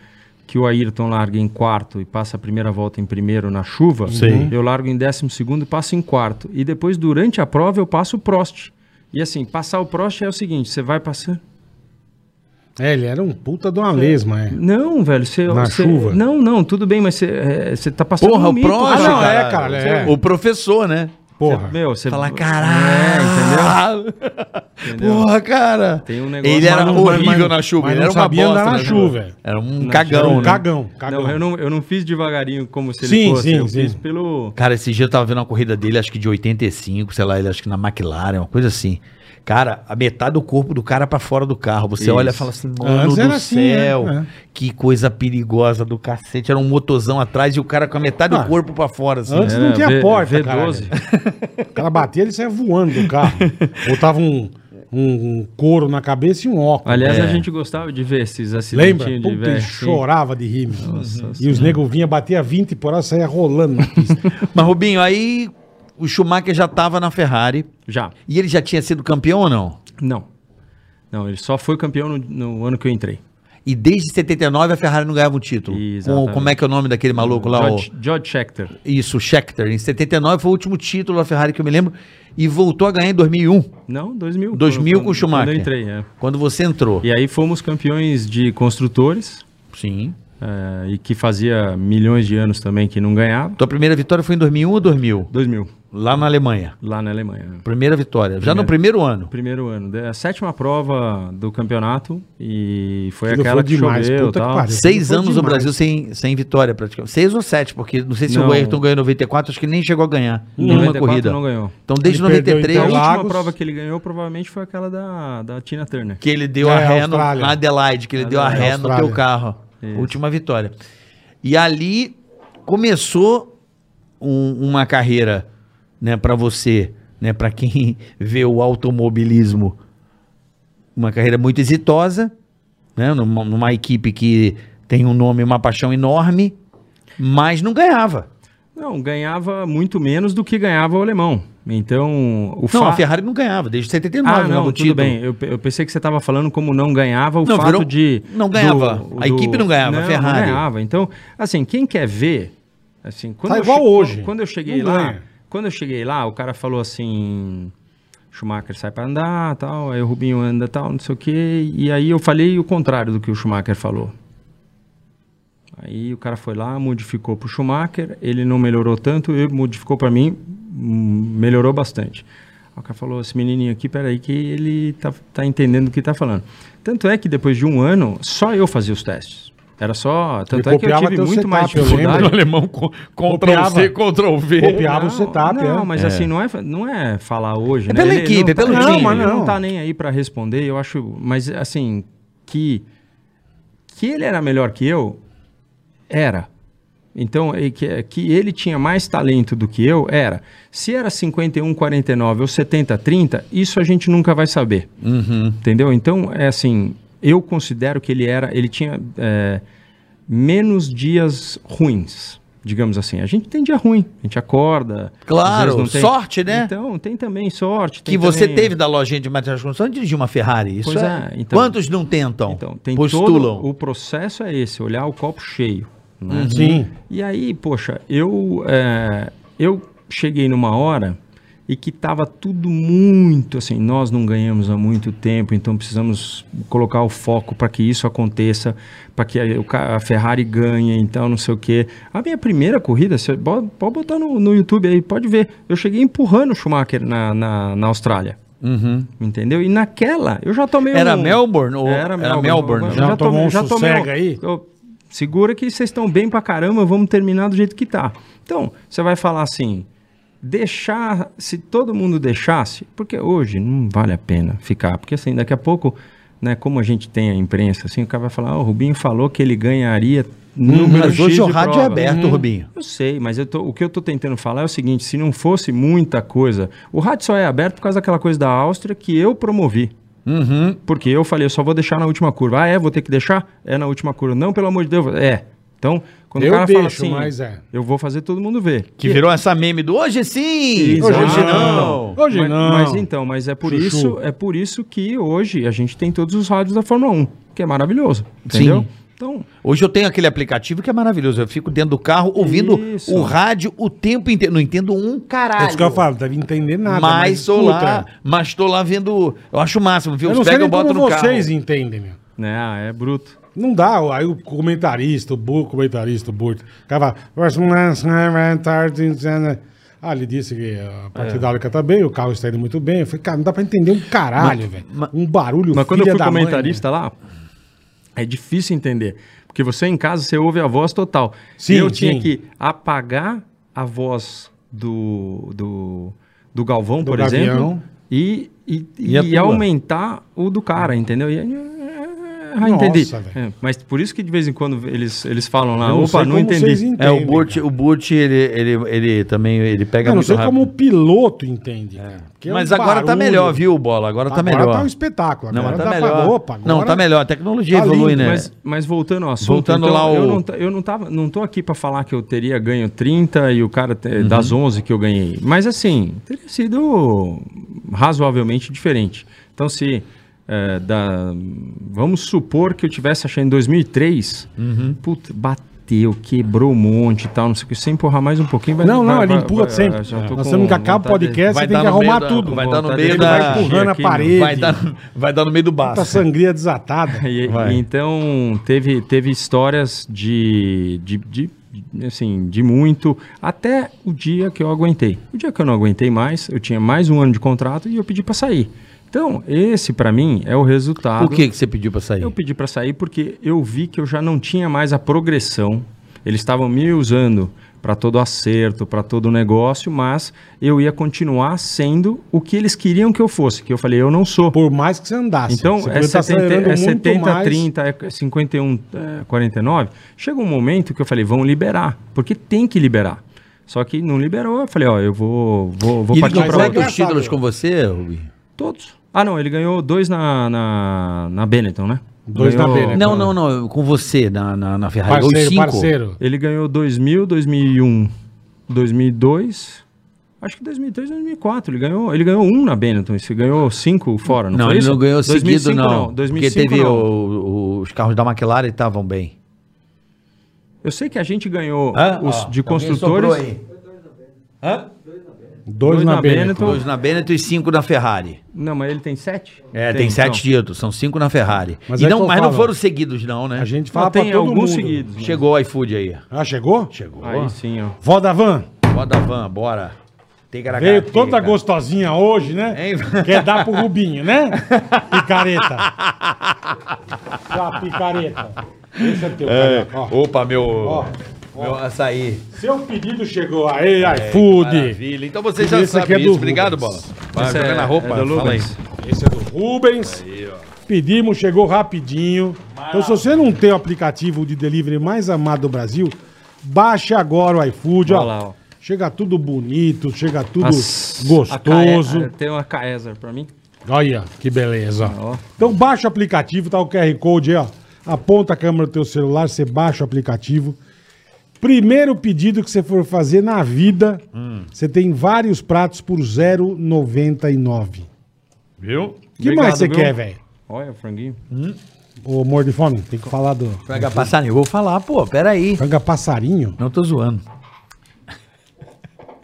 que o Ayrton larga em quarto e passa a primeira volta em primeiro na chuva,
Sim.
eu largo em décimo segundo e passo em quarto. E depois, durante a prova, eu passo o Prost. E assim, passar o Prost é o seguinte: você vai passando.
É, ele era um puta de uma lesma, é.
Não, velho, você.
Na
você-
chuva?
Não, não, tudo bem, mas você, é, você tá passando.
Porra,
um
o
mito.
Prost,
Ah, não,
caralho.
é, cara, é.
O professor, né?
Porra.
Meu, você.
Fala,
É,
caralho!
entendeu? Entendeu?
Porra, cara!
Tem um negócio-
ele era
Mas
não-
horrível
mas-
na chuva,
mas
ele
não
era uma
sabia
bosta.
andar na
né?
chuva.
Era um
Na
cagão,
Era um
né?
cagão, cagão.
Não, eu não, eu não fiz devagarinho como se
Sim,
ele fosse.
sim,
eu
sim.
fiz pelo.
Cara, esse dia eu tava vendo uma corrida dele, acho que de 85, sei lá, ele acho que na McLaren, uma coisa assim. Cara, a metade do corpo do cara pra fora do carro. Você
Isso.
olha e fala assim, mano
Antes
do
era assim,
céu,
né?
que coisa perigosa do cacete. Era um motozão atrás e o cara com a metade
Ah.
do corpo pra fora, assim.
Antes
É,
não tinha
V-
porta,
V12.
caralho. O cara batia, ele saia voando do carro. Botava um, um couro na cabeça e um óculos.
Aliás,
É.
a gente gostava de ver esses acidentes
Lembra?
de
Puta,
velho.
ele
assim.
chorava de rir. meu. Uhum. e os nego vinha, batia 20 por hora, saia rolando na pista.
Mas, Rubinho, aí o Schumacher já tava na Ferrari.
Já.
E ele já tinha sido campeão ou não?
Não. Não, ele só foi campeão no, no ano que eu entrei.
E desde 79 a Ferrari não ganhava um título.
Exatamente.
Com- como é que é o nome daquele maluco lá? o-
George, George Scheckter.
Isso, o Scheckter. Em 79 foi o último título da Ferrari que eu me lembro. E voltou a ganhar em 2001.
Não, 2000.
2000
quando-
com o Schumacher.
Quando eu entrei, é.
Quando você entrou.
E aí fomos campeões de construtores,
Sim.
é, e que fazia milhões de anos também que não ganhava.
Tua primeira vitória foi em 2001 ou 2000?
2000,
Lá na Alemanha.
lá na Alemanha.
Primeira vitória. Já no primeiro ano.
Primeiro ano, da- a sétima prova do campeonato e foi
Aquilo
aquela
foi
que
demais,
choveu e
puta que
tal.
pariu.
Seis
Foi
anos o
demais.
Brasil sem, sem vitória praticamente. Seis ou sete, porque não sei se o
Não.
Ayrton ganhou em 94, acho que ele nem chegou a ganhar
Em
nenhuma
94
corrida.
não ganhou.
Então desde
Ele perdeu em
93
a última
Interlagos.
prova que ele ganhou provavelmente foi aquela da, da Tina Turner.
que ele deu
É,
a ré no,
Austrália.
na Adelaide, que ele deu a
Adelaide,
ré no teu
Austrália.
carro. Última vitória. E ali começou um- uma carreira, né, para você, né, para quem vê o automobilismo, uma carreira muito exitosa, né, numa, numa equipe que tem um nome e uma paixão enorme, mas não ganhava.
Não, ganhava muito menos do que ganhava o alemão. Então, o
Não,
fa-
a Ferrari não ganhava, desde 79
Ah,
ganhava
não,
o
tudo
né, título.
bem. Eu, pe- eu pensei que você estava falando como não ganhava o
Não,
fato
virou-
de...
não ganhava. A equipe não ganhava, a
não,
Ferrari.
Não ganhava. Então, assim, quem quer ver... Assim, quando
Tá
eu
igual
che-
hoje.
Quando eu cheguei
Não
lá...
ganha.
Quando eu cheguei lá, o cara falou assim... Schumacher sai para andar, tal, aí o Rubinho anda, tal, não sei o quê. E aí eu falei o contrário do que o Schumacher falou. Aí o cara foi lá, modificou pro Schumacher, ele não melhorou tanto, ele modificou para mim, hum, melhorou bastante. Aí o cara falou, esse menininho aqui, peraí que ele tá, tá entendendo o que tá falando. Tanto é que depois de um ano, só eu fazia os testes. Era só, tanto é que eu
copiava
tive
teu
muito mais
setup, eu lembro.
dificuldade.
O alemão co Ctrl
Copiava.
C, Ctrl V.
Copiava o
Não,
setup,
Não,
é.
mas assim, não é, não é falar hoje,
É
né?
pela
Ele
equipe,
não
é pelo
tá,
time.
Não, mas ele
Não.
não tá nem aí pra responder, eu acho... Mas assim, que... Que ele era melhor que eu, era. Então, e que, que ele tinha mais talento do que eu, era. Se era 51, 49 ou 70, 30, isso a gente nunca vai saber.
Uhum.
Entendeu? Então, é assim, eu considero que ele era, ele tinha é, menos dias ruins, digamos assim. A gente tem dia ruim, a gente acorda. às
Claro,
vezes não tem-
sorte, né?
Então, tem também sorte.
que
tem
você
também-
teve da lojinha de materiais de construção de dirigir uma Ferrari. Isso
Pois
é.
é, então.
Quantos não tentam?
Então, tem
postulam.
todo, o processo é esse, olhar o copo cheio. Né?
Uhum.
Sim.
E aí, poxa, eu, é, eu cheguei numa hora e que estava tudo muito assim, nós não ganhamos há muito tempo, então precisamos colocar o foco para que isso aconteça, para que a, o ca- a Ferrari ganhe, então não sei o quê. A minha primeira corrida, você pode, pode botar no, no YouTube aí, pode ver, eu cheguei empurrando o Schumacher na, na, na Austrália. Entendeu? E naquela, eu já tomei
Uhum. Era
um-
Melbourne ou-
Era
era
Melbourne.
Melbourne, né?
Eu
já tomou um sossega aí?
eu- segura que vocês estão bem pra caramba, vamos terminar do jeito que tá. Então, você vai falar assim, deixar, se todo mundo deixasse, porque hoje não vale a pena ficar, porque assim, daqui a pouco, né, como a gente tem a imprensa, assim, o cara vai falar, "Ah, o Rubinho falou que ele ganharia número
Uhum. Mas
X
hoje
de
o rádio é
prova." Uhum.
aberto, Rubinho.
Eu sei, mas eu tô- o que eu tô tentando falar é o seguinte, se não fosse muita coisa, o rádio só é aberto por causa daquela coisa da Áustria que eu promovi.
Uhum.
Porque eu falei, eu só vou deixar na última curva. Ah, é? Vou ter que deixar? É na última curva. Não, pelo amor de Deus. É. Então, quando
Eu
o cara fala
deixo,
assim,
mas é.
eu vou fazer todo mundo ver. é-
Que virou essa meme do hoje sim,
Exato.
hoje não.
Hoje
mas,
não.
Mas então, mas é por
Chuchu.
isso, é por isso que hoje a gente tem todos os rádios da Fórmula 1, que é maravilhoso, entendeu? Então,
Hoje eu tenho aquele aplicativo que é maravilhoso. Eu fico dentro do carro ouvindo
Isso.
o rádio o tempo inteiro. Não entendo um caralho.
É isso que eu falo, não deve entender nada.
mas sou
puta,
lá, mas tô lá vendo. Eu acho o máximo, viu?
Eu
Os
não sei
pega,
nem
eu boto
como
no
vocês
carro.
entendem, meu.
né, é bruto.
Não dá, aí o comentarista, o burro comentarista, o burro. O cara é, fala. Ah, ele disse que a
É.
parte hidráulica tá bem, o carro está indo muito bem. Eu falei, cara, não dá pra entender um caralho, velho. Um barulho
Mas quando eu
filha
fui
da mãe, né?
comentarista lá, é difícil entender. Porque você em casa, você ouve a voz total.
Sim,
e eu tinha
sim.
que apagar a voz do, do, do Galvão, por
Gavião.
exemplo, e, e,
E a
e
tua?
aumentar o do cara, entendeu? E aí, ah,
Nossa,
entendi.
velho.
É, mas por isso que de vez em quando eles, eles falam
né?
lá,
Eu não
opa,
sei
não
como vocês
entendi.
entendem,
É, o Burt,
cara.
o Burt ele, ele, ele também ele pega
Eu não
muito
sei
rápido.
como o piloto entende, cara. Porque é um
Mas agora tá
barulho.
melhor, viu, Bola? Agora tá melhor.
Agora tá um espetáculo.
Não,
agora
mas tá
dá pra-
melhor.
Opa, agora...
Não, tá melhor. A tecnologia
Tá
evolui,
lindo,
né?
Mas, mas voltando ao assunto,
Voltando
então,
lá
eu,
ao-
não, ta- eu não tava, não tô aqui pra falar que eu teria ganho 30 e o cara te-
Uhum.
das 11 que eu ganhei, mas assim, teria sido razoavelmente diferente. Então se é, da- vamos supor que eu tivesse achando em 2003,
Uhum.
puta, bateu, quebrou um monte e tal, não sei o que, sem empurrar mais um pouquinho, vai
Não, não,
vai-
ele
vai-
empurra
vai- é,
sempre.
já tô
Nós
com
temos que acabar o
vontade-
podcast,
Vai
você tem
dar
que
no meio
arrumar
da-
tudo.
vai dar no
Vontade
meio
de-
Ele
da- né?
vai empurrando a
aqui, meu.
parede.
Vai dar, vai dar no meio do
Puta
baço.
sangria desatada.
E-
Vai.
então, teve, teve histórias de, de, de- de, assim, de muito, até o dia que eu aguentei. O dia que eu não aguentei mais, eu tinha mais um ano de contrato e eu pedi para sair. Então, esse para mim é o resultado.
Por que, que você pediu pra sair?
Eu pedi para sair porque eu vi que eu já não tinha mais a progressão. Eles estavam me usando para todo acerto, para todo negócio, mas eu ia continuar sendo o que eles queriam que eu fosse, que eu falei, eu não sou.
Por mais que você
Ah,
andasse.
Então,
você
é
podia
tá
estar
70,
acelerando
é
muito
70
mais.
30, é 51, é 49. Chega um momento que eu falei, vão liberar, porque tem que liberar. Só que não liberou, eu falei, ó, eu vou, vou, vou
E ele
partir
ganhou
para
ganhou
outro.
quantos títulos com você, Rubinho?
Todos. Ah, não, ele ganhou dois na, na, na Benetton, né?
Dois na
ganhou,
Benetton. É,
Não,
claro.
não, não. Com você na, na, na Ferrari. Ou
Parceiro,
cinco.
parceiro.
um, Ele ganhou 2000, 2001, 2002 Acho que 2003, 2004. Ele ganhou, ele ganhou um na Benetton. Ele ganhou cinco fora, não,
Não,
foi
ele
isso?
não ganhou seguido,
2005
não. porque
2005
teve
não.
o- o- os carros da McLaren estavam bem.
Eu sei que a gente ganhou
Ah,
Hã?
os
Ó,
de
alguém
construtores.
soprou aí. Hã?
Dois,
Dois
na, então.
na
Benetton.
Benetton.
Então, Dois na Benetton e cinco na Ferrari.
Não, mas ele tem então. sete?
É, tem, sete títulos, são cinco na Ferrari.
então. Mas
e
é que
não,
eu
mas não
falo.
foram seguidos, não, né?
A gente
Não,
fala pra
então, é. tem
todo
alguns
mundo.
seguidos. né?
Uhum. Chegou o iFood aí.
Ah, chegou? Chegou.
Aí sim, ó.
Vó da
Tá
van,
Roda a van, bora. Tem
veio toda gostosinha hoje, né?
Hein?
Quer dar pro Rubinho, né? Picareta. Sua picareta. Esse é teu, cara. Ó,
Opa, meu,
ó.
meu açaí.
Seu pedido chegou. Aí, iFood.
Maravilha. Então você
Esse
já
aqui
sabe
é do
isso. Obrigado, Bola.
Rubens.
Vai
Esse
jogar
é-
na roupa,
é do
fala aí.
Rubens.
Esse é do Rubens. Pedimos, chegou rapidinho. Então, se você não tem o aplicativo de delivery mais amado do Brasil, baixe agora o iFood. Ó.
Olha lá, ó.
Chega tudo bonito, chega tudo
As- a é-
gostoso.
Cae- a- Tem uma Caesar pra mim.
Olha, que beleza.
Ó.
Então baixa o aplicativo, tá o QR Code aí, ó. Aponta a câmera do teu celular, você baixa o aplicativo. Primeiro pedido que você for fazer na vida,
Hum.
você tem vários pratos por R$ 0,99.
Viu?
O que mais
Obrigado,
você
viu?
quer, velho?
Olha, franguinho.
Ô, amor de fome, tem que falar do...
Pega passarinho. Eu vou falar, pô, peraí.
Frango a passarinho?
Não tô zoando.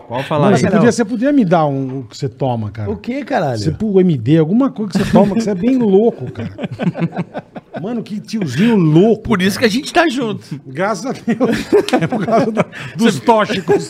Pode falar
Mano,
aí.
você, podia, você podia me dar um, o que você toma, cara?
Ah, O que, caralho?
Você pula MD, alguma coisa que você toma, que você é bem louco, cara. Mano, que tiozinho louco.
Por isso que a gente tá junto.
Graças a Deus. É por causa da- dos tóxicos.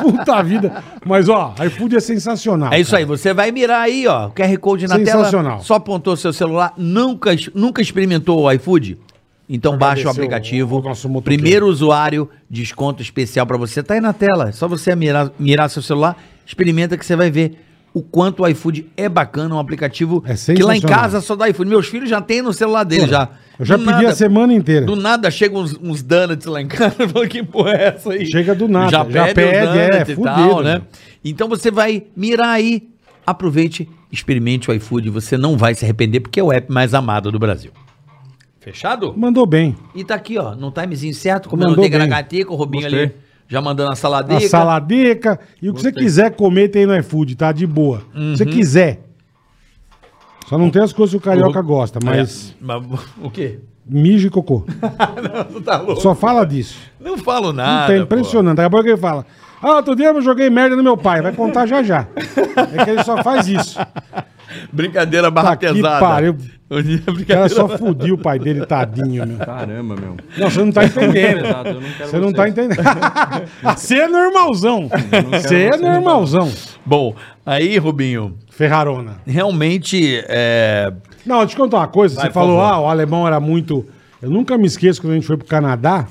Puta vida. Mas, ó, iFood é sensacional.
É isso aí, você vai mirar aí, ó. o QR Code na
Sensacional.
tela. Só apontou seu celular, nunca, nunca experimentou o iFood? Então baixa o
Agradecer
aplicativo.
o- o nosso motoqueiro.
primeiro usuário, desconto especial pra você. Tá aí na tela. É só você mirar, mirar seu celular, experimenta que você vai ver o quanto o iFood é bacana, um aplicativo
É
que lá em
sensacional.
casa só dá iFood. Meus filhos já têm no celular dele já.
Eu já
Do
pedi a
nada-
semana inteira.
Do nada chegam uns, uns donuts lá em casa. Eu falo, que porra é essa aí?
Chega do nada,
Já, pede,
já pede,
o donut
é,
e
fudido,
tal, né?
meu.
Então você vai mirar aí, aproveite, experimente o iFood, você não vai se arrepender porque é o app mais amado do Brasil. Fechado?
Mandou bem.
E tá aqui, ó, no timezinho certo, comendo
Mandou
tem
bem.
gragatica, o Robinho
Gostei.
ali já mandando a
A
saladeira.
saladeca. E o que você quiser comer tem no iFood, tá? De boa. O
Uhum.
que você quiser. Só não tem as coisas que o carioca
Uhum.
gosta,
É.
mas
o quê?
mijo e cocô.
Tu tá louco?
Só fala disso.
Não falo
Não
nada.
tem,
pô.
Tá impressionante. Daqui a pouco ele fala: Ah, outro dia eu joguei merda no meu pai. Vai contar já já. É que ele só faz isso.
Brincadeira barra
Tá que
pesada. é
pariu. O cara
Brincadeira
só fudiu o pai dele, tadinho, meu.
Caramba, meu.
Não, você não tá entendendo.
Pesado, eu não quero
Você não tá
vocês.
entendendo. Você é normalzão. Você é
vocês, não.
normalzão.
Bom, aí, Rubinho,
Ferrarona.
realmente é.
Não, deixa eu te contar uma coisa.
Vai,
você
por
falou,
favor.
ah, o alemão era muito. Eu nunca me esqueço quando a gente foi pro Canadá.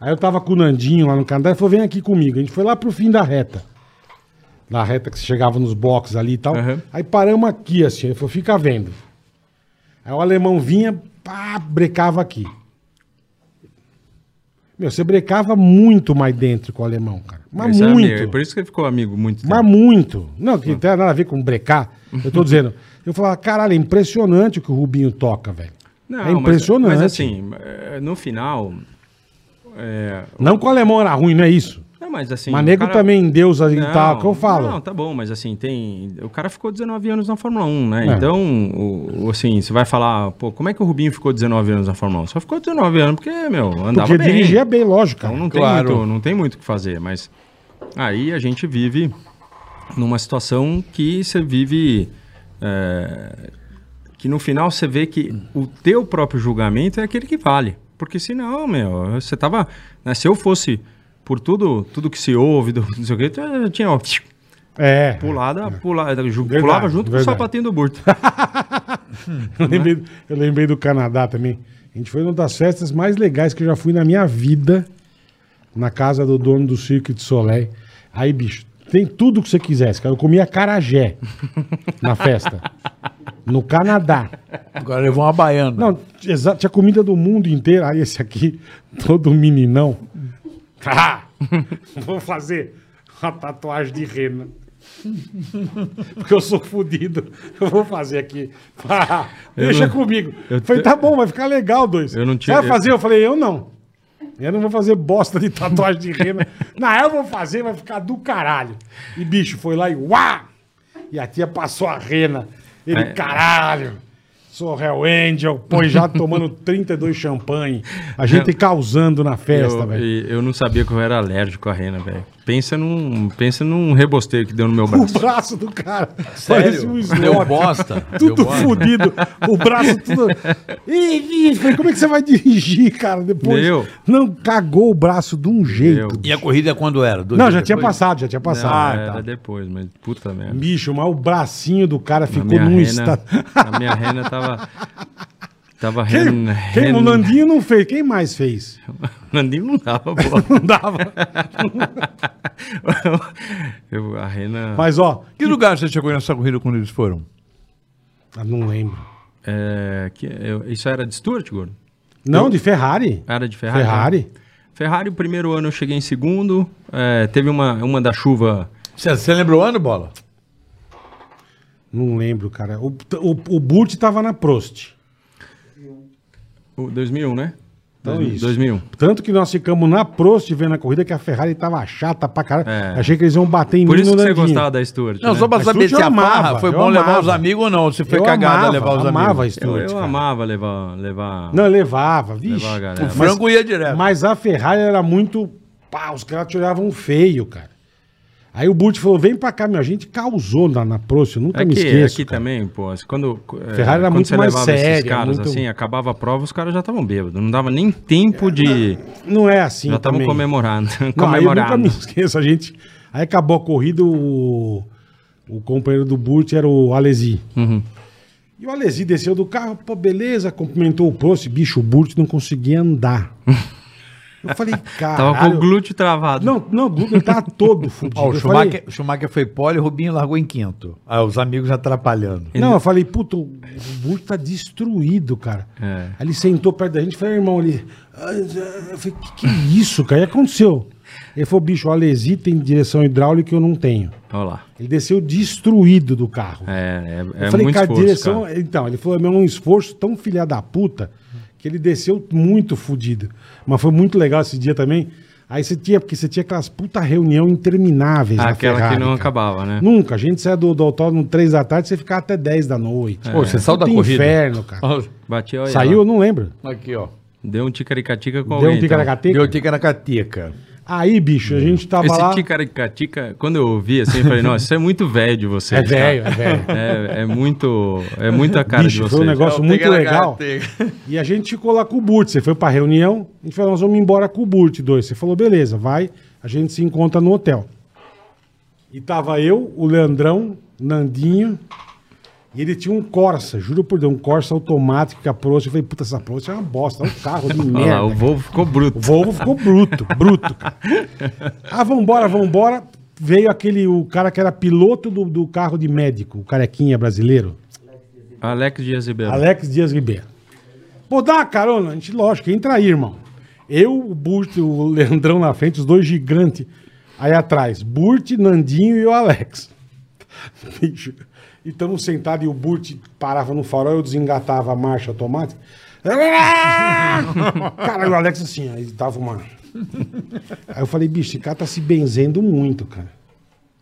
Aí eu tava com o Nandinho lá no Canadá. Ele falou, vem aqui comigo. A gente foi lá pro fim da reta. Na reta que você chegava nos boxes ali e tal.
Aham.
Aí paramos aqui, assim. Ele falou, fica vendo. Aí o alemão vinha, pá, brecava aqui. Meu, você brecava muito mais dentro com o alemão, cara. Mas
Esse é
muito.
amigo, Por isso que ele ficou amigo muito
Mas muito. Não, que não tem nada a ver com brecar. Eu tô dizendo. Eu falava, caralho, é impressionante o que o Rubinho toca, velho.
Não,
é impressionante.
Mas, mas assim, é, no final. É,
Não que o alemão era ruim, não é isso?
não, mas assim.
mas
o
nego
cara-
também em Deus ali
Não,
tá, é o que eu falo.
Não, tá bom, mas assim, tem. O cara ficou 19 anos na Fórmula 1, né?
É.
Então, o- o- assim, você vai falar, pô, como é que o Rubinho ficou 19 anos na Fórmula 1? Só ficou 19 anos porque, meu, andava
Porque
bem.
dirigia bem, lógico, cara.
Então não,
Claro.
tem muito, não tem muito o que fazer, mas aí a gente vive numa situação que você vive. é, que no final você vê que o teu próprio julgamento é aquele que vale. Porque senão, meu, você tava. né, se eu fosse por tudo, tudo que se ouve, do, não sei o que, eu tinha ó,
É.
pulada, pulada, ju-
Verdade,
pulava junto com o
verdade. Ah,
sapatinho do Burto.
Eu
né?
lembrei, eu lembrei do Canadá também. A gente foi numa das festas mais legais que eu já fui na minha vida, na casa do dono do Cirque de Soleil. Aí, bicho, tem tudo que você quisesse, cara. Eu comia carajé na festa. No Canadá.
Agora levou uma baiana.
Não, exa- tinha comida do mundo inteiro. Aí esse aqui, todo meninão. Ah, vou fazer uma tatuagem de rena. Porque eu sou fodido. Eu vou fazer aqui. Ah, deixa
não-
comigo. Eu
eu
falei,
te-
tá bom, vai ficar legal, dois.
Eu não tinha-
Vai fazer? Eu falei, eu não. Eu não vou fazer bosta de tatuagem de rena. Na eu vou fazer, vai ficar do caralho. E bicho foi lá e uá! E a tia passou a rena. Ele,
É.
caralho! Sou Hell Angel, põe já tomando 32 champanhe. A gente causando na festa,
eu,
velho.
e- eu não sabia que eu era alérgico à rena, velho. Pensa num, pensa num rebosteio que deu no meu
O
braço.
braço do cara.
Sério?
Parece um Slock.
Deu bosta? Deu
Tudo
bosta?
fudido. O braço tudo. Ih, ih, falei, como é que você vai dirigir, cara? Depois.
Deu.
Não, cagou o braço de um jeito.
E a corrida quando era? Dois
Não,
dias
já tinha
depois?
passado, já tinha passado.
Ah,
Ah,
era
tá.
depois, mas puta merda.
Bicho, mas o bracinho do cara
Na
ficou
minha,
num
rena,
estado.
na minha rena tava. Tava
Quem,
rena.
quem
rena-
o Landinho não fez? Quem mais fez?
O Landinho não dava bola.
Não dava.
Eu, a rena.
Mas, ó.
Que lugar você chegou nessa corrida quando eles foram?
ah, Não lembro.
é, que- eu- isso era de Stuart, gordo?
Não, de Ferrari.
Era de Ferrari?
Ferrari?
Ferrari, o primeiro ano eu cheguei em segundo. é, teve uma, uma da chuva.
Você, você lembra o ano, Bola?
Não lembro, cara. O, o, o Burt tava na Prost.
o 2001, né?
Então,
2000,
isso.
2001.
Tanto que nós ficamos na Prost vendo a corrida que a Ferrari tava chata pra caralho.
É.
Achei que eles iam bater em
Por
mim
isso
no
que você
Landinho.
gostava da Stuart.
Não,
né?
só pra
Mas
saber se
Stuart eu
a
amava,
barra foi
eu
bom levar
amava.
os amigos ou não. Se foi
Eu
cagada
amava,
levar os
amava
amigos.
a
Eu,
Stuart,
eu
cara.
amava levar. levar
Não, levava, vixe.
Levava a galera.
O frango ia direto.
Mas a Ferrari era muito. Pá, os caras te olhavam feio, cara. Aí o Burt falou: vem pra cá, meu. A gente causou na, na Prost, eu nunca
É
me
que
esqueço.
aqui
cara.
também, pô, quando, é,
Ferrari era
quando
muito
você
mais
levava esses
séria,
caras,
muito-
assim, acabava a prova, os caras já estavam bêbados. Não dava nem tempo de.
Não é assim,
já estavam
também.
comemorando.
Não, aí eu nunca me
comemorando.
esqueço, a gente. Aí acabou a corrida, o, o companheiro do Burt era o Alesi.
Uhum.
E o Alesi desceu do carro, pô, beleza, cumprimentou o Prost, bicho, o Burt não conseguia andar. Eu falei, cara.
Tava com o glúteo travado.
Não, não, o glúteo ele tava todo fudido.
Ó, o
Eu
Schumacher,
falei-
o Schumacher foi pole e o Rubinho largou em quinto. Ah, os amigos atrapalhando.
Não, eu falei, puto, o Burt tá destruído, cara.
É.
Aí ele sentou perto da gente e falou, irmão, ele. "Ah, ah", Eu falei, que que é isso, cara? E aconteceu? Ele falou, bicho, o Alesi tem direção hidráulica e eu não tenho.
Olha lá.
Ele desceu destruído do carro.
É, é,
eu
é
falei,
muito
cara,
esforço,
direção.
cara.
Então, ele falou, meu, é um esforço tão filha da puta que ele desceu muito fudido. Mas foi muito legal esse dia também. Aí você tinha, porque você tinha aquelas puta reunião intermináveis na
Ah, Aquela
Ferrari,
que não
cara.
acabava, né?
Nunca, a gente saia do, do autódromo 3 da tarde, você ficava até 10 da noite.
Pô, você saiu da
Puta
corrida.
inferno, cara.
Batia, olha
Saiu, eu
lá. então.
não lembro.
Aqui, ó.
Deu um ticaricatica com
Deu
alguém. tá?
um ticaracateca.
Deu ticaracateca.
Aí, bicho, a gente
então.
tava lá.
Esse ticaricatica, quando eu ouvi assim, eu falei, nossa, isso é muito velho de vocês.
É velho, é
cara.
velho.
É, é muito, é muito a cara
Bicho,
de
foi um
vocês.
negócio- Gosto
É, o
muito legal.
ticaracateca.
E a gente ficou lá com o Burt. Você foi pra reunião, a gente falou, nós vamos embora com o Burt dois. Você falou, beleza, vai, a gente se encontra no hotel. E tava eu, o Leandrão, Nandinho, e ele tinha um Corsa, juro por Deus, um Corsa automático que a Prost. Eu falei, puta, essa Prost é uma bosta, é um carro de
Olha
merda.
Ah, lá, o voo ficou bruto.
O Volvo ficou bruto, bruto, cara. Ah, vambora, vambora. Veio aquele, o cara que era piloto do, do carro de médico, o carequinha brasileiro.
Alex Dias Ribeiro.
Alex Dias Ribeiro. Pô, dá uma carona? A gente, lógico, entra aí, irmão. Eu, o Burt e o Leandrão na frente, os dois gigantes aí atrás. Burt, Nandinho e o Alex. Bicho. E estamos sentados e o Burt parava no farol, eu desengatava a marcha automática. Cara, o Alex assim, aí tava uma. Aí eu falei, bicho, esse cara tá se benzendo muito, cara.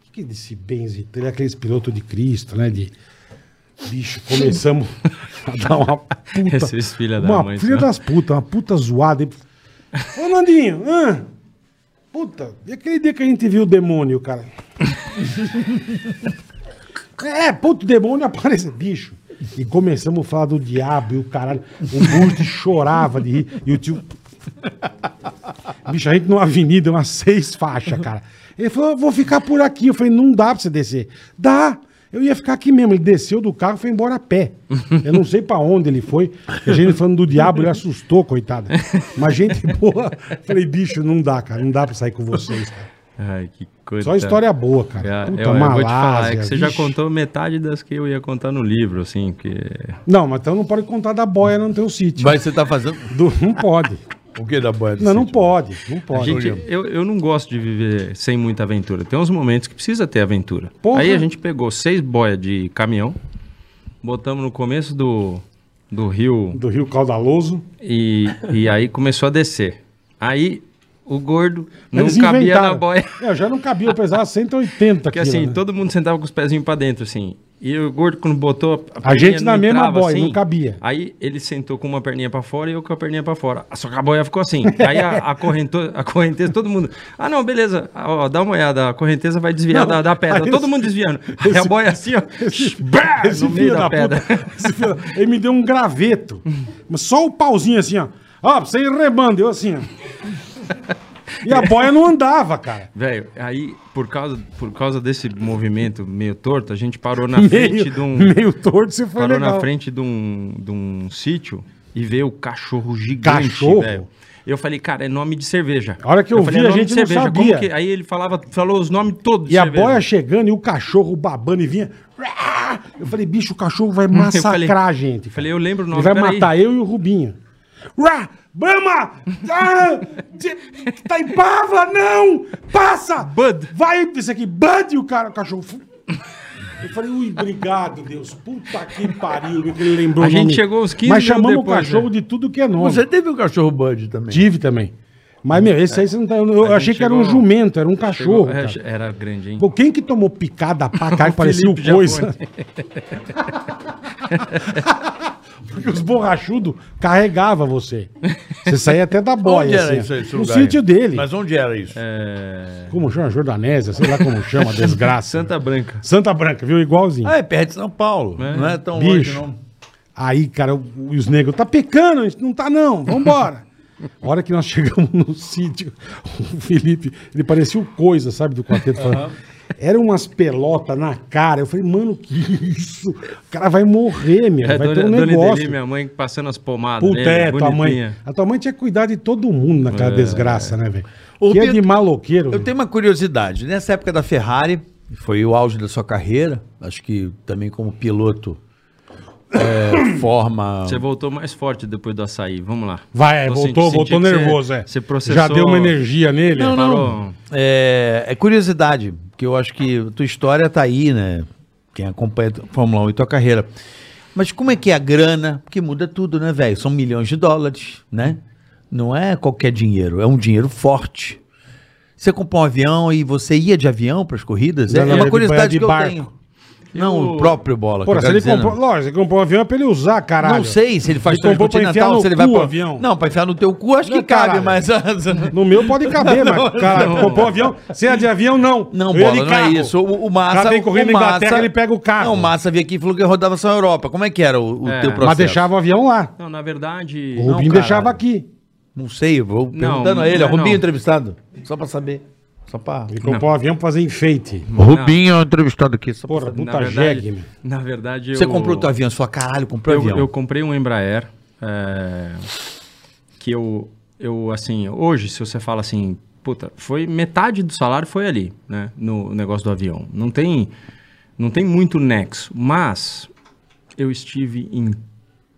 O que, que ele se benze? Ele é aqueles pilotos de Cristo, né? De. Bicho, começamos a dar uma puta.
Esses filha da
uma
mãe,
filha
né?
das putas, uma puta zoada. Ele- Ô, Nandinho, hã? Puta, e aquele dia que a gente viu o demônio, cara? é, puto, o demônio aparece, bicho. E começamos a falar do diabo e o caralho. O Burti chorava de rir. E o tio. Bicho, a gente numa avenida, umas seis faixas, cara. Ele falou, eu vou ficar por aqui. Eu falei, não dá pra você descer. Dá! Eu ia ficar aqui mesmo. Ele desceu do carro e foi embora a pé. Eu não sei pra onde ele foi. A gente falando do diabo, ele assustou, coitado. Mas gente boa. Eu Falei, bicho, não dá, cara. Não dá pra sair com vocês, cara.
Ai, que coisa.
Só história boa, cara.
É,
Puta,
eu, eu vou te falar, é
Malásia,
que você já
vixe.
contou metade das que eu ia contar no livro, assim, porque.
Não, mas então não pode contar da boia no teu sítio.
Mas você tá fazendo.
Do- não pode.
O que da boia do
Não, não
sítio?
pode. Não
A
pode.
gente, eu, eu não gosto de viver sem muita aventura. Tem uns momentos que precisa ter aventura.
Porra.
Aí a gente pegou seis boias de caminhão, botamos no começo do, do rio
Do Rio Caudaloso.
e, e aí começou a descer. Aí o gordo não
Eles
cabia
inventaram.
na boia.
Eu já não cabia, eu pesava 180
Porque assim,
né?
todo mundo sentava com os pezinhos pra dentro, assim. E o gordo, quando botou a
A gente
perninha
na
no
mesma
trava, assim,
boia, não cabia.
Aí ele sentou com uma perninha pra fora e eu com a perninha pra fora. Só que a boia ficou assim. Aí a, a, corrento- a correnteza, todo mundo. Ah, não, beleza. Ah, Ó, dá uma olhada. A correnteza vai desviar da, da pedra.
aí
todo
esse-
mundo desviando. Aí a
esse-
boia assim, ó.
Esse,
brá,
esse
no meio
filho
da,
da,
pedra.
puta, esse filho da- ele me deu um graveto. Mas só o pauzinho assim, ó. Ó, pra você ir remando, eu assim, ó. E a boia não andava, cara.
Velho, aí, por causa, por causa desse movimento meio torto, a gente parou na frente
Meio,
de um.
meio torto, você foi
parou
legal.
na frente de um, de um sítio e veio o cachorro gigante,
Cachorro?
velho. Eu falei, cara, é nome de cerveja. "É
A hora que eu vi, a
nome
gente
de
não
cerveja.
sabia.
que... Aí ele falava, falou os nomes todos de
E a
cerveja.
boia é chegando e o cachorro babando e vinha. Eu falei, bicho, o cachorro vai
Eu
massacrar
falei-
a gente.
eu falei, eu lembro o
Ele
nome,
vai
peraí.
matar eu e o Rubinho. Rá, Bama! Ah, de- Taipava, não! Passa!
Bud.
Vai, esse aqui, Bud! E o cara, o cachorro... fu- Eu falei, ui, obrigado, Deus. Puta que pariu, que ele lembrou
A
o
gente
nome.
chegou uns 15
Mas
minutos
chamamos o
depois,
cachorro
né?
de tudo que é nome.
Você teve um cachorro Bud também.
Tive também. Mas, meu, esse aí você não tá... Eu, eu
gente
achei que era um
chegou-
jumento, era um
Chegou-
cachorro,
é,
cara.
Era grande, hein?
Pô, quem que tomou picada pra caralho que
O
parecia o
Felipe já
coisa?
foi.
Porque os borrachudos carregavam você. Você saía até da boia.
onde era
assim,
isso aí, esse
No
lugar
sítio
aí?
dele.
Mas onde era isso?
Como chama? Jordanésia, sei lá como chama, a desgraça.
Santa Branca.
Santa Branca, viu? Igualzinho.
Ah, é perto de São Paulo.
É.
Não é tão longe,
Bicho.
não.
Aí, cara, o- os negros, tá pecando, a gente não tá não, vambora. A hora que nós chegamos no sítio, o Felipe, ele parecia o coisa, sabe, do quarteto. Uhum. Era umas pelotas na cara. Eu falei, mano, que isso? O cara vai morrer, meu.
É,
vai
dona,
ter um
dona
negócio.
Ideli, minha mãe, passando as pomadas.
Puta,
né?
é, tua mãe.
Bonitinha.
A tua mãe tinha que cuidar de todo mundo naquela desgraça, né, velho?
É. Ô,
Que é
Pedro,
de maloqueiro.
Eu tenho uma curiosidade. Nessa época da Ferrari, foi o auge da sua carreira, acho que também como piloto, é, forma.
Você voltou mais forte depois do açaí. Vamos lá.
Vai,
Tô
voltou,
senti-
voltou
senti que
nervoso,
você,
é.
Você processou.
Já deu uma energia nele.
Não,
Parou.
não. É, é curiosidade, porque eu acho que a tua história tá aí, né? Quem acompanha a Fórmula 1 e tua carreira. Mas como é que é a grana? Porque muda tudo, né, velho? São milhões de dólares, né? Não é qualquer dinheiro, é um dinheiro forte. Você comprou um avião e você ia de avião para as corridas?
Não,
é
não,
uma
ele
curiosidade
ia de
que eu
barco.
tenho. Não, o próprio bola. que eu
Porra, se
quero
ele
dizer,
comprou.
não.
Lógico, ele comprou um avião é pra ele usar, caralho.
Não sei se ele faz
Ele comprou pra enfiar
transcontinental,
no
se ele vai
cu o
pro
avião.
Não, para enfiar no teu cu acho
Não,
que cabe,
caralho.
mas
No meu pode caber,
Não,
mas, cara,
não.
comprou um avião. Se é de avião, não.
Não,
Eu ia
bola,
de
não é
carro.
isso. O, o Massa.
Cara, vem correndo
o
na Inglaterra, ele pega o carro.
Não, o Massa veio aqui e falou que rodava só a Europa. Como é que era o, o
É.
teu
Mas
processo?
Mas deixava o avião lá.
Não, na verdade.
O Rubinho
caralho.
deixava aqui.
Não sei, eu vou perguntando
não
a ele.
é
ó, Rubinho
não.
entrevistado. Só pra saber. Só pra.
Ele comprou um avião pra fazer enfeite.
Hum.
é
Rubinho entrevistado aqui. Só pra
Porra,
saber.
na
puta
verdade-
jegue, meu.
Na verdade,
Você
eu-
comprou o teu avião, sua caralho, comprou
Eu,
avião.
eu comprei um Embraer, é, que eu, eu, assim, hoje, se você fala assim, puta, foi metade do salário foi ali, né, no negócio do avião. Não tem, não tem muito nexo, mas eu estive em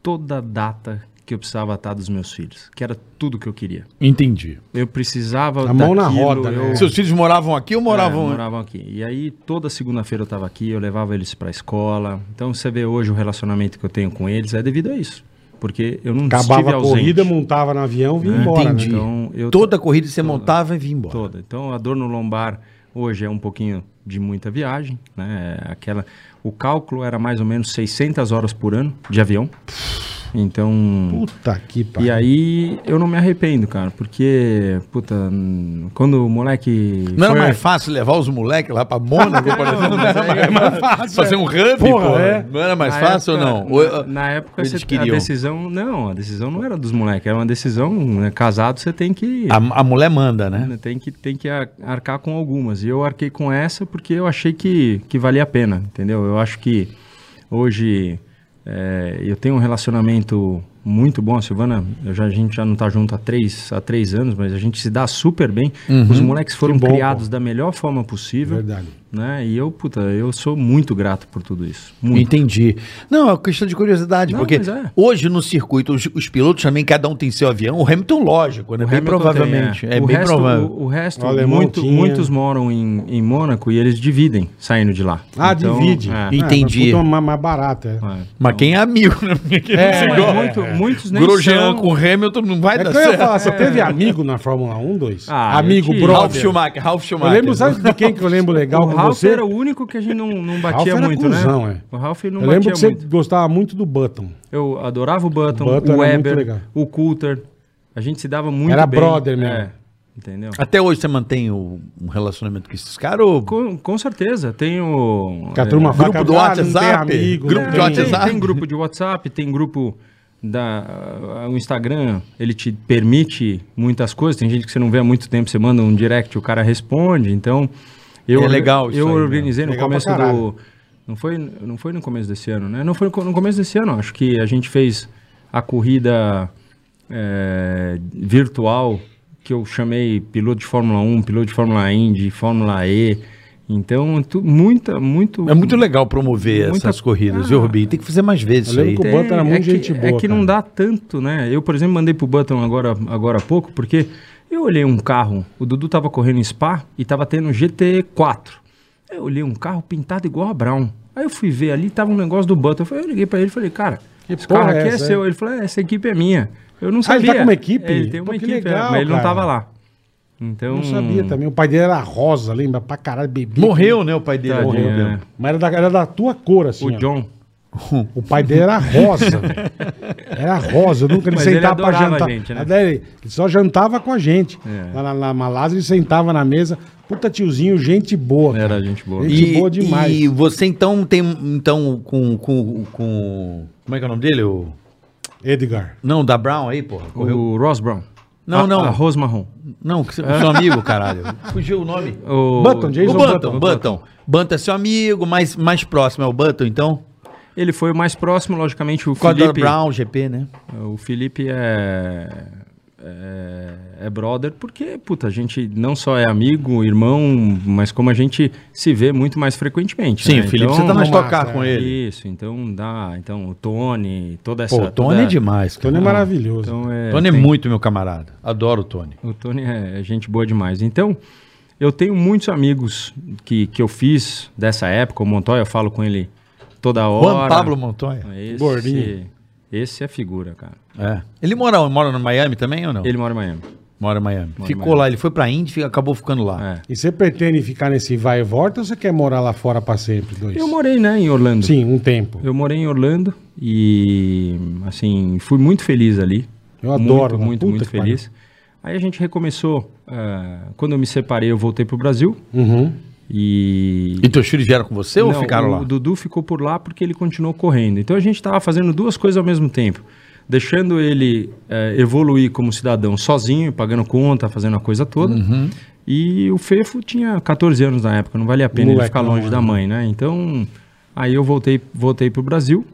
toda data que eu precisava estar dos meus filhos, que era tudo que eu queria.
Entendi.
Eu precisava
A mão na
daquilo,
roda, né?
eu-
Seus filhos moravam aqui ou
é,
moravam.
moravam aqui. E aí, toda segunda-feira eu tava aqui, eu levava eles pra escola. Então, você vê hoje o relacionamento que eu tenho com eles é devido a isso. Porque eu não
Acabava
estive
a
ausente,
corrida, montava no avião e vinha
né?
embora.
É, Entendi.
Né?
Então, eu
Toda a corrida você montava e vinha embora.
toda. Então, a dor no lombar hoje é um pouquinho de muita viagem, né? É Aquela... O cálculo era mais ou menos 600 horas por ano de avião. Então...
Puta que
E
pariu.
aí, eu não me arrependo, cara, porque, puta, hum, quando o moleque.
Não era
foi-
mais fácil levar os moleques lá pra Mônaco, por exemplo? Não era mais, fácil. Fazer um hub,
Porra,
porra.
é.
Não era mais
Na
fácil
época-
ou não? Ou-
Na, na época,
eles
você, a
queriam.
decisão... Não, a decisão não era dos moleques. Era uma decisão... Né, casado, você tem que...
A, a mulher manda, né?
né, Tem que, tem que ar- arcar com algumas. E eu arquei com essa porque eu achei que, que valia a pena, entendeu? Eu acho que hoje é, eu tenho um relacionamento muito bom. A Silvana, eu já, a gente já não tá junto há três, há
Uhum.
três anos, mas a gente se dá super bem. Os moleques foram
Que bom,
criados da melhor forma possível.
Verdade.
né? E eu, puta, eu sou muito grato por tudo isso. Muito.
Entendi. Não, é uma questão de curiosidade,
Não,
porque
mas é.
hoje no circuito os, os pilotos também, cada um tem seu avião. O Hamilton, lógico, né?
O
bem
Hamilton
provavelmente.
tem,
É,
o
bem
resto,
provável.
O, o resto,
O alemão
muito-
tinha.
muitos moram em, em Mônaco e eles dividem saindo de lá.
Ah,
Então,
divide.
é,
E-
é,
Entendi.
É mais, mais barato, é.
Mas quem é amigo, né? Porque quem não se
mas
gosta.
muito- muitos nem
Grosjean
são.
com Hamilton não vai
É
dar
que eu ia
certo.
falar, você teve amigo na Fórmula 1, 2?
Ah,
amigo,
eu tive.
é Ralph
brother.
Schumacher, Ralph
Eu
Schumacher.
lembro, sabe de quem que eu lembro legal
O
com
Ralph
você?
era o único que a gente não, não
Ralph
batia
era
muito,
cuzão,
né?
é.
O Ralph não
Eu lembro
batia
que você
muito.
gostava muito do Button.
Eu adorava o Button,
O
o,
Button era muito legal.
Weber, o Coulter. A gente se dava muito
Era
bem.
brother mesmo.
É, entendeu?
Até hoje você mantém o- um relacionamento com esses caras ou...
Com, com certeza, tem o...
Que a turma
é,
fala
grupo
que,
do
não tem
WhatsApp,
amigo,
grupo
não
de
tem-
tem,
WhatsApp.
tem grupo de WhatsApp, tem grupo da... ah, O Instagram, ele te permite muitas coisas. Tem gente que você não vê há muito tempo, você manda um direct, o cara responde. Então, eu,
É legal isso
eu
aí, né?
organizei no
Legal pra
começo
caralho.
do... Não foi, não foi no começo desse ano, né? Não foi no co- no começo desse ano, acho que a gente fez a corrida é, virtual que eu chamei piloto de Fórmula 1, piloto de Fórmula Indy, Fórmula E. Então, tu- muita, muito.
É muito legal promover
Muita-
essas corridas, viu, Rubinho? Tem que fazer mais vezes
Eu
isso aí.
lembro que o Button era muito
é que,
gente boa.
É que
cara.
não dá tanto, né? Eu, por exemplo, mandei pro Button agora, agora há pouco, porque eu olhei um carro, o Dudu tava correndo em Spa e tava tendo um GT4. Eu olhei um carro pintado igual a Brown. Aí eu fui ver ali, tava um negócio do Button. Eu, falei- eu liguei pra ele e falei, cara,
Que
esse
porra
carro
é
aqui é,
essa,
seu. Ele falou, é, essa equipe é minha. Eu não
Ah,
sabia.
ele tá com uma equipe?
É, ele tem
Pô,
uma
que
equipe, é,
legal,
mas ele não
cara.
tava lá. Então...
Eu não sabia também. O pai dele era rosa, lembra? Pra caralho, bebê.
Morreu, né, o pai dele?
Tadinho,
morreu
é.
mesmo.
Mas era da, era da tua cor, assim.
O
ó.
John...
O pai dele era rosa. velho. era rosa. Eu nunca ele
Mas ele
sentava pra
adorava a
jantar.
gente, né?
Aí daí Ele ele só jantava com a gente.
É.
Lá na, na Malásia, ele sentava na mesa. Puta tiozinho, gente boa.
Era
cara.
gente boa.
Gente boa demais.
E você então tem então com, com, com como é que é o nome dele? O,
Edgar.
não, da Brown aí, porra. Correu.
O Ross Brown.
Não,
A-
não.
Arroz marrom.
Não, que seu seu amigo, caralho. Fugiu o nome.
O...
Button, Jason
O Bantam,
Button.
Bantam. Bantam é seu amigo, mais, mais próximo é o Bantam, então.
Ele foi o mais próximo, logicamente, o
Com a Dora
Felipe.
Brown, GP, né?
O Felipe é, é é brother porque, puta, a gente não só é amigo, irmão, mas como a gente se vê muito mais frequentemente.
Sim,
né?
o Felipe,
Então-
você tá mais
massa,
tocar com ele.
Isso, então dá, então o Tony, toda essa
Pô, o Tony
toda-
é demais, cara.
Tony é maravilhoso.
Então é,
Tony é
tem-
muito meu camarada. Adoro o Tony.
O Tony é gente boa demais. Então, eu tenho muitos amigos que, que eu fiz dessa época. O Montoya, eu falo com ele toda hora.
Juan Pablo Montoya.
Esse,
Gordinho.
Esse é figura, cara.
É. Ele mora, mora no Miami também ou não?
Ele mora em Miami.
Mora em Miami.
em
Ficou
Miami.
lá, ele foi pra Índia e acabou ficando lá.
É.
E você pretende ficar nesse vai e volta ou você quer morar lá fora pra sempre, dois?
Eu morei, né, em Orlando.
Sim, um tempo.
Eu morei em Orlando e, assim, fui muito feliz ali.
Eu adoro, né?
Muito, muito,
Puta
muito
que
feliz. Aí a gente recomeçou. ah, quando eu me separei, eu voltei pro Brasil
Uhum.
e...
E teus filhos vieram com você ou
Não,
ficaram
o,
lá?
O Dudu ficou por lá porque ele continuou correndo. Então a gente estava fazendo duas coisas ao mesmo tempo. Deixando ele eh, evoluir como cidadão sozinho, pagando conta, fazendo a coisa toda.
Uhum.
E o Fefo tinha 14 anos na época, não valia a pena ele
Moleque,
ficar
não,
longe
é.
da mãe, né? Então, aí eu voltei, voltei para o Brasil.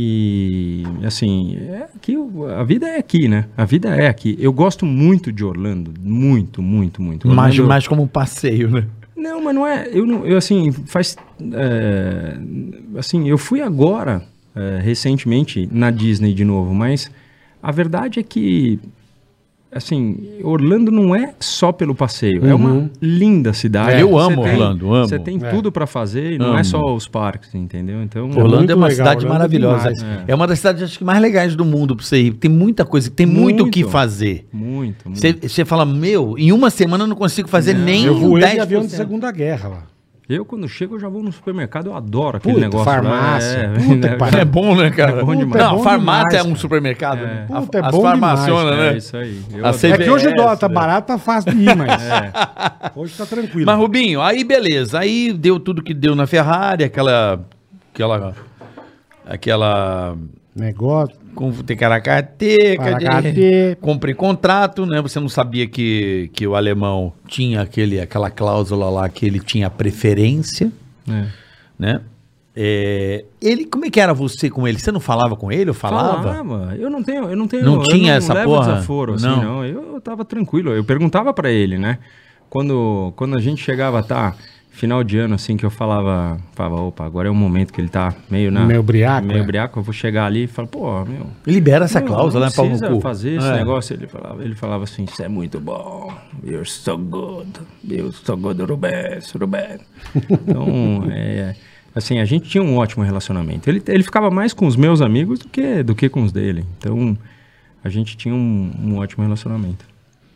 E, assim, é aqui, o- a vida é aqui, né? A vida é aqui. Eu gosto muito de Orlando, muito, muito, muito.
Mais,
Orlando-
mais como um passeio, né?
não, mas não é. Eu, não- eu assim, faz. é, assim, eu fui agora, é, recentemente, na Disney de novo, mas a verdade é que. Assim, Orlando não é só pelo passeio. É
Uhum.
uma linda cidade.
É, eu
Você
amo
tem-
Orlando, amo.
Você tem
É.
tudo pra fazer e não
Amo.
é só os parques, entendeu? Então,
Orlando
muito
é uma
legal,
cidade
Orlando é
maravilhosa.
demais,
é. uma das cidades acho que mais legais do mundo pra você ir. Tem muita coisa, tem muito o que
Muito.
fazer.
muito, muito.
Você você fala, meu, em uma semana eu não consigo fazer nem
Eu voei de
10%.
avião de Segunda Guerra lá.
Eu, quando chego, eu já vou no supermercado, eu adoro aquele
Puta,
negócio.
farmácia,
lá,
puta que pariu.
É bom, né, cara?
É bom demais.
Não,
É bom
farmácia
demais,
é um
cara.
supermercado. né? A-
Puta, é
As
bom
farmaciona,
É,
né?
isso aí. Eu
A
adoro.
CVS,
É que hoje o dólar tá
né?
barato, tá fácil de ir, mas.
É.
Hoje tá tranquilo.
Mas, Rubinho, aí beleza. Aí deu tudo que deu na Ferrari, aquela. Aquela. Aquela.
Negócio.
Com tecaracateca.
Paracate.
Comprei contrato, né? Você não sabia que, que o alemão tinha aquele, aquela cláusula lá que ele tinha preferência,
É.
né? É, ele, como é que era você com ele? Você não falava com ele? Eu falava?
Eu não tenho, eu não tenho.
Não
eu
tinha essa
levo
porra?
Desaforo, assim,
Não.
não. Eu, eu tava tranquilo. Eu perguntava pra ele, né? Quando, quando a gente chegava, tá? final de ano, assim, que eu falava, falava, opa, agora é o momento que ele tá meio na...
Meio briaco,
Meio
é.
briaco, eu vou chegar ali e falo, pô, meu...
Libera essa
não,
cláusula,
não
né, Paulo?
precisa fazer
É.
esse negócio. Ele falava, ele falava assim, isso é muito bom, you're so good, you're so good, Rubens, Rubens. Então, é, assim, a gente tinha um ótimo relacionamento. Ele, ele ficava mais com os meus amigos do que, do que com os dele. Então, a gente tinha um, um ótimo relacionamento.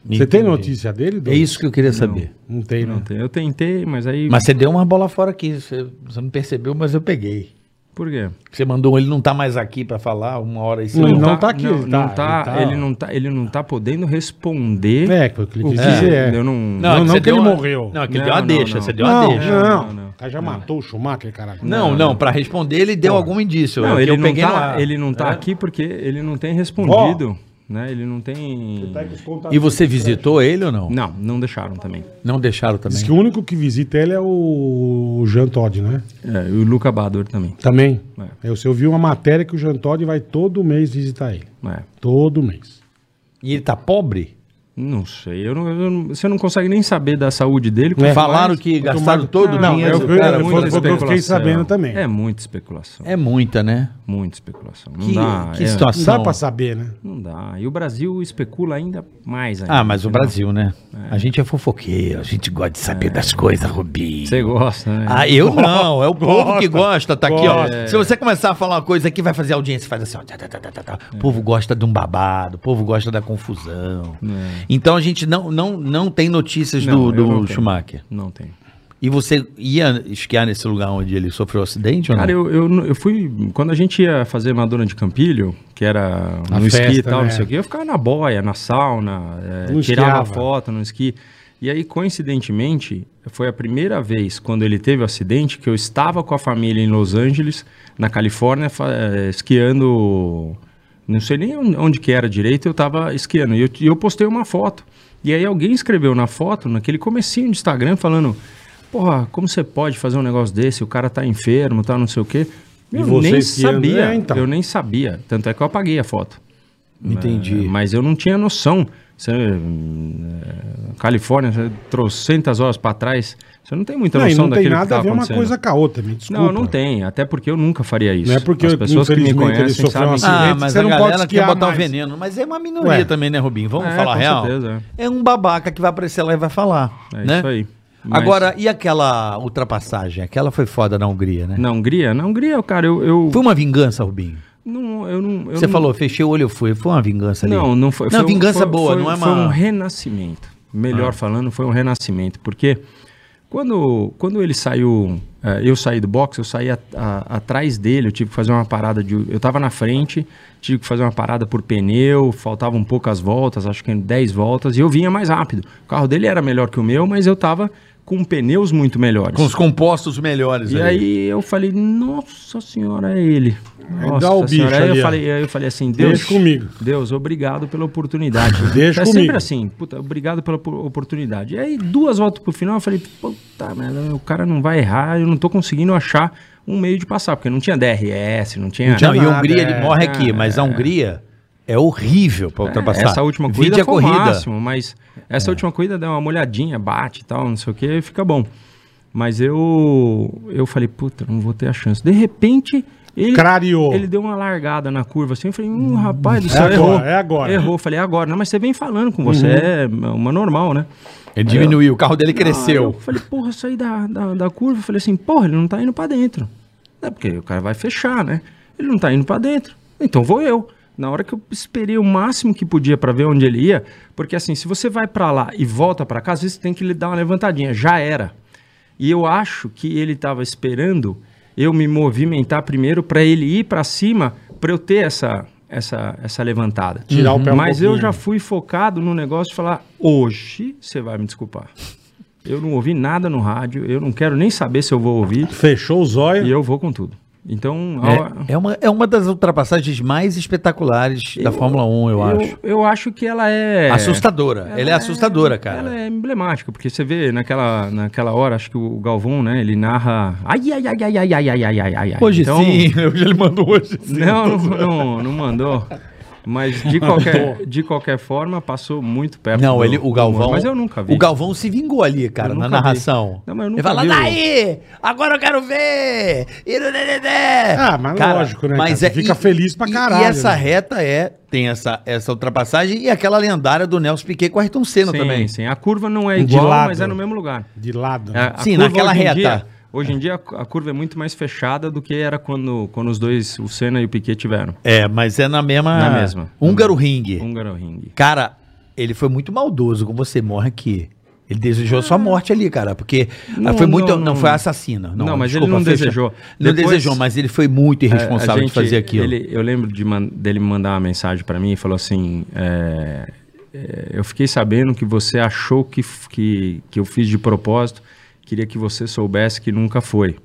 Você tem notícia dele,
É
Douglas?
isso que eu queria saber.
Não tem, não.
Não tem- Eu tentei, mas aí...
Mas você deu uma bola fora aqui. Você, você não percebeu, mas eu peguei.
Por quê?
Você mandou, ele não tá mais aqui pra falar uma hora e
Não,
cinco.
não. tá aqui,
Não,
ele
não
tá-
tá-
ele tá-
ele não tá, ele não tá podendo responder.
É, que eu quis
o que
dizer é.
Eu não,
Não,
é
não
você
que ele
uma-
morreu.
Não, é que ele
Não,
deu uma
não,
deixa.
não.
Você deu uma deixa.
não,
não.
não.
O cara já matou o Schumacher, caralho.
Não, não, pra responder ele deu algum indício. é
Não,
que
ele,
eu
não
peguei no
tá,
ar. é.
ele não tá aqui porque ele não tem respondido, né? Ele não tem...
E você tá visitou ele ou não?
Não, não deixaram também.
Não deixaram também.
Diz que o único que visita ele é o Jean Todt, né?
É, e o Luca Bador também.
Também.
É.
É. Eu, eu vi uma matéria que o Jean Todt vai todo mês visitar ele.
É,
Todo mês.
E ele tá pobre?
não sei, eu não- eu não- você não consegue nem saber da saúde dele. porque é
É.
Falaram que
Quanto
gastaram
mais-
todo o
Não,
dinheiro
eu-
do
eu-
cara.
eu-
muita
foi- foi- eu fiquei
especulação.
sabendo também.
É muita especulação.
É muita, né?
Muita especulação. Não
Que,
dá.
que
é,
situação.
Não dá pra saber, né?
Não dá. E o Brasil especula ainda mais. Ainda,
Ah, mas o
entendeu?
Brasil, né? A gente é fofoqueiro, a gente gosta de saber das coisas, Rubinho.
É. Você gosta, né?
Ah, eu não, é o povo que gosta, tá aqui, ó.
Gosta.
Se você começar a falar uma coisa aqui, vai fazer audiência, faz assim, ó. tá, tá, tá, tá, tá. O povo gosta de um babado, o povo gosta da confusão. Então a gente não, não, não tem notícias
É. Não,
do,
eu
do
não tenho.
Schumacher.
Não tem.
E você ia esquiar nesse lugar onde ele sofreu acidente ou não?
Cara, eu, eu, n- eu fui. Quando a gente ia fazer Madonna de Campilho, que era
A
no esqui
festa,
e tal,
né?
não sei o quê, eu ficava na boia, na sauna, é,
Não
tirava
esquiava.
foto no esqui. E aí, coincidentemente, foi a primeira vez quando ele teve o acidente que eu estava com a família em Los Angeles, na Califórnia, fa- eh, esquiando. Não sei nem on- onde que era direito, eu estava esquiando. E eu, e eu postei uma foto. E aí alguém escreveu na foto, naquele comecinho de Instagram, falando: Porra, como você pode fazer um negócio desse? O cara tá enfermo, tá não sei o quê.
E
Eu
você
nem
esquiando,
sabia.
é, então.
Eu nem sabia. Tanto é que eu apaguei a foto.
Entendi.
É, Mas eu não tinha noção. Você, hum, é, Califórnia, você trocentas horas pra trás, você não tem muita
Não, e
noção
não tem
daquilo que
nada
tá
a ver uma
acontecendo.
coisa com a outra, me desculpa.
não, não tem. Até porque eu nunca faria isso.
Não é porque
As
eu-
pessoes que me
infelizmente, ele
conhecem
sofreu um acidente.
sabem.
Ah,
Você
mas
não
a
pode
galera quer
esquiar
botar o
mais.
veneno. Mas é uma minoria
Ué.
também, né, Rubinho? Vamos
É,
falar a
com
real?
certeza,
É um babaca que vai aparecer lá e vai falar,
É
né?
isso aí. Mas-
Agora, e aquela ultrapassagem? Aquela foi foda na Hungria, né?
Na Hungria? Na Hungria, cara, eu. eu
Foi uma vingança, Rubinho?
não, eu não, eu
Você
não-
falou, fechei o olho, eu fui. Foi uma vingança ali.
Não, não foi.
Não,
foi um-
vingança
foi-
boa,
foi-
não é
Foi
uma... Ah.
um renascimento. Melhor falando, foi um renascimento. Porque quando, quando ele saiu, eh, eu saí do boxe, eu saí a- a- atrás dele, eu tive que fazer uma parada de. Eu tava na frente, tive que fazer uma parada por pneu, faltavam poucas voltas, acho que 10 voltas, e eu vinha mais rápido. O carro dele era melhor que o meu, mas eu tava com pneus muito melhores.
Com os compostos melhores
E
ali.
aí eu falei, nossa senhora, é ele.
Aí
Nossa
dá o bicho
senhora. Aí,
ali, ó.
eu falei, aí eu falei assim,
Deixa
Deus.
comigo.
Deus, obrigado pela oportunidade.
Deixa
é
comigo.
sempre assim, puta, obrigado pela po- oportunidade. E aí, duas voltas pro final, eu falei, puta merda, o cara não vai errar, eu não tô conseguindo achar um meio de passar, porque não tinha DRS, não tinha.
Não, e a
nada,
Hungria, ele
é,
morre aqui, mas a Hungria é horrível pra ultrapassar.
É, Essa última corrida
Vide a
foi
corrida. É.
o máximo, mas essa última corrida dá uma molhadinha, bate e tal, não sei o que, fica bom. Mas eu eu falei, puta, não vou ter a chance. De repente, ele,
Clareou.
ele deu uma largada na curva assim, eu falei, hum, rapaz do céu,
agora,
errou.
é agora. Uhum.
Errou, falei, é agora. Não, mas você vem falando com você, é uma normal, né?
Ele É, diminuiu, o carro dele
Ah, eu
cresceu.
falei, porra, eu saí da, da, da curva. Eu falei assim, porra, ele não tá indo pra dentro. É porque o cara vai fechar, né? Ele não tá indo pra dentro. Então vou eu. Na hora que eu esperei o máximo que podia pra ver onde ele ia, porque assim, se você vai pra lá e volta pra cá, às vezes tem que lhe dar uma levantadinha. Já era. E eu acho que ele tava esperando eu me movimentar primeiro pra ele ir pra cima, pra eu ter essa essa essa levantada.
Tirar o pé um
Mas eu
pouquinho.
já fui focado no negócio e falar: "Hoje você vai me desculpar". Eu não ouvi nada no rádio, eu não quero nem saber se eu vou ouvir,
Fechou o zóio.
e eu vou com tudo. Então, a hora-
É, é uma, é uma das ultrapassagens mais espetaculares da Fórmula 1, eu, acho.
eu acho que ela é.
Assustadora. Ela, é assustadora, cara.
Ela é emblemática, porque você vê naquela, naquela hora, acho que o Galvão, né, ele narra. Ai, ai, ai, ai,
Então-
ai, Então, ai, ai, ai, ai, ai.
Hoje sim, hoje ele mandou hoje sim.
Não, não, não, não mandou. Mas de qualquer, de qualquer forma, passou muito
É
perto.
Não,
do-
ele,
do
o
humor,
Galvão.
Mas eu nunca vi.
O Galvão se vingou ali, cara,
Eu
na
nunca vi.
narração.
Não, mas eu
ele
nunca
fala,
vi o-
daí! Agora eu quero ver! E no dededé."
Ah, mas lógico, né,
Mas
cara?
é,
Você fica feliz pra
e-
caralho,
E essa
né?
reta é. Tem essa, essa ultrapassagem e aquela lendária do Nelson Piquet com o Ayrton Senna
sim,
é também.
sim. A curva não é
De
igual,
lado.
mas é no mesmo lugar.
De lado. né?
É, A- a
Sim,
curva
naquela
hoje em
reta.
dia- hoje em dia a cu- a curva é muito mais fechada do que era quando, quando os dois, o Senna e o Piquet, tiveram.
É, mas é na mesma.
Na mesma. Hum.
Húngaro Ring.
Húngaro Ring.
Cara, ele foi muito maldoso com você, morre aqui. Ele desejou sua morte ali, cara, porque
Ah.
ah,
Não,
foi muito. Não,
não, não.
foi assassina. Não,
Não, mas ele não desejou.
Não
Depois-
desejou, mas ele foi muito irresponsável
A
de fazer aquilo.
ele- eu lembro de man- dele me mandar uma mensagem pra mim e falou assim: é, é, Eu fiquei sabendo que você achou que, f- que, que eu fiz de propósito, queria que você soubesse que nunca foi.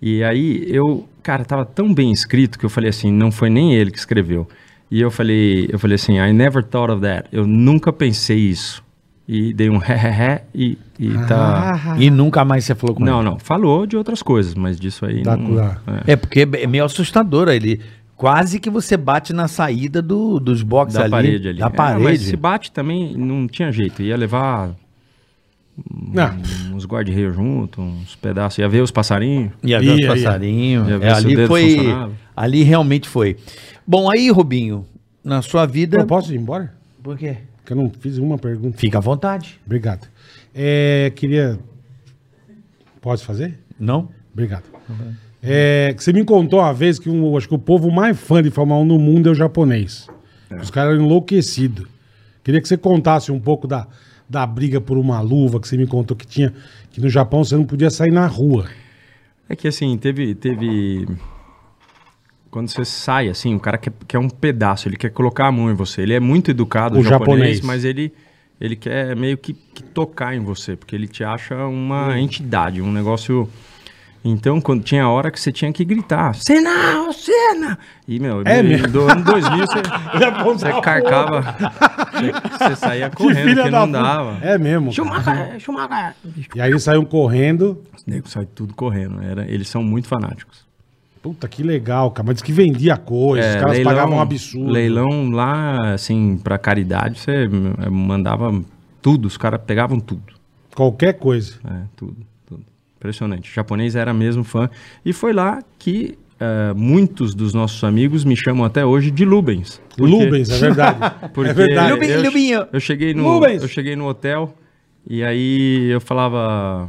E aí eu, cara, tava tão bem escrito que eu falei assim: Não foi nem ele que escreveu. E eu falei, eu falei assim: I never thought of that. Eu nunca pensei isso. E dei um ré, ré, ré e, e
Ah.
tá.
E nunca mais você falou com
Não, não. Falou de outras coisas, mas disso aí.
Tá
não,
curado.
é.
ele. É porque é meio assustador ele. Quase que você bate na saída do, dos boxes
da
ali.
parede ali.
Da
É, mas se
parede.
bate também, não tinha jeito. Ia levar
Ah,
uns guarda-reio junto, uns pedaços. Ia ver os passarinhos.
Ia ver os
Ia, ia.
passarinhos.
Ia ver
É,
se o
ali
dedo
foi.
funcionava.
Ali realmente foi. Bom, aí, Robinho, na sua vida.
eu posso ir embora?
Por quê?
Porque eu não fiz uma pergunta.
Fica à vontade.
Obrigado. É, queria. Pode fazer?
Não?
Obrigado. É, que você me contou uma vez que um, acho que o povo mais fã de Fórmula 1 no mundo é o japonês. Os caras eram enlouquecidos. Queria que você contasse um pouco da, da briga por uma luva que você me contou que tinha, que no Japão você não podia sair na rua.
É que assim, teve. teve... Quando você sai, assim, o cara quer, quer um pedaço, ele quer colocar a mão em você. Ele é muito educado,
O japonês.
mas ele, ele quer meio que, que tocar em você, porque ele te acha uma entidade, um negócio. Então, quando tinha hora que você tinha que gritar: Senna, ô Senna! E, meu,
É
em
mesmo?
do ano 2000 você,
Japão da
você carcava, você, você saía correndo, porque não
puta.
dava.
É mesmo. cara.
Schumacher, Schumacher.
E aí eles saíam correndo.
Os negros saem tudo correndo, era, eles são muito fanáticos.
Puta, que legal, cara. Mas diz que vendia coisa, os
É,
caras pagavam um absurdo.
Leilão lá, assim, pra caridade, você eh, mandava tudo, os caras pegavam tudo.
Qualquer coisa.
É, tudo, tudo. Impressionante. O japonês era mesmo fã. E foi lá que eh, muitos dos nossos amigos me chamam até hoje de Lubens. Porque-
Lubens, é verdade.
Porque
é verdade.
Lubens.
eu,
Lubinho.
eu cheguei no
Rubens.
Eu cheguei no hotel e aí eu falava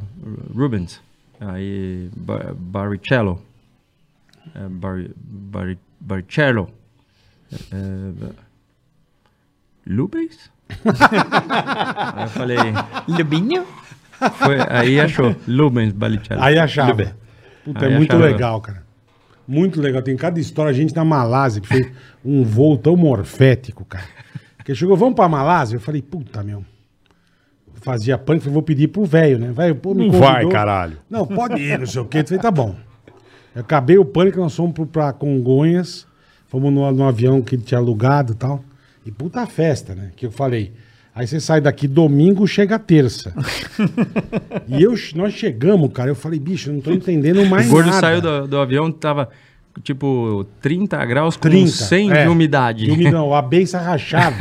"Ru- Rubens, aí Ba- Barrichello, é, Barri- Barri- Barrichello, é, é, Lubens. aí eu falei,
Lubinho?
foi, aí achou Lubens Barrichello.
Aí achava.
Lubens.
Puta,
Aí
é muito
achava.
legal, cara. Muito legal. Tem cada história, a gente na Malásia, que fez um voo tão morfético, cara. Porque chegou, vamos pra Malásia? Eu falei, puta, meu. Fazia pânico, falei, vou pedir pro velho, né? Velho, pô, me
Não
convidou.
vai, caralho.
Não, pode ir, não sei o quê. Eu falei, tá bom. Eu acabei o pânico, nós fomos pro- pra Congonhas, fomos no, no avião que ele tinha alugado e tal. E puta festa, né? Que eu falei. Aí você sai daqui domingo, chega terça. e eu, nós chegamos, cara. Eu falei, bicho, eu não tô entendendo mais
o gordo
nada.
saiu do, do avião, tava tipo 30 graus com
30,
100
é.
de umidade.
De umidão, a benção rachada.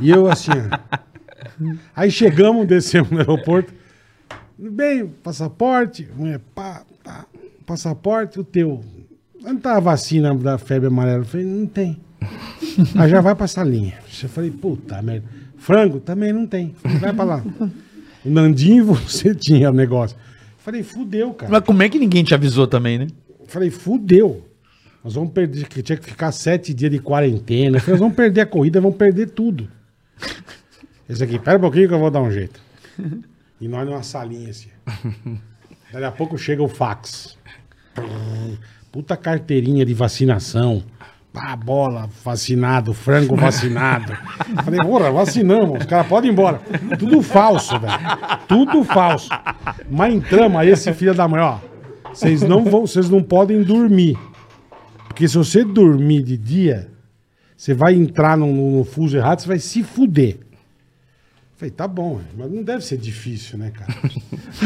e eu assim. ó. Aí chegamos, descemos no aeroporto. Bem, passaporte, mulher, pá, pá, passaporte, o teu. Onde tá a vacina da febre amarela? Eu falei, não tem. Aí já vai pra salinha. Eu falei, puta merda. Frango também não tem. Eu falei, Vai pra lá. O Nandinho, você tinha o negócio. Eu falei, fudeu, cara.
Mas como é que ninguém te avisou também, né?
Falei, fudeu. Nós vamos perder, que tinha que ficar sete dias de quarentena. Falei, nós vamos perder a corrida, vamos perder tudo. Esse aqui, pera um pouquinho que eu vou dar um jeito. E nós numa salinha assim. Daqui a pouco chega o fax. Puta carteirinha de vacinação. Pá, bola vacinado, frango vacinado. Falei, porra, vacinamos, os caras podem ir embora. Tudo falso, velho. Tudo falso. Mas entramos, aí esse filho da mãe, ó. Vocês não vão, vocês não podem dormir. Porque se você dormir de dia, você vai entrar no, no- no fuso errado, você vai se fuder. Falei, tá bom, mas não deve ser difícil, né, cara?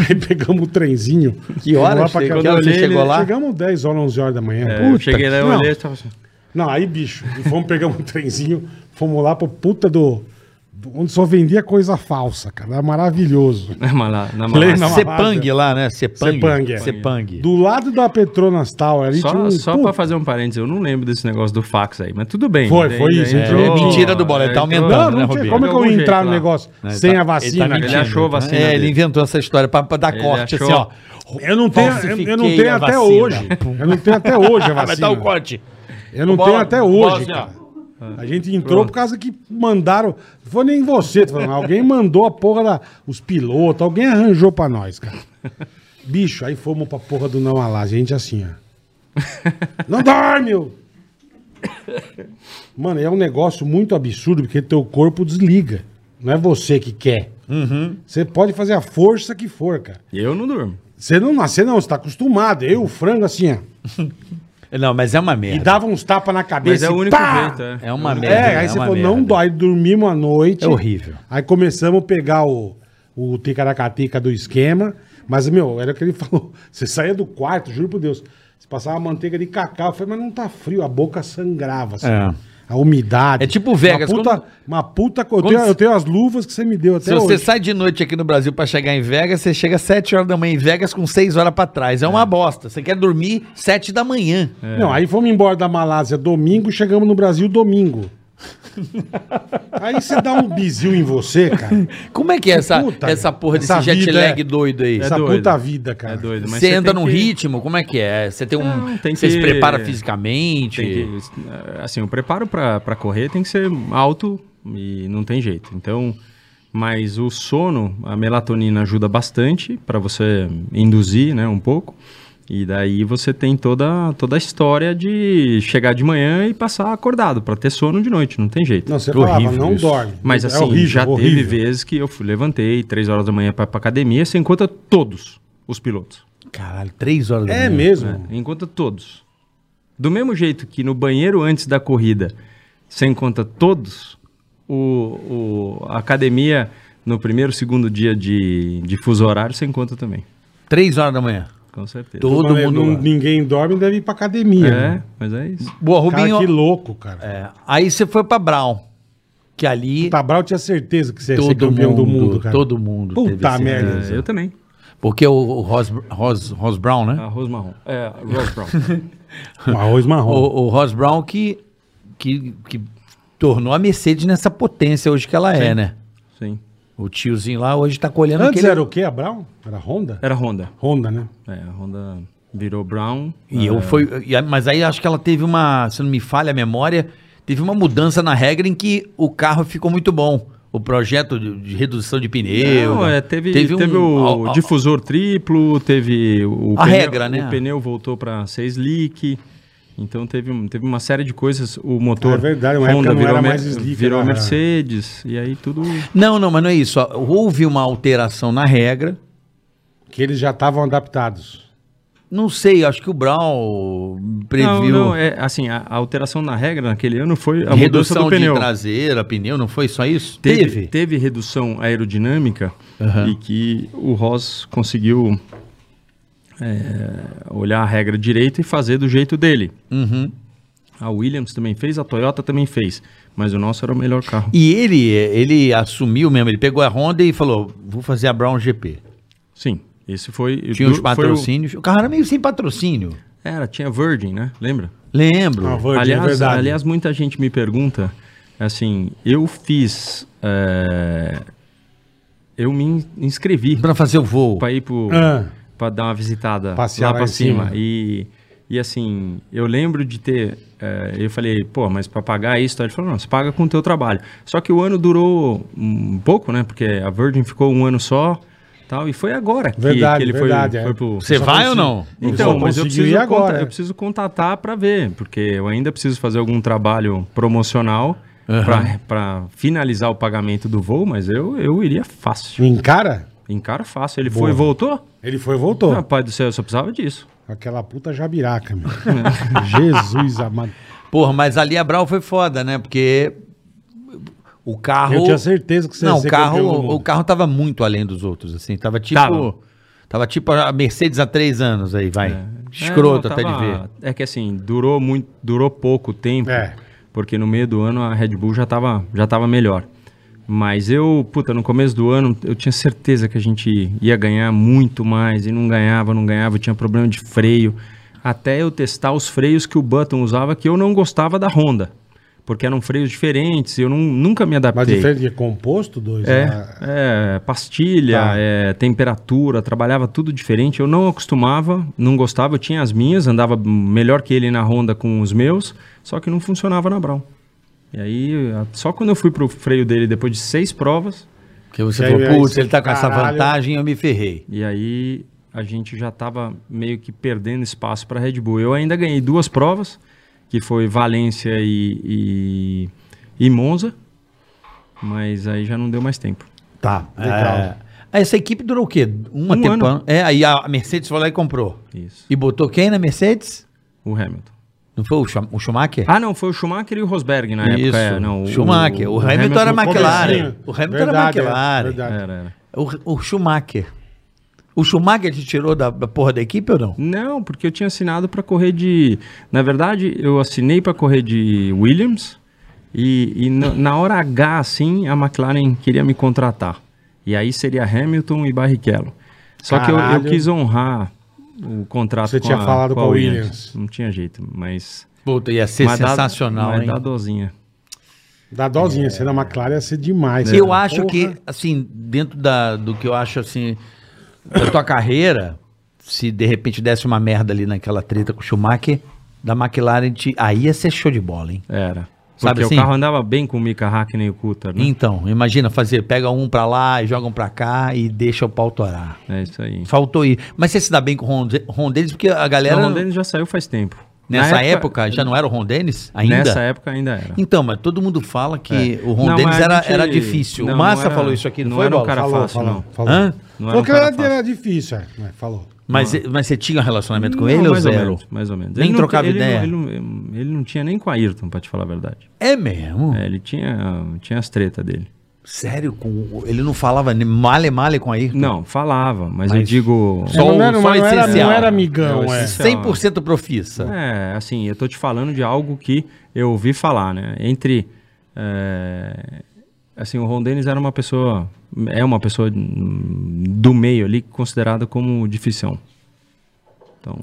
Aí pegamos o trenzinho.
Que horas
Fomos lá pra
chegou?
Que
Campinas.
horas você chegou
lá?
Chegamos 10 horas, 11 horas da manhã.
É, eu
Puta
cheguei lá,
que-
eu
não.
olhei e tava assim.
Não, aí, bicho, fomos pegar um trenzinho, fomos lá pro puta do. do- Onde só vendia coisa falsa, cara. Era maravilhoso.
Na Malá- na
Lembra?
Malásia.
Sepang lá, né? Sepang.
Sepang, é.
Sepang.
Do lado da Petronas Tower ali
Só, só
puta-
pra fazer um parênteses, eu não lembro desse negócio do fax aí, mas tudo bem.
Foi,
Daí-
foi
daí
isso,
entrou-
entrou-
É mentira do bola, ele tá
entrou-
aumentando, né,
Não, não tinha.
Robinho?
Como é que eu
De
ia
algum
entrar
jeito
no
lá.
negócio
Não, ele
sem
tá-
a
ele tá
vacina?
mentindo,
Ele achou a vacina
É, ele
dele.
inventou essa história pra, pra dar
Ele
corte,
achou.
assim, ó.
eu não tenho, eu, eu não
Falsifiquei
tenho
a
até
vacina.
hoje. Eu não tenho até hoje
Vai
a
dar o
vacina.
corte.
Eu não
Bola-
tenho até
bola
hoje,
assim, ó.
cara.
Ah.
A gente entrou por causa que mandaram. Não foi nem você, tô falando, alguém mandou a porra da. Os pilotos, alguém arranjou pra nós, cara. Bicho, aí fomos pra porra do Não Alás. A gente assim, ó. Não dorme! ô! Mano, é um negócio muito absurdo, porque teu corpo desliga. Não é você que quer.
Uhum.
Você pode fazer a força que for, cara.
Eu não durmo.
Você não nasceu, não, você tá acostumado. Eu, o frango, assim, ó.
Não, mas é uma
E
merda.
dava uns tapas na cabeça.
Mas é o
e
único
pá!
jeito, é.
É uma merda.
É, aí
é
você
uma
falou, não
merda.
dói. Dormimos a noite.
É horrível.
Aí começamos a pegar o, o ticaracatica do esquema. Mas, meu, era o que ele falou. Você saía do quarto, juro por Deus. Você passava manteiga de cacau. Eu falei, mas não tá frio. A boca sangrava, assim.
É.
A umidade.
É tipo Vegas,
Uma puta...
quando-
Uma puta co- eu,
Quando
tenho, eu
você-
tenho as luvas que você me deu até
Se você
hoje.
sai de noite aqui no Brasil pra chegar em Vegas, você chega às 7 horas da manhã em Vegas com 6 horas pra trás. É uma bosta. Você quer dormir 7 da manhã.
Não, aí fomos embora da Malásia domingo, chegamos no Brasil domingo. aí você dá um bizil em você, cara.
Como é que é essa,
Puta,
essa porra desse
essa
jet
vida
lag
é-
doido aí?
Essa
doido.
puta vida, cara.
É doido. mas
Você entra
tem
num
que-
ritmo? Como é que é? Você tem um.
Não, tem
você se
que-
prepara
tem
fisicamente?
que- assim, o preparo pra pra correr tem que ser alto e não tem jeito. Então, mas o sono, a melatonina ajuda bastante pra você induzir, né, um pouco. E daí você tem toda toda a história de chegar de manhã e passar acordado pra ter sono de noite, não tem jeito.
Não, você
Que
falava,
horrível
não
isso.
dorme.
Mas
É
assim,
horrível,
já
horrível.
teve vezes que eu fui- levantei três horas da manhã pra pra academia, você encontra todos os pilotos. né?
Caralho, 3 horas da
É
manhã.
mesmo.
Encontra todos. Do mesmo jeito que no banheiro antes da corrida você encontra todos, o, o- a academia no primeiro, segundo dia de, de fuso horário você encontra também.
3 horas da manhã.
Com certeza.
Todo mundo.
Quando não- ninguém dorme, deve ir pra academia.
É,
né?
mas é isso.
Boa,
Cara,
Rubinho.
que louco, cara.
É, aí você foi pra Brown. Que ali.
O Tabral tinha certeza que você ia ser
Todo
campeão
mundo,
do mundo, cara.
todo mundo teve
Puta
esse-
merda.
É, eu também.
Porque o, o Ross, Ross, Ross Brown,
Ah.
né?
Arroz marrom. É, arroz brown.
Um arroz marrom.
O, o Ross Brown que, que, que tornou a Mercedes nessa potência hoje que ela é, né?
Sim.
O tiozinho lá hoje tá colhendo
Antes
aquele...
era o quê, a Brown? Era Honda?
É.
Era Honda.
Honda, né?
É, a Honda virou brown.
E eu foi, e a- mas aí acho que ela teve uma, se não me falha a memória, teve uma mudança na regra em que o carro ficou muito bom. O projeto de, de redução de pneu.
Não,
né?
é, teve, teve, o
a- a-
difusor triplo, teve o
A regra, né?
O pneu voltou para 6 slick. Então teve, um- teve uma série de coisas. O motor
É verdade, uma época não
virou,
era
mer-
mais né? slick,
virou
era-
Mercedes. E aí tudo.
Não, não, mas não é isso. ó. Houve uma alteração na regra.
Que eles já estavam adaptados.
Não sei, acho que o Brown
Não,
previu
não, é assim, a, a alteração na regra naquele ano foi a mudança
redução
do
de
pneu.
traseira, pneu, não foi só isso?
Teve, teve redução aerodinâmica
Aham.
e que o Ross conseguiu é, olhar a regra direito e fazer do jeito dele.
Uhum.
A Williams também fez, a Toyota também fez, mas o nosso era o melhor carro.
E ele, ele assumiu mesmo, ele pegou a Honda e falou: vou fazer a Brown GP.
Sim, esse foi.
Tinha
do-
os
foi o-
patrocínios. O... carro era meio sem patrocínio.
era, tinha Virgin, né? Lembra?
Lembro.
Ah, Virgin, é
aliás,
verdade.
aliás, muita gente me pergunta, assim, eu fiz. é, eu me in- inscrevi
Pra fazer o voo.
para ir pro.
Ah,
Pra dar uma visitada
Passear
lá
lá
pra
em
cima.
cima.
E, e assim, eu lembro de ter. eh, eu falei, pô, mas pra pagar isso, tá? ele falou, não, você paga com o teu trabalho. Só que o ano durou um pouco, né? Porque a Virgin ficou um ano só tal, e foi agora que,
Verdade,
que ele
verdade,
foi,
é.
foi pro.
Você
só
vai
consigo-
ou não?
Então,
só
mas
conseguiu
eu preciso,
ir agora,
conta-
é.
eu preciso contatar pra ver, porque eu ainda preciso fazer algum trabalho promocional pra pra finalizar o pagamento do voo, mas eu, eu iria fácil.
Encara?
Encara fácil. Ele
Boa.
foi e voltou?
Ele foi e voltou.
Rapaz do céu, eu só precisava disso.
Aquela puta jabiraca, meu. Jesus amado.
Porra, mas ali a Brown foi foda, né? Porque o carro.
Eu tinha certeza que você ia
Não, o
ser
carro,
campeão do mundo.
o carro tava muito além dos outros, assim. Tava tipo. Tava,
Tava.
Tava tipo a Mercedes há três anos aí, vai. Escroto
É, não,
até de ver.
tava- É que assim, durou muito, durou pouco tempo,
É.
porque no meio do ano a Red Bull já tava, já tava melhor. Mas eu, puta, no começo do ano eu tinha certeza que a gente ia ganhar muito mais e não ganhava, não ganhava, eu tinha problema de freio. Até eu testar os freios que o Button usava que eu não gostava da Honda. Porque eram freios diferentes, eu não, nunca me adaptei.
Mas diferente de composto, dois. né?
É, é, pastilha,
Tá.
é, temperatura, trabalhava tudo diferente. Eu não acostumava, não gostava, eu tinha as minhas, andava melhor que ele na Honda com os meus, só que não funcionava na Brown. E aí, a- só quando eu fui pro freio dele depois de seis provas,
Porque você
E aí, aí
falou, putz,
você-
ele tá com essa
caralho.
vantagem, eu me ferrei.
e aí a gente já tava meio que perdendo espaço para Red Bull. Eu ainda ganhei duas provas, que foi Valência e, e, e Monza, mas aí já não deu mais tempo.
Tá.
Legal.
é. Essa equipe durou o quê? Uma
Um
tempo.
ano.
É, aí a Mercedes foi lá e comprou.
Isso.
E botou quem na Mercedes?
O Hamilton.
Não foi o, Schum- o Schumacher?
Ah, não, foi o Schumacher e o Rosberg na época. é, não, o-
Schumacher. O, Hamilton, era McLaren.
comecinho.
O Hamilton
Verdade, é,
era McLaren.
verdade.
Era, era.
o, o Schumacher. O Schumacher te tirou da, da porra da equipe ou não?
Não, porque eu tinha assinado para correr de. Na verdade, eu assinei para correr de Williams e, e na, na hora H, assim, a McLaren queria me contratar. E aí seria Hamilton e Barrichello. Só que eu- eu,
Caralho.
quis honrar o contrato
Você tinha falado com a Williams.
Não tinha jeito, mas.
Puta, ia ser
mas dá-
é sensacional,
mas
hein?
dá dozinha.
Dá dozinha, ser da McLaren ia ser demais.
Eu
cara.
acho
Porra.
que, assim, dentro da, do que eu acho, assim, da tua carreira, se de repente desse uma merda ali naquela treta com o Schumacher, da McLaren, te, aí ia ser show de bola, hein?
Era. Porque
Sabe
o
assim?
carro andava bem com o Mika Hakkinen e o Coulter, né?
Então, imagina fazer, pega um pra lá e joga um pra cá e deixa o pau torar.
É isso aí.
Faltou ir. Mas você se dá bem com o Ron, Ron Dennis, porque a galera,
Não, o Rondenis já saiu faz tempo.
nessa
Na
época, já não era o Ron Dennis ainda?
Nessa época ainda era.
Então, mas todo mundo fala que o Ron
Não,
Dennis
mas a
era,
gente-
era difícil.
não,
o
não
Massa
era-
falou isso aqui, não,
não
foi,
era um
Bola?
cara
Falou,
fácil,
falou,
não.
falou.
Hã?
Não
Falou
era um
que
cara
era,
fácil.
era difícil, é. Mas falou.
Mas, mas você tinha um relacionamento com
Não,
ele ou
mais
zero?
menos, mais ou menos.
Nem
não-
trocava
ele não-
ideia?
ele, não, ele não tinha nem com a Ayrton, pra te falar a verdade.
É mesmo?
É, ele tinha, tinha as tretas dele.
Sério? Com... Ele não falava nem male male com aí?
Não, falava, mas,
Mas
eu digo...
só
Mas não era,
só
mas não era,
essencial.
não era amigão, é.
100% profissa.
É, assim, eu tô te falando de algo que eu ouvi falar, né? Entre... é, assim, o Ron Dennis era uma pessoa... É uma pessoa hum, do meio ali, considerada como dificção. Então,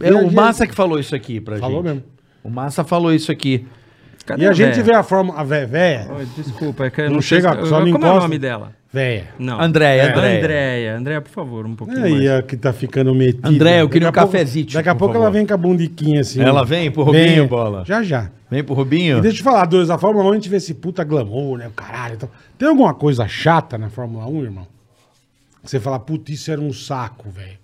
É, o Massa que falou isso aqui pra
Falou
gente.
mesmo.
O Massa falou isso aqui.
cadê
E a
a
gente
véia?
vê a forma. A véia. Véia.
Oi, Desculpa, é que eu
Não
não, sei
chega,
se-
só não
Como é o
encosta.
nome dela?
véia.
Não.
Andréia, Andréia.
Andréia. Andréia. Andréia, por favor, um pouquinho
Aí
mais.
a que tá ficando metida.
André, eu queria
Daqui a
um
pouco-
cafezinho,
Daqui a
por
pouco ela
favor.
vem com a bundiquinha assim.
Ela vem pro Rubinho, Bola?
Já, já.
Vem pro Rubinho.
E deixa eu te falar, dois, a Fórmula 1 a gente vê esse puta glamour, né? O caralho. e tal. Tem alguma coisa chata na Fórmula 1, irmão? Que Você fala, puta, isso era um saco, velho.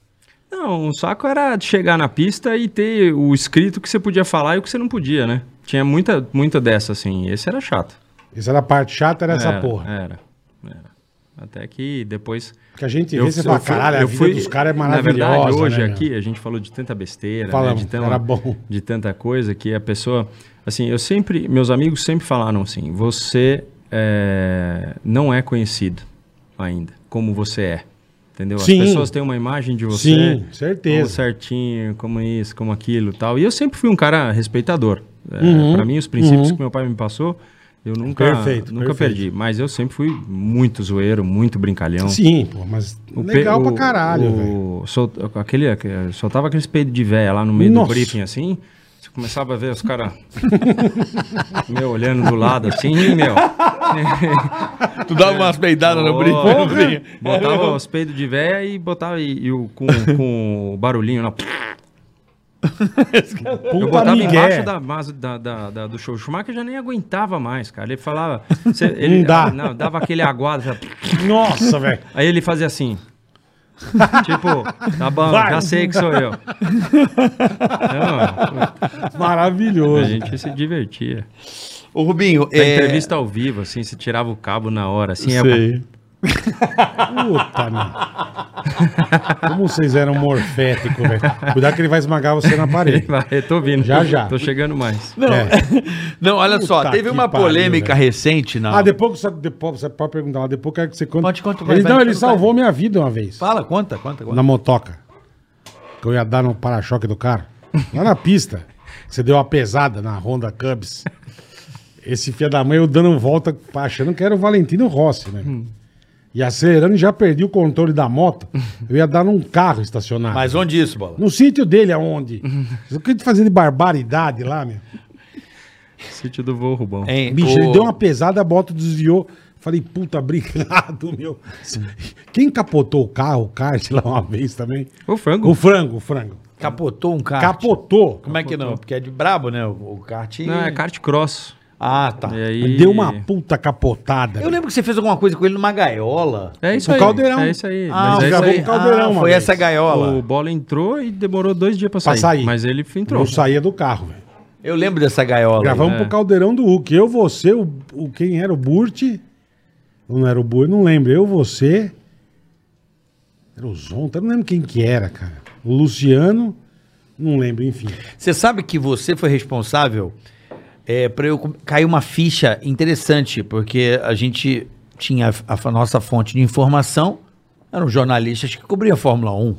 Não, o saco era de chegar na pista e ter o escrito que você podia falar e o que você não podia, né? Tinha muita, muita dessa, assim. Esse era chato.
Essa era a parte chata, era essa
Era,
porra.
Era, era. Até que depois...
Que a gente vê, você fala, caralho, a
eu
vida
fui-
dos caras é
Na verdade,
maravilhosa.
hoje
né,
aqui
meu?
a gente falou de tanta besteira, né,
Falamos,
de, tão-
era bom.
de tanta coisa que a pessoa... Assim, eu sempre... Meus amigos sempre falaram assim, você é, não é conhecido ainda, como você é. Entendeu?
Sim.
As pessoas têm uma imagem de você.
Sim,
Como
certeza.
certinho, como isso, como aquilo e tal. E eu sempre fui um cara respeitador. É, Para mim, os princípios que meu pai me passou... Eu nunca,
Uhum, Perfeito,
nunca
perfeito.
perdi, mas eu sempre fui muito zoeiro, muito brincalhão.
Sim, pô, mas
O pe-
legal
o-
pra caralho, velho.
o- sol- aquele, aquele- soltava aqueles peidos de véia lá no meio
Nossa.
do briefing, assim. Você começava a ver os caras. meu, olhando do lado, assim, e, meu.
Tu dá umas peidadas
Porra. Botava os peidos de véia e botava e, e o, com, com o barulhinho lá. Eu
Puta
botava
migué.
embaixo da, mas- da- da- da- do show. O Schumacher já nem aguentava mais, cara. Ele falava. cê- ele
Não dá.
não, dava aquele aguado. sabe?
Nossa, velho.
Aí ele fazia assim. tipo, tá bom,
Vai.
já sei que sou eu. Não, a
Maravilhoso.
gente se divertia.
Ô, Rubinho,
Pra
é...
entrevista ao vivo, assim, se tirava o cabo na hora, assim, é
Sei.
Puta, meu. Como vocês eram morféticos, velho. Cuidado que ele vai esmagar você na parede. É.
Vai, eu tô vindo.
Já, já.
Tô chegando mais.
Não,
É.
não olha só,
Puta
teve
que
uma
pariu,
polêmica
velho.
recente na.
Ah, depois que você, depois, você pode perguntar, mas depois eu quero que você conte.
Pode contar, vai,
Ele,
vai,
não,
vai,
ele
vai.
salvou minha vida uma vez.
tá. Fala, conta, conta, conta.
Na motoca. Que eu ia dar no para-choque do carro. Lá na pista. Você deu uma pesada na Honda Cubs. Esse filho da mãe, eu dando volta, achando que era o Valentino Rossi, né?
Hum.
E acelerando, já perdi o controle da moto. Eu ia dar num carro estacionado.
Mas Hum. onde isso, bola?
No sítio dele, aonde? O que ele fazia de barbaridade lá, meu?
Sítio do voo, Rubão.
Hein,
Bicho,
o-
ele deu uma pesada, a moto desviou. Falei, puta, obrigado, meu. Quem capotou o carro, o kart lá uma vez também?
O frango.
O frango, o frango.
Capotou um kart.
Capotou.
Como é que não? Porque é de brabo, né? O, o kart.
Não, é kart cross.
Ah, tá.
E aí...
Deu uma puta capotada.
Eu lembro que você fez alguma coisa com ele numa gaiola.
É isso
O
aí.
caldeirão.
É isso aí.
Ah,
Mas é isso
acabou
aí.
com o caldeirão, uma
foi
vez.
essa gaiola.
O bola entrou e demorou dois dias pra
Pra
sair.
sair.
Mas ele entrou.
Não saía do carro, velho.
Eu lembro dessa gaiola.
Gravamos pro caldeirão do Hulk. Eu, você, o, o- quem era o Burt. Não era o Burt, não lembro. Eu, você. Era o Zonta, eu não lembro quem que era, cara. O Luciano, não lembro, enfim.
Você sabe que você foi responsável é, para eu cair uma ficha interessante, porque a gente tinha a, f- nossa fonte de informação, eram jornalistas que cobriam a Fórmula 1.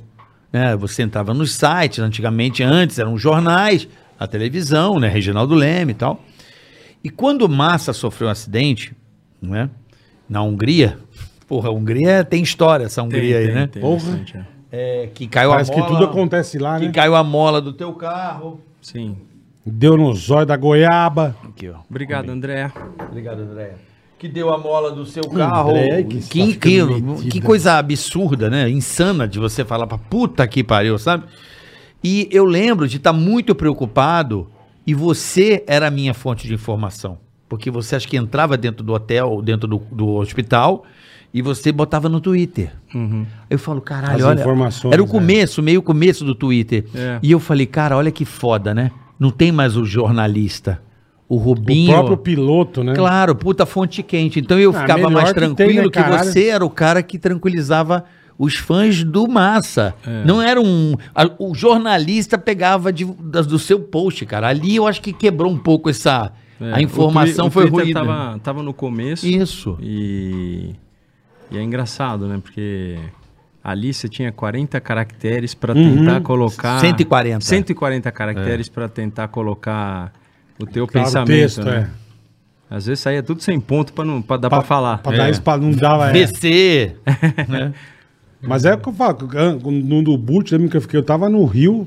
Né? Você entrava nos sites, antigamente, antes eram jornais, a televisão, né? Reginaldo Leme e tal. E quando Massa sofreu um acidente, né? na Hungria, porra, a Hungria tem história, essa
Tem,
Hungria aí,
tem,
né?
tem
Porra.
bastante, é.
É, que caiu
Parece
a
que
mola,
tudo acontece lá,
que
né?
caiu a mola do teu carro.
Sim.
Deu no zóio da goiaba.
Aqui, ó.
Obrigado, André.
Obrigado, André. Que deu a mola do seu carro.
André, que
que,
está ficando
incrível.
metida.
Que coisa absurda, né? Insana de você falar pra puta que pariu, sabe? E eu lembro de estar muito preocupado e você era a minha fonte de informação. Porque você acha que entrava dentro do hotel, ou dentro do, do hospital e você botava no Twitter. Eu falo, caralho,
As
olha.
informações,
era o
né?
começo, meio começo do Twitter.
É.
E eu falei, cara, olha que foda, né? Não tem mais o jornalista. O
O
Rubinho.
próprio piloto, né?
Claro, puta fonte quente. Então eu
Ah,
ficava
melhor
mais
que tem, né,
tranquilo que
caralho?
você era o cara que tranquilizava os fãs do Massa.
É.
Não era um. a- o jornalista pegava de- das- do seu post, cara. Ali eu acho que quebrou um pouco essa.
É,
a informação
o Twi- o
foi
Twitter
ruim. né?
Tava, tava no começo.
Isso.
E, e é engraçado, né? Porque ali você tinha 40 caracteres para
Uhum.
tentar colocar.
140.
140 caracteres
É.
pra para tentar colocar o teu
Claro,
pensamento.
texto, é.
né? Às vezes saía tudo sem ponto para não pra dar para falar.
Pra
É.
dar isso pra não dava. é.
VC. né?
Mas é o que eu falo, que eu- no do Burt, lembro que eu fiquei, eu tava no Rio,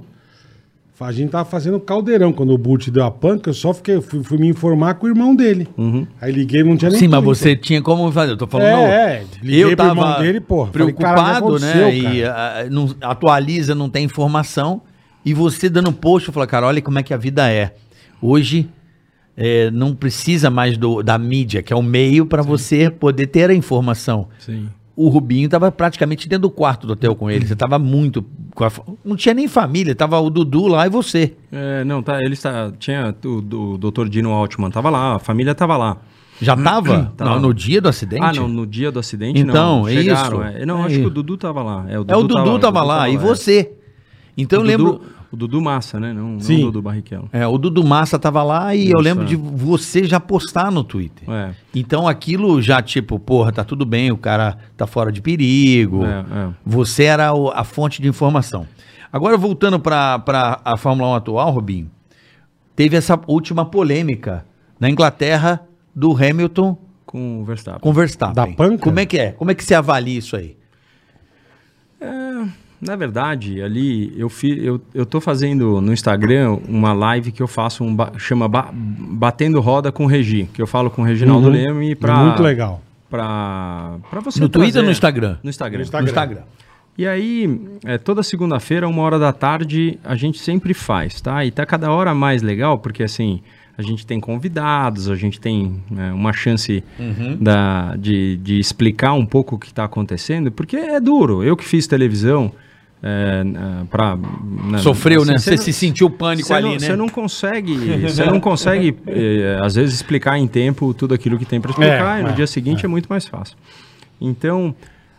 a gente tava fazendo caldeirão quando o Burt deu a panca, eu só fiquei, eu fui, fui me informar com o irmão dele.
Uhum.
Aí liguei, não tinha nem
Sim, mas
Twitter.
você tinha como fazer. Eu tô falando.
É,
não,
é. Liguei
eu
pro irmão
tava
dele, porra. Falei, caralho,
preocupado,
o que aconteceu,
né? E ah, não, atualiza, não tem informação. E você dando post, eu falo, cara, olha como é que a vida é. Hoje é, não precisa mais do- da mídia, que é o meio para você poder ter a informação.
Sim.
O Rubinho tava praticamente dentro do quarto do hotel com ele. Você tava muito. com a fa- Não tinha nem família, tava o Dudu lá e você.
É, não, tá, ele está, tinha o, o Dr. Dino Altman tava lá, a família tava lá.
Já tava?
Tava.
Não, no dia do acidente?
Ah, não, no dia do acidente
Então,
não.
é
Chegaram,
isso.
é. Não,
É
acho
isso.
que o Dudu tava lá. É, o
É o Dudu tava, lá, e
é.
você. Então eu
O
lembro.
Dudu- o Dudu Massa, né? Não, não
Sim.
o Dudu Barrichello.
É, o Dudu Massa tava lá e eu
Isso,
lembro
é.
de você já postar no Twitter.
É,
Então aquilo já, tipo, porra, tá tudo bem, o cara tá fora de perigo.
é, é.
Você era o- a fonte de informação. Agora, voltando pra, pra a Fórmula 1 atual, Rubinho, teve essa última polêmica na Inglaterra do Hamilton
Com o Verstappen.
com Verstappen.
Da panca?
Como é que é? Como é que você avalia isso aí?
É, Na verdade, ali eu, fi, eu, eu tô fazendo no Instagram uma live que eu faço um ba- chama Ba- Batendo Roda com o Regi, que eu falo com o Reginaldo
Uhum.
Leme pra,
Muito legal.
Pra, pra você
No Twitter ou
trazer-
no Instagram?
No Instagram.
No Instagram.
E aí, é, toda segunda-feira, uma hora da tarde, a gente sempre faz, tá? E tá cada hora mais legal, porque assim, a gente tem convidados, a gente tem né, uma chance
Uhum.
da, de, de explicar um pouco o que tá acontecendo, porque é duro. Eu que fiz televisão. É, na- pra, na-
Sofreu, né?
cê
Você
É. não-
se sentiu pânico
você
ali,
não,
né?
Você não consegue, você não consegue eh, às vezes, explicar em tempo tudo aquilo que tem para
É,
explicar, e no
é,
dia seguinte é. muito mais fácil. Então,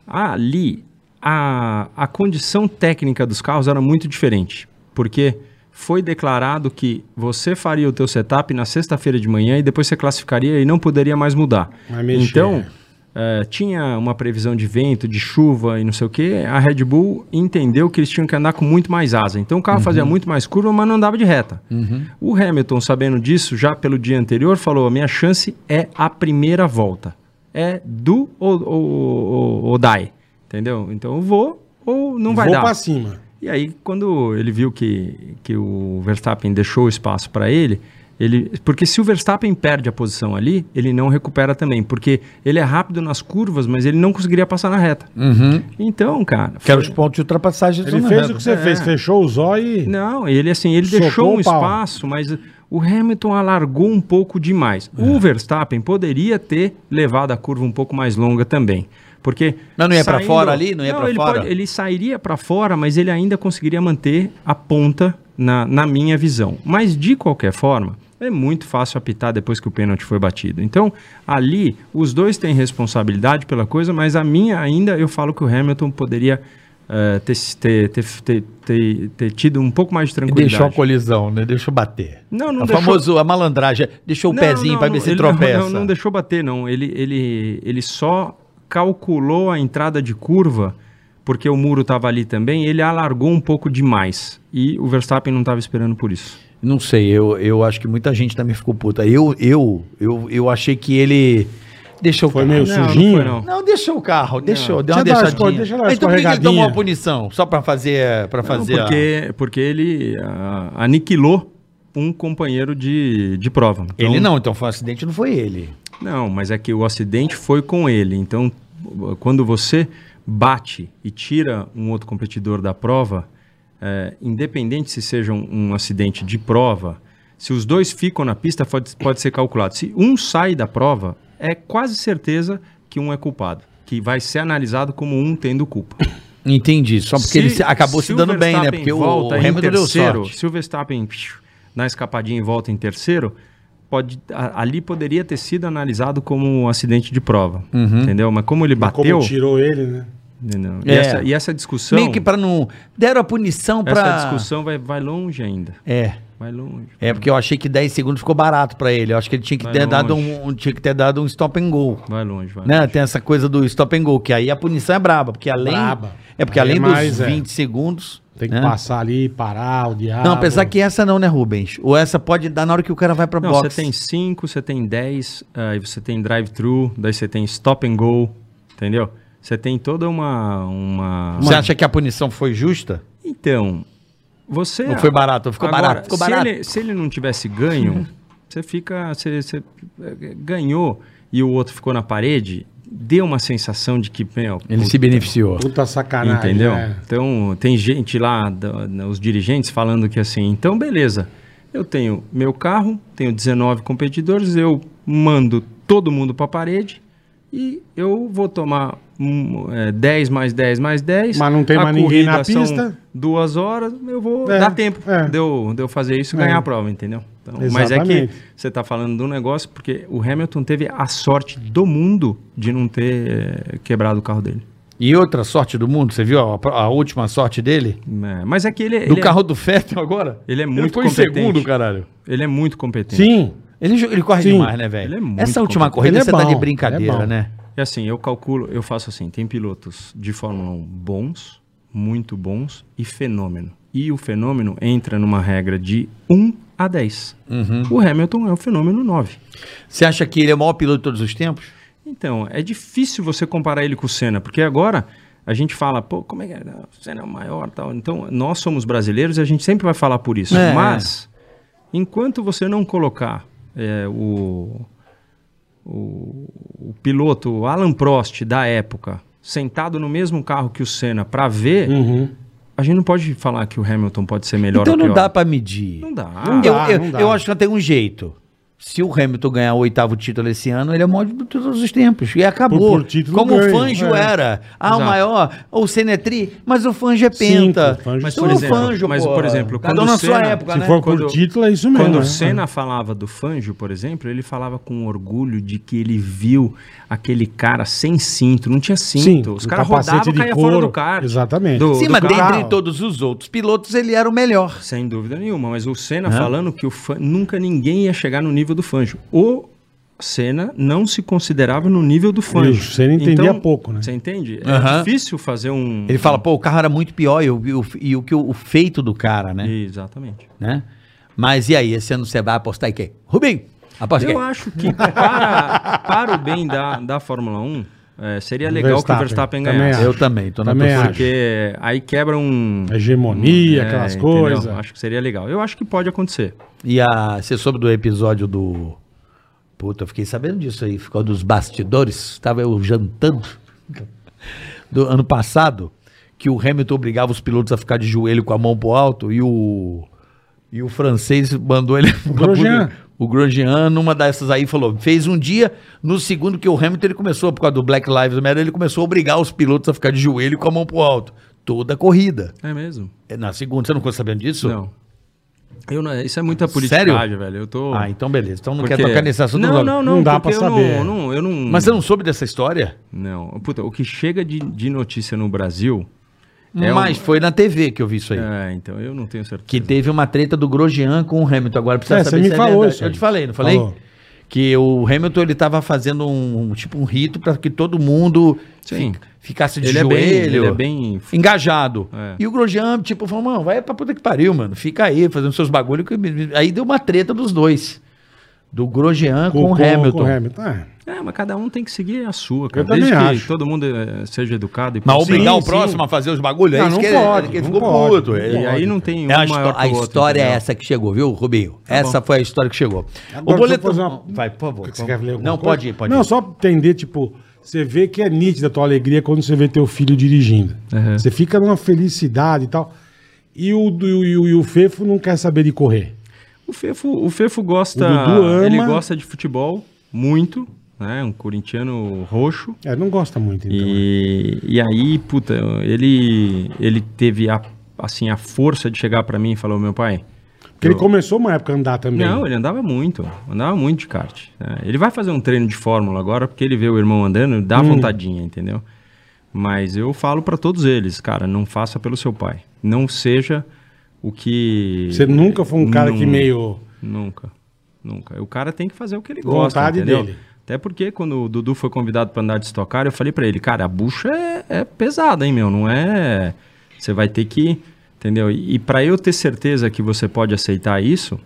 ali, a, a condição técnica dos carros era muito diferente, porque foi declarado que você faria o teu setup na sexta-feira de manhã e depois você classificaria e não poderia mais mudar.
Vai mexer.
Então, eh, tinha uma previsão de vento, de chuva e não sei o que. A Red Bull entendeu que eles tinham que andar com muito mais asa. Então o carro fazia muito mais curva, mas não andava de reta. O Hamilton, sabendo disso, já pelo dia anterior, falou: a minha chance é a primeira volta. É do ou, ou, ou, ou die. Entendeu? Então eu vou ou não vai
Vou
dar.
pra cima.
E aí, quando ele viu que, que o Verstappen deixou espaço para ele, ele, porque se o Verstappen perde a posição ali, ele não recupera também, porque ele é rápido nas curvas, mas ele não conseguiria passar na reta.
Uhum.
Então, cara,
Quero os pontos de ultrapassagem.
Ele fez o que você fez, fechou os olhos e.
É. não, ele assim, ele
Socou
deixou um
o pau.
espaço, mas o Hamilton alargou um pouco demais.
É.
O Verstappen poderia ter levado a curva um pouco mais longa também. Porque
Mas não ia pra
saindo-
fora ali? Não ia pra
ele
fora?
ele sairia para fora, mas ele ainda conseguiria manter a ponta na, na minha visão. Mas de qualquer forma, é muito fácil apitar depois que o pênalti foi batido. Então, ali, os dois têm responsabilidade pela coisa, mas a minha ainda, eu falo que o Hamilton poderia eh, ter, se- ter, ter, ter, ter, ter tido um pouco mais de tranquilidade.
Deixou a colisão, né? Deixou bater.
Não, não
o
deixou-
famoso, a malandragem. Deixou o
Não,
pezinho
não,
pra
não,
ver se
ele
tropeça.
Não, não, não deixou bater, não. Ele, ele, ele só calculou a entrada de curva, porque o muro estava ali também, ele alargou um pouco demais. E o Verstappen não estava esperando por isso.
Não sei, eu, eu acho que muita gente também ficou puta. Eu, eu, eu, eu achei que ele deixou
Foi
o carro.
meio
Não, não
sujinho.
foi, não.
Não, deixou o carro, deixou, deu uma
Deixa eu dar
deixadinha.
uma esco- deixa eu dar uma
Mas então por que que ele
escorregadinha.
tomou uma punição? Só pra fazer, pra fazer
Não, porque, porque ele ah, aniquilou um companheiro de, de prova.
a-
Então-
Ele não, então foi um acidente, não foi ele.
Não, mas é que o acidente foi com ele. Então, quando você bate e tira um outro competidor da prova, é, independente se seja um, um acidente de prova, se os dois ficam na pista, pode, pode ser calculado. Se um sai da prova, é quase certeza que um é culpado, que vai ser analisado como um tendo culpa.
Entendi, só Então, porque ele se- acabou se,
o
dando bem, né?
Verstappen
Porque o, o
volta em
Hamilton deu
terceiro,
sorte.
Se o Verstappen psh, na escapadinha e volta em terceiro, pode, a- ali poderia ter sido analisado como um acidente de prova, entendeu? Mas como ele bateu,
Como tirou ele, né?
entendeu? E,
Uhum. É.
essa, e essa discussão,
Meio que pra não... Deram a punição pra...
essa discussão vai, vai longe ainda,
É,
vai longe.
é porque eu achei que 10 segundos ficou barato pra ele. Eu acho que ele tinha que,
Vai
ter dado,
longe.
um, um- tinha que ter dado um stop and go.
Vai longe, vai
Né? Tem essa coisa do stop and go, que aí a punição é braba, porque além...
Braba.
É porque
Aí é
além
mais,
dos
é.
20 segundos...
Tem que
né?
passar ali, parar, o diabo.
Não, apesar que essa não, né, Rubens? Ou essa pode dar na hora que o cara vai pra
Não,
boxe.
você tem 5, você tem 10, aí você tem drive-thru, daí você tem stop and go, entendeu? Você tem toda uma... uma...
Você acha que a punição foi justa?
Então, você...
Não foi barato, ficou
Agora,
barato, ficou barato.
Se ele, se ele não tivesse ganho, você fica. Você, você, eh, ganhou e o outro ficou na parede, deu uma sensação de que. Meu,
Ele
puta,
se beneficiou.
Puta sacanagem.
Entendeu?
né?
Então, tem gente lá, da- na- os dirigentes, falando que assim, então beleza, eu tenho meu carro, tenho 19 competidores, eu mando todo mundo para a parede e eu vou tomar hum, eh, 10 mais 10 mais 10.
Mas não tem
a
mais ninguém na
corrida são
pista.
Duas horas, eu vou
É,
dar tempo
é.
de, eu, de eu fazer isso e
É.
ganhar a prova, entendeu? Então, mas é que
Exatamente.
você está falando de um negócio, porque o Hamilton teve a sorte do mundo de não ter eh, quebrado o carro dele.
E outra sorte do mundo, você viu a, a última sorte dele?
É, mas é que ele,
Do
ele é-
carro do Fettel agora?
ele é muito
ficou
competente.
em segundo, caralho.
ele é muito competente.
Sim.
Ele, jo- ele corre
Sim.
demais, né, velho?
Ele é muito
Essa última
competente.
corrida
Ele é
você tá de
bom,
brincadeira,
ele é bom.
né?
E assim, eu calculo, eu faço assim, tem pilotos de Fórmula 1 bons, muito bons e fenômeno. E o fenômeno entra numa regra de 1 a 10.
Uhum.
O Hamilton é o fenômeno 9.
Você acha que ele é o maior piloto de todos os tempos?
Então, é difícil você comparar ele com o Senna, porque agora a gente fala, pô, como é que é? Não, O Senna é o maior tal. Então, nós somos brasileiros e a gente sempre vai falar por isso.
É.
Mas, enquanto você não colocar é, o, o, o piloto Alan Prost da época sentado no mesmo carro que o Senna para ver,
Uhum.
a gente não pode falar que o Hamilton pode ser melhor
Hum. então
ou
não
pior.
dá pra medir.
Não dá.
Não dá.
eu, eu-
não dá.
eu acho que tem um jeito. se o Hamilton ganhar o oitavo título esse ano, ele é o maior de todos os tempos. E acabou.
Por- por título
Como
ganho,
o Fanjo
é.
era. Ah,
Exato.
o maior. Ou o Senna é tri, mas o Fanjo é penta.
Cinco, o Fangio
Mas,
Então
por
é o
exemplo,
Fangio,
mas,
porra.
por exemplo,
Cada
quando
um
o
na sua
Senna-
época,
Se
né?
for
Quando-
por título, é isso mesmo.
Quando
né?
o Senna falava do Fangio, por exemplo, ele falava com orgulho de que ele viu aquele cara sem cinto, não tinha cinto. Os
um
caras
capacete
rodavam e
de
caíam fora
couro.
do kart.
Exatamente.
Do-
Sim,
do
mas
carro.
dentre todos os outros pilotos, ele era o melhor.
Sem dúvida nenhuma, mas o
É.
Senna falando que o Fan- nunca ninguém ia chegar no nível do Fangio. O Senna não se considerava no nível do Fangio. Então,
o Senna entendia pouco, né?
Você entende? É
Aham.
difícil fazer um...
Ele fala, pô, o carro era muito pior e o, e o- e o que o, o feito do cara, né?
É. Exatamente.
né? Mas e aí, esse ano você vai apostar em quem? Rubinho, aposta em
Eu
quem?
acho que para, para o bem da, da Fórmula 1, é, seria legal que
Verstappen.
o Verstappen
Também
ganhasse.
acho.
Eu também, tô na
Também
torcida.
acho.
Porque aí quebra um...
A hegemonia, aquelas
É, entendeu?
coisas.
Acho que seria legal. Eu acho que pode acontecer.
E a, você soube do episódio do. Puta, eu fiquei sabendo disso aí. Ficou dos bastidores. Estava eu jantando. Do ano passado. Que o Hamilton obrigava os pilotos a ficar de joelho com a mão pro alto. E o. E o francês mandou ele.
Grosjean.
O Grosjean, numa dessas aí, falou: fez um dia, no segundo que o Hamilton ele começou, por causa do Black Lives Matter, ele começou a obrigar os pilotos a ficar de joelho com a mão pro alto. Toda a corrida.
É mesmo?
É, Na segunda, você não ficou sabendo disso?
Não. Eu não- Isso é muita
Sério?
politicagem, velho. Eu tô.
Ah, então beleza. Então não
Porque-
quer tocar nesse assunto
Não,
logo.
não, não.
Não dá
porque
pra
eu
saber.
Não, não, eu não.
Mas você não soube dessa história?
Não. Puta, o que chega de, de notícia no Brasil. É um-
Mas foi na TV que eu vi isso aí.
É, então eu não tenho certeza.
Que teve uma treta do Grosjean com o Hamilton. Agora precisa
É,
saber
você me
se
falou
é verdade.
isso aí.
Eu te falei, não falei?
Falou.
Que o Hamilton ele tava fazendo um, um- tipo um rito para que todo mundo
Sim.
fi- ficasse de
Ele é
joelho,
bem- ele é bem-
engajado.
É.
E o Grosjean tipo falou: "Mano, vai pra puta que pariu, mano. Fica aí fazendo seus bagulho". que- Aí deu uma treta dos dois. Do Grosjean com, o Hamilton.
Com o Hamilton. Ah,
É, mas cada um tem que seguir a sua,
Eu
cara.
também
Desde
acho.
que todo mundo eh, seja educado e
Mas obrigar
Sim,
o
sim.
próximo a fazer os bagulhos?
Não,
é isso
não
que
pode,
ele, ele
não
ficou
pode,
puto.
não
Ele-
E aí não tem um
É a histó-
maior
a
que o outro,
história é
entendeu?
essa que chegou, viu, Rubinho? essa foi a história que chegou.
Tá Agora,
o boleto.
deixa eu fazer uma-
Vai, por favor.
Você quer ler alguma
não,
coisa?
pode ir, pode
Não,
ir.
só entender, tipo, você vê que é nítida a tua alegria quando você vê teu filho dirigindo.
Uhum.
Você fica numa felicidade e tal. E o, e o, e o- e o Fefo não quer saber de correr.
O Fefo, o Fefo gosta.
O Dudu ama.
Ele gosta de futebol muito, né? Um corintiano roxo.
É, não gosta muito, então.
E, e aí, puta, ele, ele teve a, assim, a força de chegar pra mim e falou, meu pai...
Porque ele
eu-
começou uma época a andar também.
Não, ele andava muito, andava muito de kart. né? Ele vai fazer um treino de fórmula agora, porque ele vê o irmão andando, dá
Hum.
vontadinha, entendeu? Mas eu falo pra todos eles, cara, não faça pelo seu pai. Não seja o que...
Você nunca foi um cara que
Não-
meio...
Nunca, nunca. O cara tem que fazer o que ele gosta,
Vontade
entendeu?
dele.
Até porque quando o Dudu foi convidado para andar de Stock Car, eu falei para ele, cara, a bucha é, é pesada, hein, meu? Não é... Você vai ter que... Entendeu? E, e para eu ter certeza que você pode aceitar isso,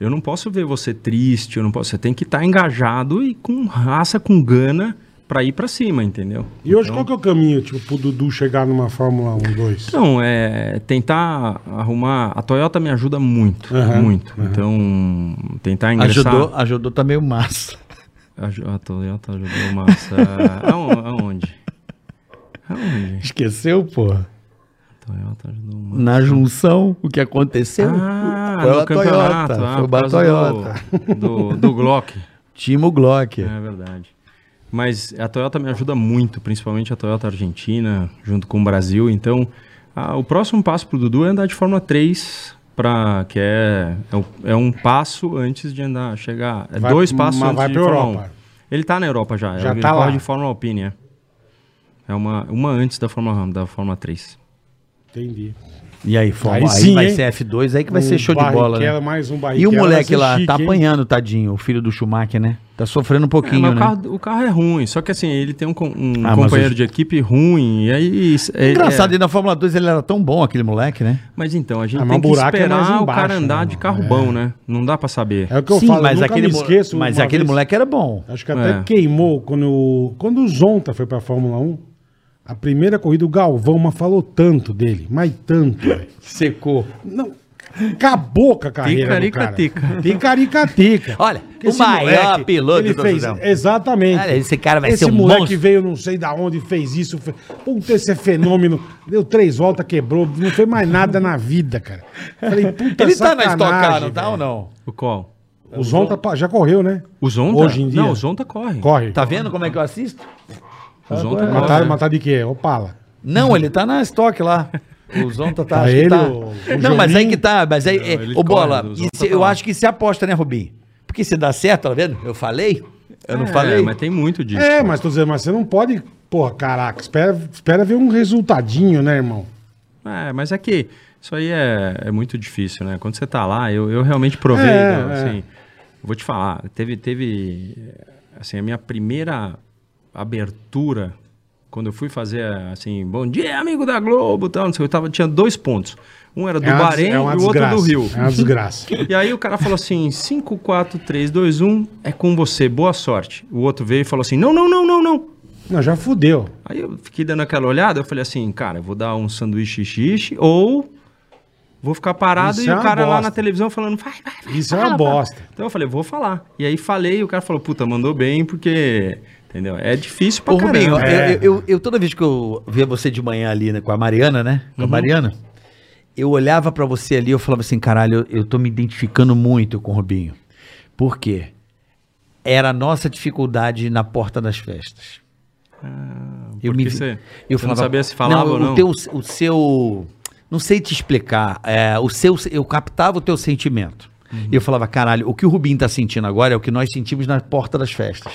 eu não posso ver você triste, eu não posso... Você tem que estar engajado e com raça, com gana, para ir para cima, entendeu?
E hoje qual que é o caminho, tipo, pro Dudu chegar numa Fórmula 1, 2?
Então,
Não, é tentar arrumar... A Toyota me ajuda muito,
Aham,
muito. Então, tentar ingressar...
Ajudou, ajudou também o Massa.
A, Jo- a Toyota ajudou massa. Aon- Aonde? Aonde? tá
Esqueceu, pô?
Toyota ajudou massa.
Na junção, o que aconteceu?
Ah,
foi
no
a Toyota.
campeonato. ah,
foi
por
uma
causa
Toyota.
Do, do, do Glock.
Timo Glock.
É verdade. Mas a Toyota me ajuda muito, principalmente a Toyota Argentina, junto com o Brasil. Então, ah, o próximo passo pro Dudu é andar de Fórmula 3, pra, que é, é, um- é um passo antes de andar, chegar. É
Vai-
dois passos
mas
antes
vai
de
pra
Fórmula
Europa.
1. Ele tá na Europa já.
Já
ele
tá
corre
lá.
de Fórmula Alpine, é. É uma, uma antes da Fórmula, um, da Fórmula 3.
Entendi.
E aí, foi.
Aí
Aí,
sim,
vai
hein?
ser F2, aí que vai
Um
ser show de bola.
Barrichello,
Né?
mais um
E o
Barrichello,
moleque
vai ser
lá, tá
chique, hein?
apanhando, tadinho, o filho do Schumacher, né? Tá sofrendo um
É,
pouquinho,
mas o,
né?
carro, o carro é ruim, só que assim, ele tem um, com- um
Ah, mas
companheiro
hoje-
de equipe ruim, e aí... é-
Engraçado,
é-
e na Fórmula 2 ele era tão bom, aquele moleque, né?
Mas então, a gente
Ah, mas
tem
o
que
buraco é mais
esperar o
embaixo,
cara andar
né,
de
mano?
carro bom, né? Não dá pra saber.
É o que eu
Sim,
falo,
mas
eu nunca
aquele,
me
mo-
esqueço.
mas
uma
aquele
vez- Tá
moleque era bom.
Acho que até
É.
queimou quando, o- quando o Zonta foi pra Fórmula 1. A primeira corrida, o Galvão, mas falou tanto dele, mas tanto. velho.
Secou.
Não, acabou com a carreira do cara.
Ticaricatica.
Ticaricatica.
Olha,
Porque
o
esse
maior
moleque,
piloto
ele
do
fez,
Brasil.
Exatamente.
Cara, esse cara vai ser um
moleque
monstro.
veio não sei da onde, fez isso. Fez... Puta, esse é fenômeno. Deu três voltas, quebrou, não fez mais nada na vida, cara. Falei, puta
Ele tá na Stock Car,
sacanagem,
não tá
velho.
ou não?
O qual?
O Zonta pa- já correu, né?
O Zonta?
Hoje em dia.
Não, o Zonta corre.
Corre.
Tá vendo como é que eu assisto?
O Zonta corre. né?
Matar, matar de quê? Opala.
Uhum.
Não, ele tá na estoque lá. O Zonta tá.
Tá
acho que
ele,
tá.
o- o
não, mas
Jobim.
aí que tá. Mas aí.
Não,
é,
ele
ô, Bola,
corre, o
e
Zonta
se-
tá
eu
lá.
acho que se aposta, né, Rubinho? Porque se dá certo, tá vendo? Eu falei. Eu não
É,
falei.
mas tem muito disso.
É, mas tô dizendo, mas você não pode. Porra, caraca, espera, espera ver um resultadinho, né, irmão?
É, mas é que isso aí é, é muito difícil, né? Quando você tá lá, eu, eu realmente provei,
É,
né?
é.
assim, vou te falar, teve, teve, eh, assim, a minha primeira abertura, quando eu fui fazer, assim, bom dia, amigo da Globo, tal, não sei, o que, eu tava, tinha dois pontos. Um era do
É uma des-
Bahrein e o outro do Rio.
É uma desgraça.
E aí o cara falou assim: 5, 4, 3, 2, 1, é com você, boa sorte. O outro veio e falou assim: não, não, não, não, não.
não, já fudeu.
Aí eu fiquei dando aquela olhada, eu falei assim, cara, eu vou dar um sanduíche xixi ou vou ficar parado
Isso
e
é
o
uma
cara lá
bosta.
na televisão falando, vai, vai, vai.
Isso é uma bosta.
Então eu falei, vou falar. E aí falei, e o cara falou, puta, mandou bem, porque. Entendeu? É difícil pra
Ô, Rubinho,
caramba.
eu,
É.
eu- eu- eu- toda vez que eu via você de manhã ali né, com a Mariana, né?
Uhum.
Com a Mariana, eu olhava pra você ali eu falava assim, caralho, eu, eu tô me identificando muito com o Rubinho. Por quê? Era a nossa dificuldade na porta das festas. eu
porque
me vi-
Ah, você-
eu
você não
falava,
sabia se falava ou
o
não?"
teu- o seu, não sei te explicar, é, o seu, eu captava o teu sentimento.
Uhum.
E eu falava, caralho, o que o Rubinho tá sentindo agora é o que nós sentimos na porta das festas.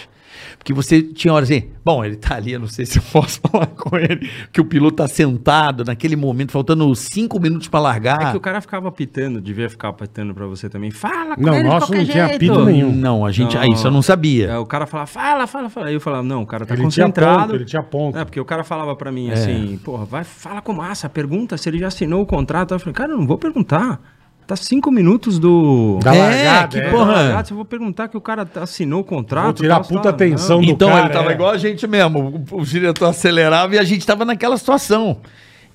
Porque você tinha horas assim, bom, ele tá ali, eu não sei se eu posso falar com ele, que o piloto tá sentado naquele momento, faltando cinco minutos pra largar.
É que o cara ficava pitando, devia ficar pitando pra você também. Fala com
Não,
ele de
nosso
qualquer
não tinha
jeito."
apito nenhum.
Não, a gente,
Não.
ah, isso eu não sabia.
É, o cara falava, fala, fala, fala. Aí eu falava, não, o cara tá
Ele te
concentrado.
aponta, ele te aponta.
É, porque o cara falava pra
É.
mim assim, porra, vai, fala com o Massa, pergunta se ele já assinou o contrato. Eu falei, cara, eu não vou perguntar. Tá cinco minutos do.
Da largada,
que
é.
da
porra.
largada, eu vou perguntar que o cara tá- assinou o contrato.
Vou tirar a
tal,
puta
tal.
atenção do
Então
cara.
ele tava
é.
igual a gente mesmo. O, o diretor acelerava e a gente tava naquela situação.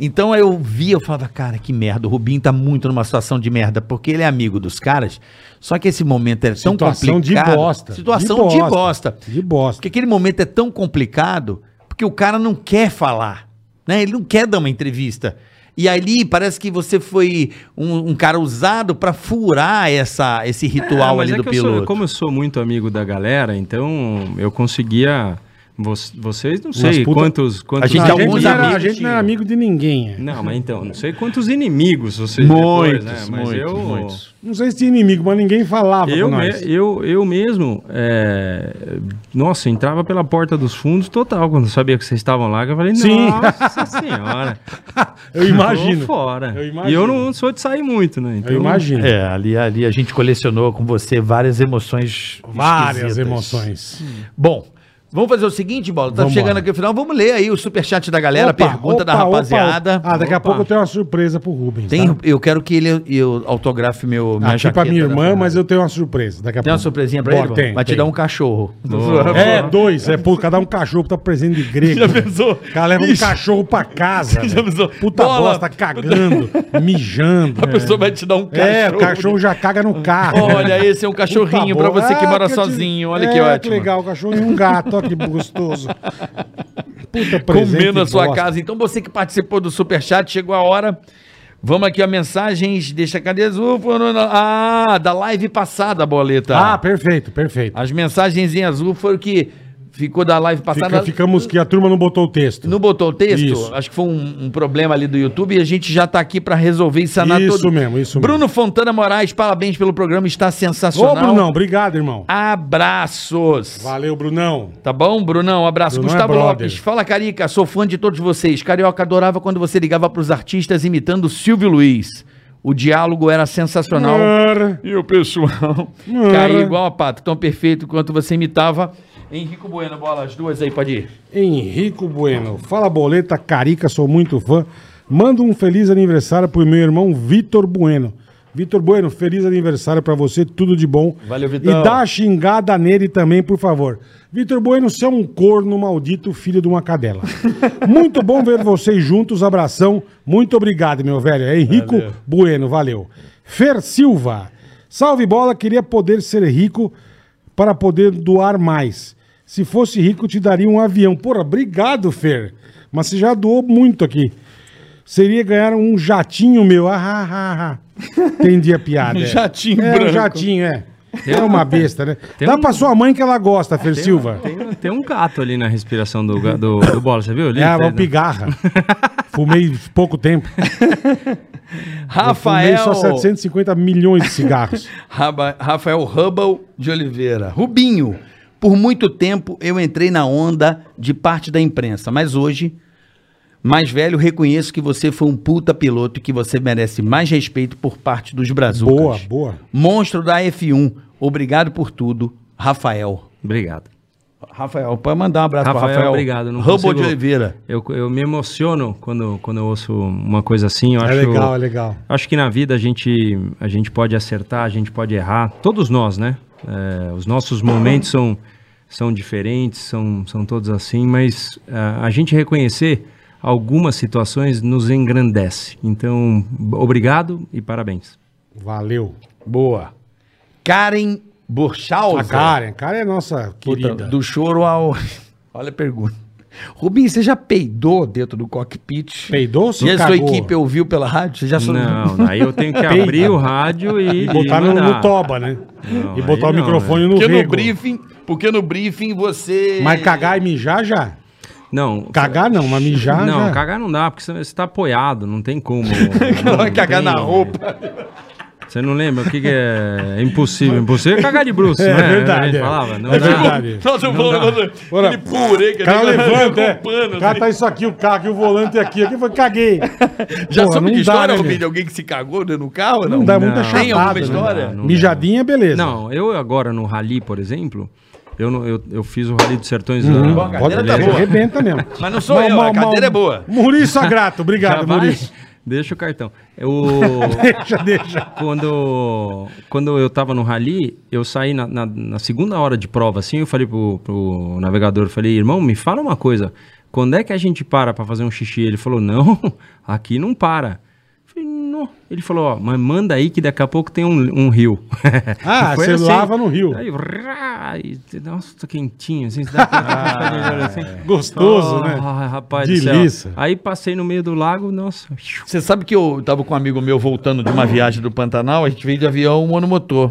Então aí eu via, eu falava, cara, que merda, o Rubinho tá muito numa situação de merda, porque ele é amigo dos caras. Só que esse momento é tão
Situação de
complicado.
bosta.
Situação de bosta.
De bosta.
Porque aquele momento é tão complicado porque o cara não quer falar, né? Ele não quer dar uma entrevista. E ali parece que você foi um, um cara usado pra furar essa, esse ritual
mas
ali do
é que eu sou-
piloto.
como eu sou muito amigo da galera, então eu conseguia. vo- Vocês não
Umas
sei
puta-
quantos, quantos.
gente um
a,
tem
gente
alguns
não era,
amigos
a gente não era
tinha.
amigo de ninguém. é.
Não, mas então, não sei quantos inimigos vocês
Muitos,
depois, né? Mas
muitos,
eu,
muitos.
Não sei se tinha inimigo, mas ninguém falava
Eu,
com
me-
nós.
eu, eu mesmo, é, nossa, entrava pela porta dos fundos total. Quando eu sabia que vocês estavam lá, que eu falei,
Sim.
nossa senhora.
Eu imagino.
Tô fora.
Eu imagino.
E eu não sou de sair muito, né? Então,
Eu imagino.
É, ali, ali a gente colecionou com você várias emoções.
Várias
esquisitas.
emoções.
Bom, vamos fazer o seguinte, Bola. Tá
Vambora.
chegando aqui no final. Vamos ler aí o superchat da galera, a
Opa,
pergunta da
opa, opa.
rapaziada.
Ah, daqui a
Opa.
pouco eu tenho uma surpresa pro Rubens.
Tem,
tá?
eu quero que ele eu autografe meu minha
Aqui pra
jaqueta,
minha
né?
irmã, mas eu tenho uma surpresa. Daqui a
Tem uma
pouco.
surpresinha pra
Bora,
ele? Bola?
Tem,
Vai
tem.
te dar um cachorro.
É, dois. É por cada um cachorro tá presente de grego. Já
pensou?
O cara leva um cachorro pra casa. velho.
pensou?
Puta
Bola.
bosta, cagando, mijando.
A pessoa vai te dar um cachorro.
É, o cachorro já caga no carro.
Olha, esse é um cachorrinho pra
Puta
você que
bola.
mora
Ah, te-
sozinho. Olha
é,
que ótimo.
legal, o cachorro e um gato. Olha que gostoso. Puta
Comendo a sua
bosta.
casa. Então você que participou do superchat, chegou a hora. Vamos aqui, ó, mensagens. Deixa cadê azul? Foram na- Ah, da live passada, boleta.
Ah, perfeito, perfeito.
As mensagens em azul foram que ficou da live
Fica-
passada.
ficamos que a turma não botou o texto.
Não botou o texto?
Isso.
Acho que foi um, um problema ali do YouTube e a gente já tá aqui pra resolver e sanar
Isso
tudo.
mesmo, isso mesmo.
Bruno Fontana Moraes, parabéns pelo programa, está
Ô,
sensacional.
Brunão, obrigado, irmão.
Abraços.
Valeu, Brunão.
Tá bom, Brunão? Abraço.
Brunão é
Gustavo
brother.
Lopes. Fala, Carica. Sou fã de todos vocês. Carioca adorava quando você ligava pros artistas imitando Silvio Luiz. O diálogo era sensacional.
É.
E o pessoal caiu igual a pata. Tão perfeito quanto você imitava. Henrico Bueno, bola, as duas aí, pode ir.
Henrico Bueno. Fala, Boleta Carica, sou muito fã. Manda um feliz aniversário pro meu irmão Vitor Bueno. Vitor Bueno, feliz aniversário pra você, tudo de bom.
Valeu, Vitão.
E dá a xingada nele também, por favor. Vitor Bueno, você é um corno maldito, filho de uma cadela. muito bom ver vocês juntos, abração. Muito obrigado, meu velho. É Henrico Bueno, valeu. Fer Silva. Salve bola, queria poder ser rico para poder doar mais. Se fosse rico, te daria um avião. Porra, obrigado, Fer. Mas você já doou muito aqui. Seria ganhar um jatinho meu. Ah, ah, ah, ah. Entendi a piada.
Um jatinho
é. É, um
branco.
jatinho, é.
Tem
é uma besta, né?
Tem
Dá
um-
pra sua mãe que ela gosta, Fer Silva.
Tem, tem um gato ali na respiração do, ga- do, do bola, você viu? ali?
É a pigarra. Fumei pouco tempo. Fumei
Rafael.
só 750 milhões de cigarros.
Raba- Rafael Hubble de Oliveira. Rubinho, por muito tempo eu entrei na onda de parte da imprensa, mas hoje, mais velho, reconheço que você foi um puta piloto e que você merece mais respeito por parte dos brazucas.
boa, boa.
Monstro da F1, obrigado por tudo, Rafael.
Obrigado.
Rafael, pode mandar um abraço para
Rafael,
Rafael.
obrigado, não
Hubble
consigo-
de Oliveira.
Eu, eu me emociono quando, quando eu ouço uma coisa assim. Eu
É
acho,
legal, é legal.
Acho que na vida a gente, a gente pode acertar, a gente pode errar. Todos nós, né? É, os nossos momentos são, são diferentes, são, são todos assim, mas ah, a gente reconhecer algumas situações nos engrandece. Então, b- obrigado e parabéns.
Valeu.
Boa. Karen
A
Borchauser.
Karen, a Karen é nossa
Puta,
querida.
do choro ao. Olha a pergunta. Rubinho, você já peidou dentro do cockpit?
Peidou ou se
E a sua
cagou?
equipe ouviu pela rádio? Você já soube?
Não, aí eu tenho que abrir o rádio e.
E botar Tá no,
mandar.
no toba, né?
Não,
e botar o
aí não, né?
microfone no
Porque no
rego.
briefing, porque no briefing você.
Mas cagar e mijar já.
Não.
Cagar não, mas mijar
não,
já.
cagar não dá, porque você você tá apoiado, não tem como.
Não vai
Não
cagar
tem-
na roupa.
Você não lembra o que, que é impossível? Impossível é cagar de bruxo,
É
né?
verdade,
A gente
é.
falava, não
É
dá.
verdade.
Nós não falando
Ora,
aquele purê que
O cara
tem-
levanta, é.
com né? pano, assim.
O cara tá isso aqui, o carro aqui, o volante aqui. Aqui foi, caguei.
Já
Porra,
soube
não
de
dá,
história,
né,
Rubinho, de
meu?
alguém que se cagou dentro do carro?
Não dá, é muita
Não.
chapada.
Tem alguma
né?
história?
Não dá.
Mijadinha é beleza.
Não, eu agora no Rally, por exemplo, eu, não- eu, eu fiz o Rally dos Sertões lá.
Hum,
a
pode
cadeira tá
você
boa.
arrebenta mesmo.
Mas não sou eu, a cadeira é boa.
Maurício Agrato,
Já
obrigado,
vai?
Maurício.
Deixa o cartão. Eu...
Deixa, deixa.
quando, quando eu tava no rally, eu saí na, na- na segunda hora de prova, assim, eu falei pro, pro navegador, eu falei, irmão, me fala uma coisa, quando é que a gente para pra fazer um xixi? Ele falou, não, aqui não para. Eu falei, não. Ele falou, ó, mas manda aí que daqui a pouco tem um, um rio.
Ah,
E foi assim.
você lava no rio.
Aí, rá, e, nossa, tá quentinho, assim, você dá aquela- olha
É.
assim.
Ah, Gostoso,
Ah,
né?
Rapaz do
Delícia.
céu. Aí passei no meio do lago, nossa.
Você sabe que eu tava com um amigo meu voltando de uma viagem do Pantanal, a gente veio de avião um monomotor.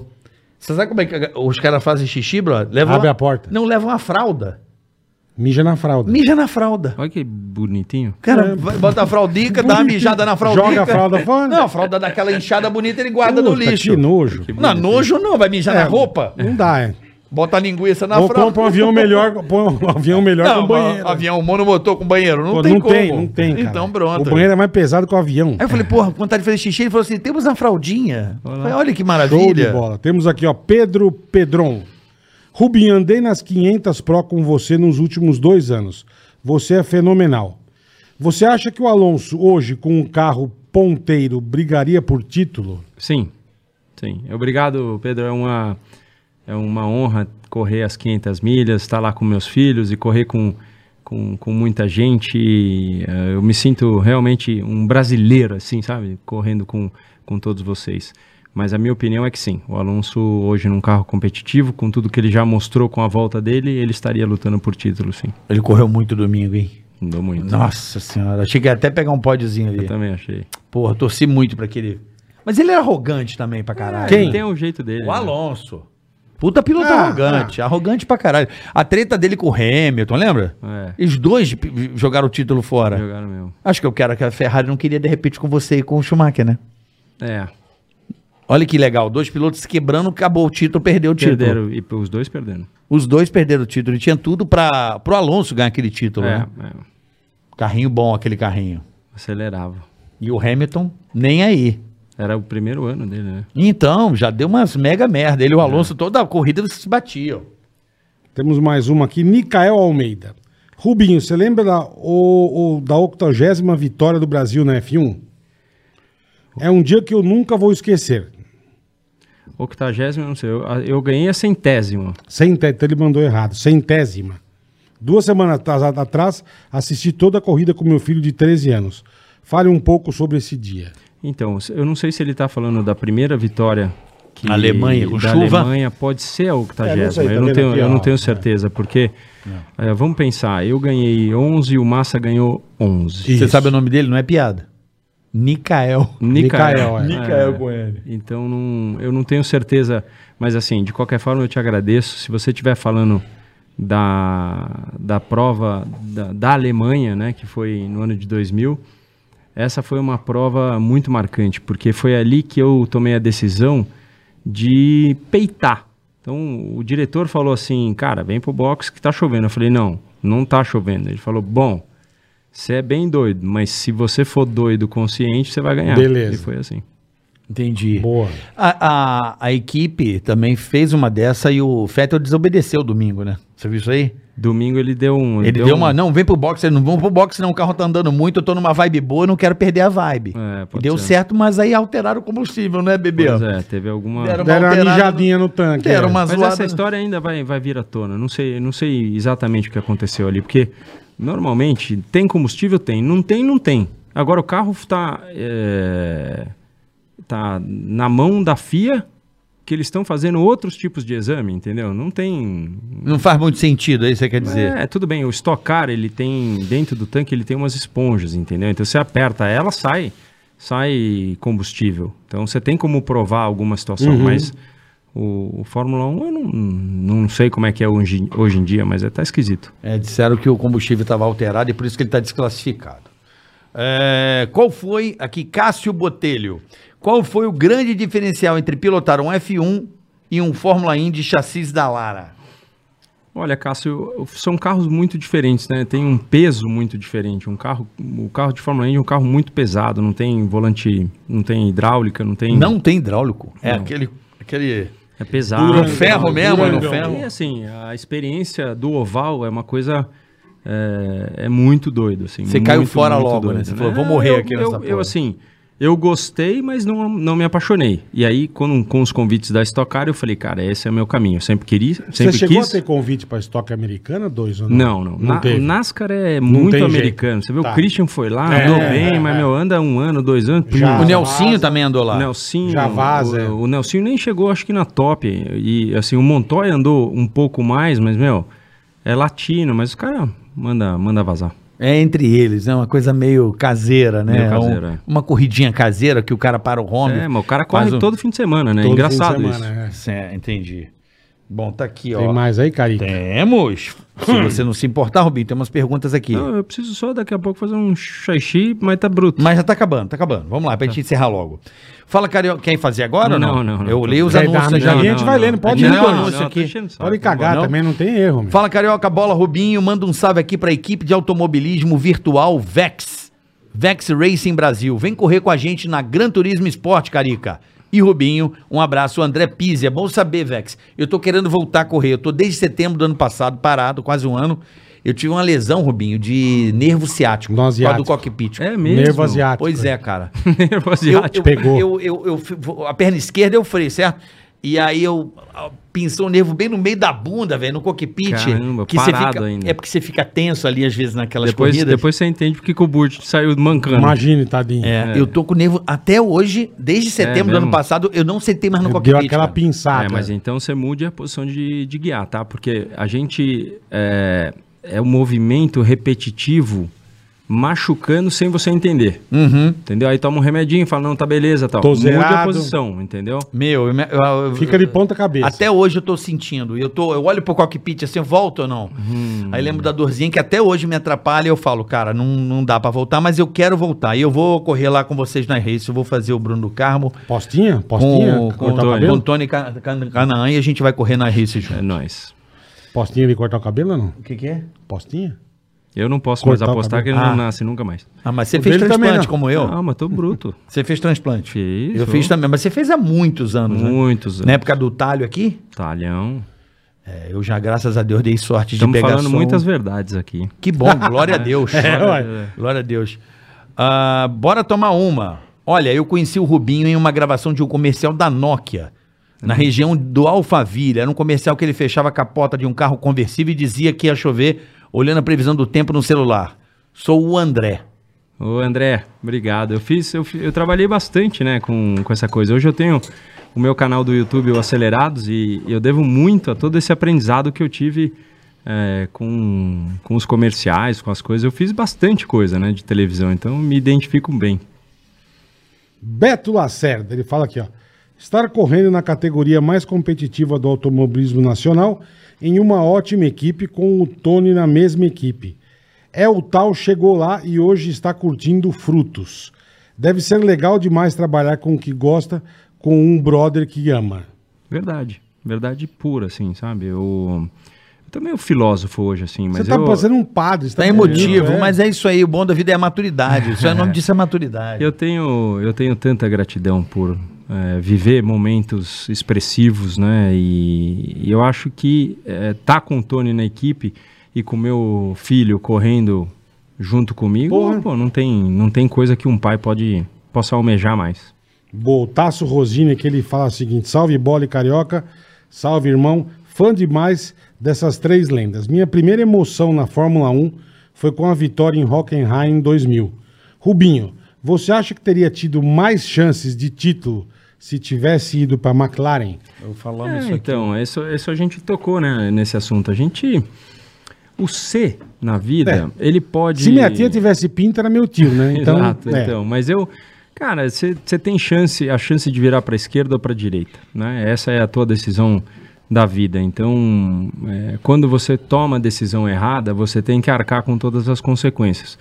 Você sabe como é que os caras fazem xixi, brother? Levam
Abre
uma-
a porta.
Não, levam a fralda.
Mija na fralda.
Mija na fralda.
Olha que bonitinho.
Cara, vai- bota a fraldica, dá uma mijada na fraldica.
É. Joga a fralda fora.
Não, a fralda dá aquela inchada bonita ele guarda no
Puta,
lixo.
Que nojo.
Não, nojo não, vai mijar na roupa.
Não dá, é.
Bota a linguiça na
Ou
fralda.
compra um avião melhor, põe um avião melhor
Não,
que um banheiro.
avião monomotor com banheiro, não
Pô,
tem
não
como.
tem, não tem, cara.
Então pronto.
O banheiro é mais pesado que o avião.
Aí eu falei, porra, com vontade de fazer xixi, ele falou assim, temos a fraldinha. Eu falei, olha que
Show de
maravilha.
bola. Temos aqui, ó, Pedro Pedron. Rubinho, andei nas 500 Pro com você nos últimos dois anos. Você é fenomenal. Você acha que o Alonso, hoje, com um carro ponteiro, brigaria por título?
Sim, sim. Obrigado, Pedro. É uma, é uma honra correr as 500 milhas, estar lá com meus filhos e correr com, com, com muita gente. E, eh, eu me sinto realmente um brasileiro, assim, sabe? Correndo com, com todos vocês. Mas a minha opinião é que sim, o Alonso hoje num carro competitivo, com tudo que ele já mostrou com a volta dele, ele estaria lutando por título, sim.
Ele correu muito domingo, hein?
Mudou muito.
Nossa senhora, achei que ia até pegar um pódiozinho
Eu
ali.
também achei.
Porra, torci muito pra aquele. Mas ele era arrogante também pra caralho. né?
Quem? Ele tem um jeito dele.
O Alonso. Puta piloto
Ah,
arrogante, arrogante pra caralho. A treta dele com o Hamilton, lembra?
Né?
Os dois p- jogaram o título
É,
fora.
jogaram mesmo.
Acho que eu quero que a Ferrari não queria de repente com você e com o Schumacher, né?
É,
Olha que legal, dois pilotos se quebrando, acabou o título, perdeu o título.
perderam, e os dois perderam.
Os dois perderam o título. E tinha tudo para pro Alonso ganhar aquele título,
É,
né?
é.
Carrinho bom, aquele carrinho.
Acelerava.
E o Hamilton, nem aí.
Era o primeiro ano dele, né?
Então, já deu umas mega merda. Ele e o Alonso, toda a corrida, eles se batiam.
Temos mais uma aqui, Micael Almeida. Rubinho, você lembra da, o, o- da 80 vitória do Brasil na F1? É um dia que eu nunca vou esquecer.
Octagésima, não sei. Eu, eu ganhei a centésima.
Centé- então ele mandou errado, centésima. Duas semanas atrás- atrás, assisti toda a corrida com meu filho de 13 anos. Fale um pouco sobre esse dia.
Então, eu não sei se ele tá falando da primeira vitória que
Alemanha, com
da
chuva.
Alemanha pode ser a
É, não sei, tá
octagésima. eu, não
vendo
tenho,
aqui,
eu
ó.
não tenho certeza, porque
É.
eh, vamos pensar, eu ganhei 11 e o Massa ganhou 11.
Você sabe o nome dele? Não é piada.
Nicael.
Nicael. é.
Nicael
É.
com L.
Então não, eu não tenho certeza, mas assim, de qualquer forma eu te agradeço. Se você estiver falando da, da prova da, da Alemanha, né, que foi no ano de 2000, essa foi uma prova muito marcante, porque foi ali que eu tomei a decisão de peitar. Então o diretor falou assim, cara, vem pro box que tá chovendo. Eu falei, não, não tá chovendo. Ele falou, bom, você é bem doido, mas se você for doido consciente, você vai ganhar.
Beleza.
E foi assim.
Entendi.
Boa.
A, a, a equipe também fez uma dessa e o Fettel desobedeceu domingo, né? Você viu isso aí?
Domingo ele deu um.
Ele deu,
um-
uma, não, vem pro boxe, não vão pro boxe, não, o carro tá andando muito, eu tô numa vibe boa, eu não quero perder a vibe.
É,
e
pode
deu um
ser.
certo, mas aí alteraram o combustível, né, bebê?
Pois é, teve alguma.
Deram
Deram uma
alterada
mijadinha no tanque.
Deram
é.
uma
Mas
zoada.
essa história ainda vai, vai vir à tona. Não sei, não sei exatamente o que aconteceu ali, porque normalmente tem combustível, tem. Não tem, não tem. Agora o carro tá, é, tá na mão da FIA que eles estão fazendo outros tipos de exame, entendeu? Não tem.
Não faz muito sentido, aí você quer dizer.
É, tudo bem, o Stock Car, ele tem, dentro do tanque, ele tem umas esponjas, entendeu? Então você aperta ela, sai, sai combustível. Então você tem como provar alguma situação, mas o, o Fórmula 1, eu não, não sei como é que é hoje, hoje em dia, mas é, tá esquisito.
É, disseram que o combustível estava alterado e por isso que ele está desclassificado. É, qual foi, aqui, Cássio Botelho, qual foi o grande diferencial entre pilotar um F1 e um Fórmula Indy chassis da Lara?
Olha, Cássio, são carros muito diferentes, né? Tem um peso muito diferente. Um carro, o carro de Fórmula 1 é um carro muito pesado, não tem volante, não tem hidráulica, não tem...
Não tem hidráulico. É
Não.
aquele, aquele
É pesado.
no
Durangão,
ferro mesmo, é no
durangão.
ferro.
E assim, a experiência do oval é uma coisa. É, é muito doido, assim.
Você caiu
muito,
fora
muito É,
logo, né? Você falou, vou morrer
eu,
aqui
eu,
nessa
Eu,
porra.
assim, eu gostei, mas não, não me apaixonei. E aí, quando, com os convites da Stock Car, eu falei, cara, esse é o meu caminho. Eu sempre queria,
Você
sempre
chegou
quis.
a ter convite pra estoque americana, dois ou
Não, não.
Não
Na-
teve.
NASCAR é
tem
muito
jeito.
americano. Você vê,
Tá.
o Christian foi lá,
É,
andou
é,
bem, mas,
é.
meu, anda um ano, dois anos.
Já.
pum,
O Nelsinho
vaza.
também andou lá.
o Nelsinho,
Já vaza, é.
o, o Nelsinho nem chegou, acho que na top. E assim, o Montoya andou um pouco mais, mas, meu, é latino, mas o cara manda, manda vazar.
É entre eles, né? Uma coisa meio caseira, né?
Meio
É um-
caseira, é.
uma corridinha caseira que o cara para o home.
É, mas o cara
faz
corre
um-
todo fim de semana, né?
Todo fim de
Engraçado
semana,
isso.
é.
Cê- entendi. Bom, tá aqui,
Tem
ó.
mais aí, Carica?
Temos. Se você não se importar, Rubinho, tem umas perguntas aqui.
Não, Então, eu preciso só daqui a pouco fazer um xixi, mas tá bruto.
Mas já tá acabando, tá acabando. Vamos lá, pra gente encerrar logo. Fala, Carioca, quer fazer agora
Não,
ou não?
não, não.
Eu leio os
Vai dar uma
anúncios já.
mijadinha,
a gente vai lendo, pode
ir
ler tá o
anúncio
anúncio
aqui.
aqui.
Pode cagar,
Não?
também não tem erro, meu.
Fala, Carioca, bola, Rubinho. Manda um salve aqui pra equipe de automobilismo virtual Vex. Vex Racing Brasil. Vem correr com a gente na Gran Turismo Esporte, Carica. E Rubinho, um abraço. André Pizzi, é bom saber, Vex. Eu tô querendo voltar a correr. Eu tô desde setembro do ano passado, parado, quase um ano. Eu tive uma lesão, Rubinho, de nervo ciático.
Nó
por causa do
ciático.
cockpit.
É mesmo.
Nervo asiático.
Pois é, cara.
Nervo
Eu,
asiático.
eu,
pegou.
Eu, eu, eu fi- vou- a perna esquerda eu freio, certo? E aí eu a- pinçou o nervo bem no meio da bunda, velho, no cockpit.
Caramba,
que você
parado
fica,
ainda.
É porque você fica tenso ali, às vezes, naquelas
Depois,
corridas.
depois você entende porque que o Burt saiu mancando.
Imagine, tadinho.
É, Eu tô com o nervo até hoje, desde setembro do ano
mesmo?
passado, eu não sentei mais no cockpit.
Deu aquela
cara.
pinçada.
É, mas então você mude a posição de, de guiar, tá? Porque a gente é, é um movimento repetitivo machucando sem você entender.
Uhum.
Entendeu? Aí toma um remedinho e fala, não, tá beleza, tal.
Tô
mude a
zerado.
posição, entendeu?
Meu, eu, me- eu- eu-
Fica de ponta cabeça.
Até hoje eu tô sentindo. E Eu, tô, eu olho pro cockpit assim, eu volto ou não? Aí lembro da dorzinha que até hoje me atrapalha e eu falo, cara, não, não dá pra voltar, mas eu quero voltar. E eu vou correr lá com vocês na race, eu vou fazer o Bruno do Carmo.
Postinha? Postinha?
com, com,
cortar o
Antônio.
tá cabelo?
com Tony Ca- Ca- Canaã e a gente vai correr na race
É
junto.
nóis.
Postinha de cortar o cabelo ou não?
O que, que é?
Postinha?
Eu não posso
Cortar
mais
o
apostar que ele
cabelo.
não
Ah.
nasce nunca mais.
Ah, mas você
O
fez
dele também,
transplante
né?
como eu?
Ah, mas tô bruto.
Você fez transplante?
Fiz,
Eu
ô.
fiz também, mas você fez há muitos anos, né?
Muitos
Na
anos.
época do talho aqui,
Talhão.
é, eu já, graças a Deus, dei sorte
Estamos
de pegar
falando
som.
muitas verdades aqui.
Que bom, glória a Deus.
É,
ué.
Glória a Deus. Ah, bora tomar uma. Olha, eu conheci o Rubinho em uma gravação de um comercial da Nokia,
Uhum.
na região do Alphaville. Era um comercial que ele fechava a capota de um carro conversível e dizia que ia chover, olhando a previsão do tempo no celular. Sou o André.
Ô André, obrigado. Eu fiz, eu, fi- eu trabalhei bastante, né, com, com essa coisa. Hoje eu tenho o meu canal do YouTube, o Acelerados, e eu devo muito a todo esse aprendizado que eu tive é, com, com os comerciais, com as coisas. Eu fiz bastante coisa, né, de televisão, então eu me identifico bem.
Beto Lacerda, ele fala aqui, ó. Estar correndo na categoria mais competitiva do automobilismo nacional em uma ótima equipe com o Tony na mesma equipe. É o tal chegou lá e hoje está curtindo frutos. Deve ser legal demais trabalhar com o que gosta, com um brother que ama.
Verdade. Verdade pura, assim, sabe? Eu, eu também um filósofo hoje, assim, mas
você tá
eu,
parecendo um padre. você
Tá emotivo, mas é isso aí. O bom da vida é a maturidade. Isso é o nome disso é maturidade.
eu, tenho, eu tenho tanta gratidão por é, viver momentos expressivos, né? E, e eu acho que é, tá com o Tony na equipe e com meu filho correndo junto comigo,
Porra.
pô, não, tem, não tem coisa que um pai pode possa almejar mais.
Boltaço Rosini, que ele fala o seguinte: salve bola e carioca, salve irmão, fã demais dessas três lendas. Minha primeira emoção na Fórmula 1 foi com a vitória em Hockenheim em 2000. Rubinho, você acha que teria tido mais chances de título se tivesse ido para McLaren?
É, então, isso, isso a gente tocou, né, nesse assunto. A gente. O C na vida, ele pode.
É. Se minha tia tivesse pinta, era meu tio, né? Então,
Exato,
é.
então. Mas eu. Cara, você tem chance, a chance de virar para esquerda ou para direita, né? Essa é a tua decisão da vida. Então, é, quando você toma a decisão errada, você tem que arcar com todas as consequências.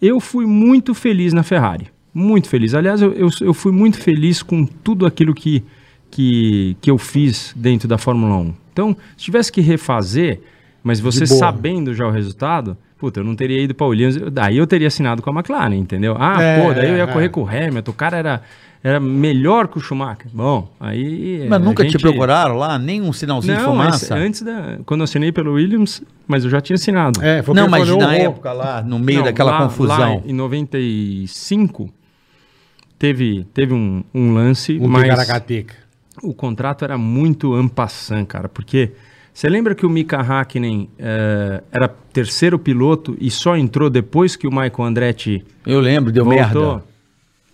Eu fui muito feliz na Ferrari. Muito feliz. Aliás, eu, eu, eu fui muito feliz com tudo aquilo que, que, que eu fiz dentro da Fórmula 1. Então, se tivesse que refazer, mas você
boa.
sabendo já o resultado, puta, eu não teria ido para Williams. eu- Daí eu teria assinado com a McLaren, entendeu? Ah,
É,
pô, daí eu ia
é.
correr com o Hamilton. O cara era, era melhor que o Schumacher. Bom, aí. é,
Mas
a
nunca te
gente-
procuraram lá? Nem um sinalzinho de
Não, mas
fumaça?
antes da. Quando eu assinei pelo Williams, mas eu já tinha assinado.
É, foi o que
Não,
ele
mas
falou,
na
ô,
época lá, no meio
Não,
daquela
lá-
confusão.
Lá em 95, teve, teve um, um lance,
Um
mas
ticaracateca.
o contrato era muito ampassan, cara, porque você lembra que o Mika Hakkinen eh, era terceiro piloto e só entrou depois que o Michael Andretti
Eu lembro, deu merda.
voltou?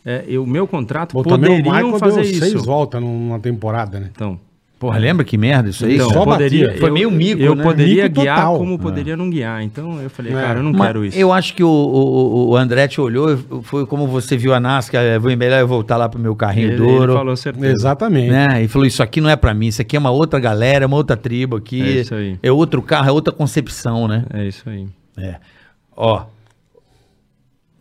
É, e o meu contrato
Pô, também o
poderiam
Michael
fazer
deu seis
isso.
voltas numa temporada, né?
Então,
Porra, lembra que merda isso aí?
então
só
poderia,
batia.
Foi meio mico,
Eu
né?
poderia
Mico
guiar
total.
como poderia não guiar. Então eu falei,
É.
cara, eu não
Mas
quero isso.
Eu acho que o, o, o- o Andretti olhou, e foi como você viu a NASCAR, eh, vou melhor eu voltar lá pro meu carrinho
ele,
de
ele
ouro.
falou certeza.
Exatamente.
né? E falou, isso aqui não é pra mim, isso aqui é uma outra galera, é uma outra tribo aqui.
É isso aí.
é outro carro, é outra concepção, né?
É isso aí.
É. Ó.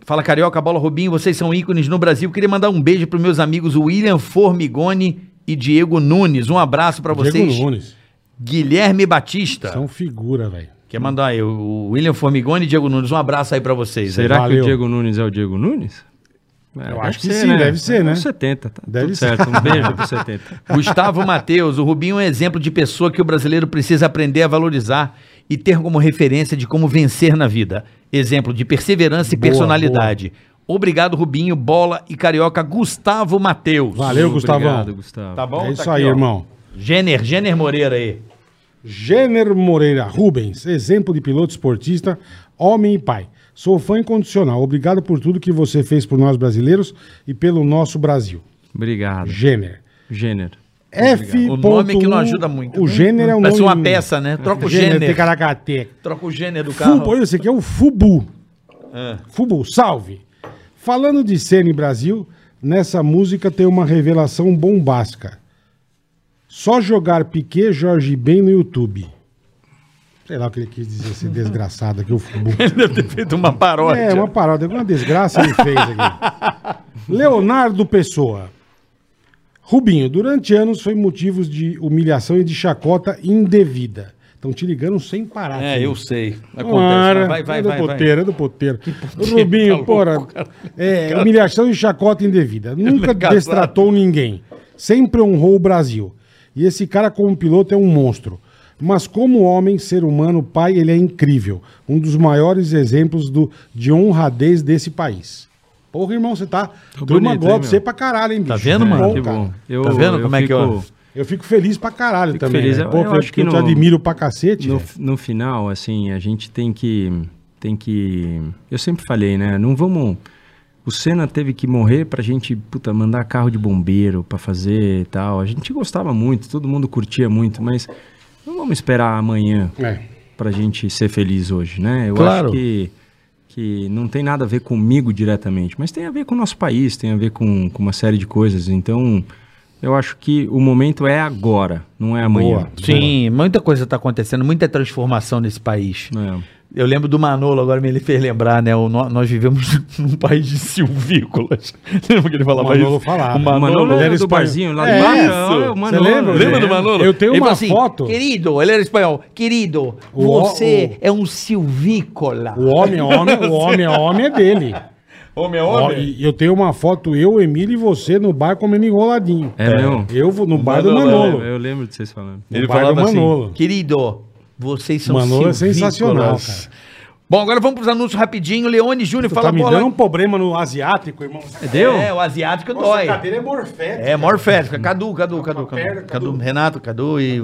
Fala Carioca, Bola Rubinho, vocês são ícones no Brasil. Queria mandar um beijo pros meus amigos William Formigoni e Diego Nunes. Um abraço pra vocês.
Diego Nunes.
Guilherme Batista.
São figura, velho.
Quer mandar aí o William Formigoni e Diego Nunes. Um abraço aí pra vocês. aí.
Será que
Valeu.
o Diego Nunes é o Diego Nunes? É,
Eu
deve
acho que sim, deve ser, né?
O 70, tá
Deve
tudo
ser.
certo. Um beijo pro 70.
Gustavo Matheus, o Rubinho é um exemplo de pessoa que o brasileiro precisa aprender a valorizar e ter como referência de como vencer na vida. Exemplo de perseverança e
Boa,
personalidade. Obrigado, Rubinho, bola e carioca Gustavo Matheus.
Valeu, Gustavão.
Obrigado, Gustavo.
Tá bom?
é isso
Tá aqui,
aí,
ó.
irmão.
Jenner, Jenner Moreira aí.
Jenner Moreira Rubens, exemplo de piloto esportista, homem e pai. Sou fã incondicional. Obrigado por tudo que você fez por nós brasileiros e pelo nosso Brasil.
Obrigado.
Jenner.
Gênero.
F. um,
O nome que não ajuda muito.
O
né?
Jenner é um
Parece
nome...
uma peça, né? Troca o
Jenner.
Jenner.
Tecaracate.
Troca o Jenner do carro. É.
Fubu, olha, esse aqui é o Fubu. Fubu, salve. Falando de cena em Brasil, nessa música tem uma revelação bombástica. Só jogar Piquet Jorge Ben no YouTube. Sei lá o que ele quis dizer, esse desgraçado aqui, o Fubu.
Deve ter feito uma paródia.
É, uma parada, alguma desgraça ele fez aqui. Leonardo Pessoa. Rubinho, durante anos foi motivo de humilhação e de chacota indevida. Estão te ligando sem parar.
É,
filho.
eu sei. Acontece.
Ora,
mas vai, vai,
é do
vai. vai.
poteiro, é do poteiro. Rubinho, porra, é, humilhação e chacota indevida. Nunca
casado.
destratou ninguém. Sempre honrou o Brasil. E esse cara como piloto é um monstro. Mas como homem, ser humano, pai, ele é incrível. Um dos maiores exemplos do, de honradez desse país. Porra, irmão, você tá... turma gosta
bonito, hein,
de
meu?
você pra caralho, hein, bicho?
Tá vendo,
Que
mano?
É, que
cara.
bom. Eu,
Tá vendo como é que eu-
Eu fico feliz pra caralho
Fico
também.
feliz.
né?
Eu-
Pô,
eu
Felipe,
acho que
eu te
no-
admiro pra cacete. né?
No,
velho.
no final, assim, a gente tem que. Tem que. Eu sempre falei, né? Não vamos. O Senna teve que morrer pra gente, puta, mandar carro de bombeiro pra fazer e tal. A gente gostava muito, todo mundo curtia muito, mas não vamos esperar amanhã
É.
pra gente ser feliz hoje, né? Eu
Claro.
acho que, que que não tem nada a ver comigo diretamente, mas tem a ver com o nosso país, tem a ver com, com uma série de coisas. Então, eu acho que o momento é agora, não é amanhã.
Boa.
Sim, muita coisa
tá
está acontecendo, muita transformação nesse país.
Não é.
Eu lembro do Manolo, agora me ele fez lembrar, né? O, nó- nós vivemos num país de silvícolas. Lembra que ele falava
Manolo
isso?
falava.
O Manolo,
O Manolo
ele
era
era
do
espanhol.
barzinho lá de
É
baixo,
isso.
olha o
Você
Manolo. né?
lembra?
Lembra do
É.
Manolo?
Eu tenho
Ele
uma
falou assim,
foto.
Querido, ele era espanhol. Querido,
O-
você é um silvícola.
O homem é homem, o homem é homem é dele.
Homem é
Ó, e eu tenho uma foto, eu, Emílio e você no bar comendo enroladinho.
É mesmo?
Eu vou no bar do
Manolo,
Eu
Manolo.
lembro- Eu lembro de vocês falando.
No bar do Manolo.
Querido, vocês são
Manolo é sensacional,
silvícolas. Bom, agora vamos para os anúncios rapidinho. Leone Júnior,
Tá
fala
me
bola.
dando um problema no asiático, irmão.
Deu?
É, o asiático
Nossa,
dói.
a cadeira é morfética.
É, maior festa. Cadu, Cadu, Cadu, Cadu.
perna,
Cadu, Renato, Cadu e...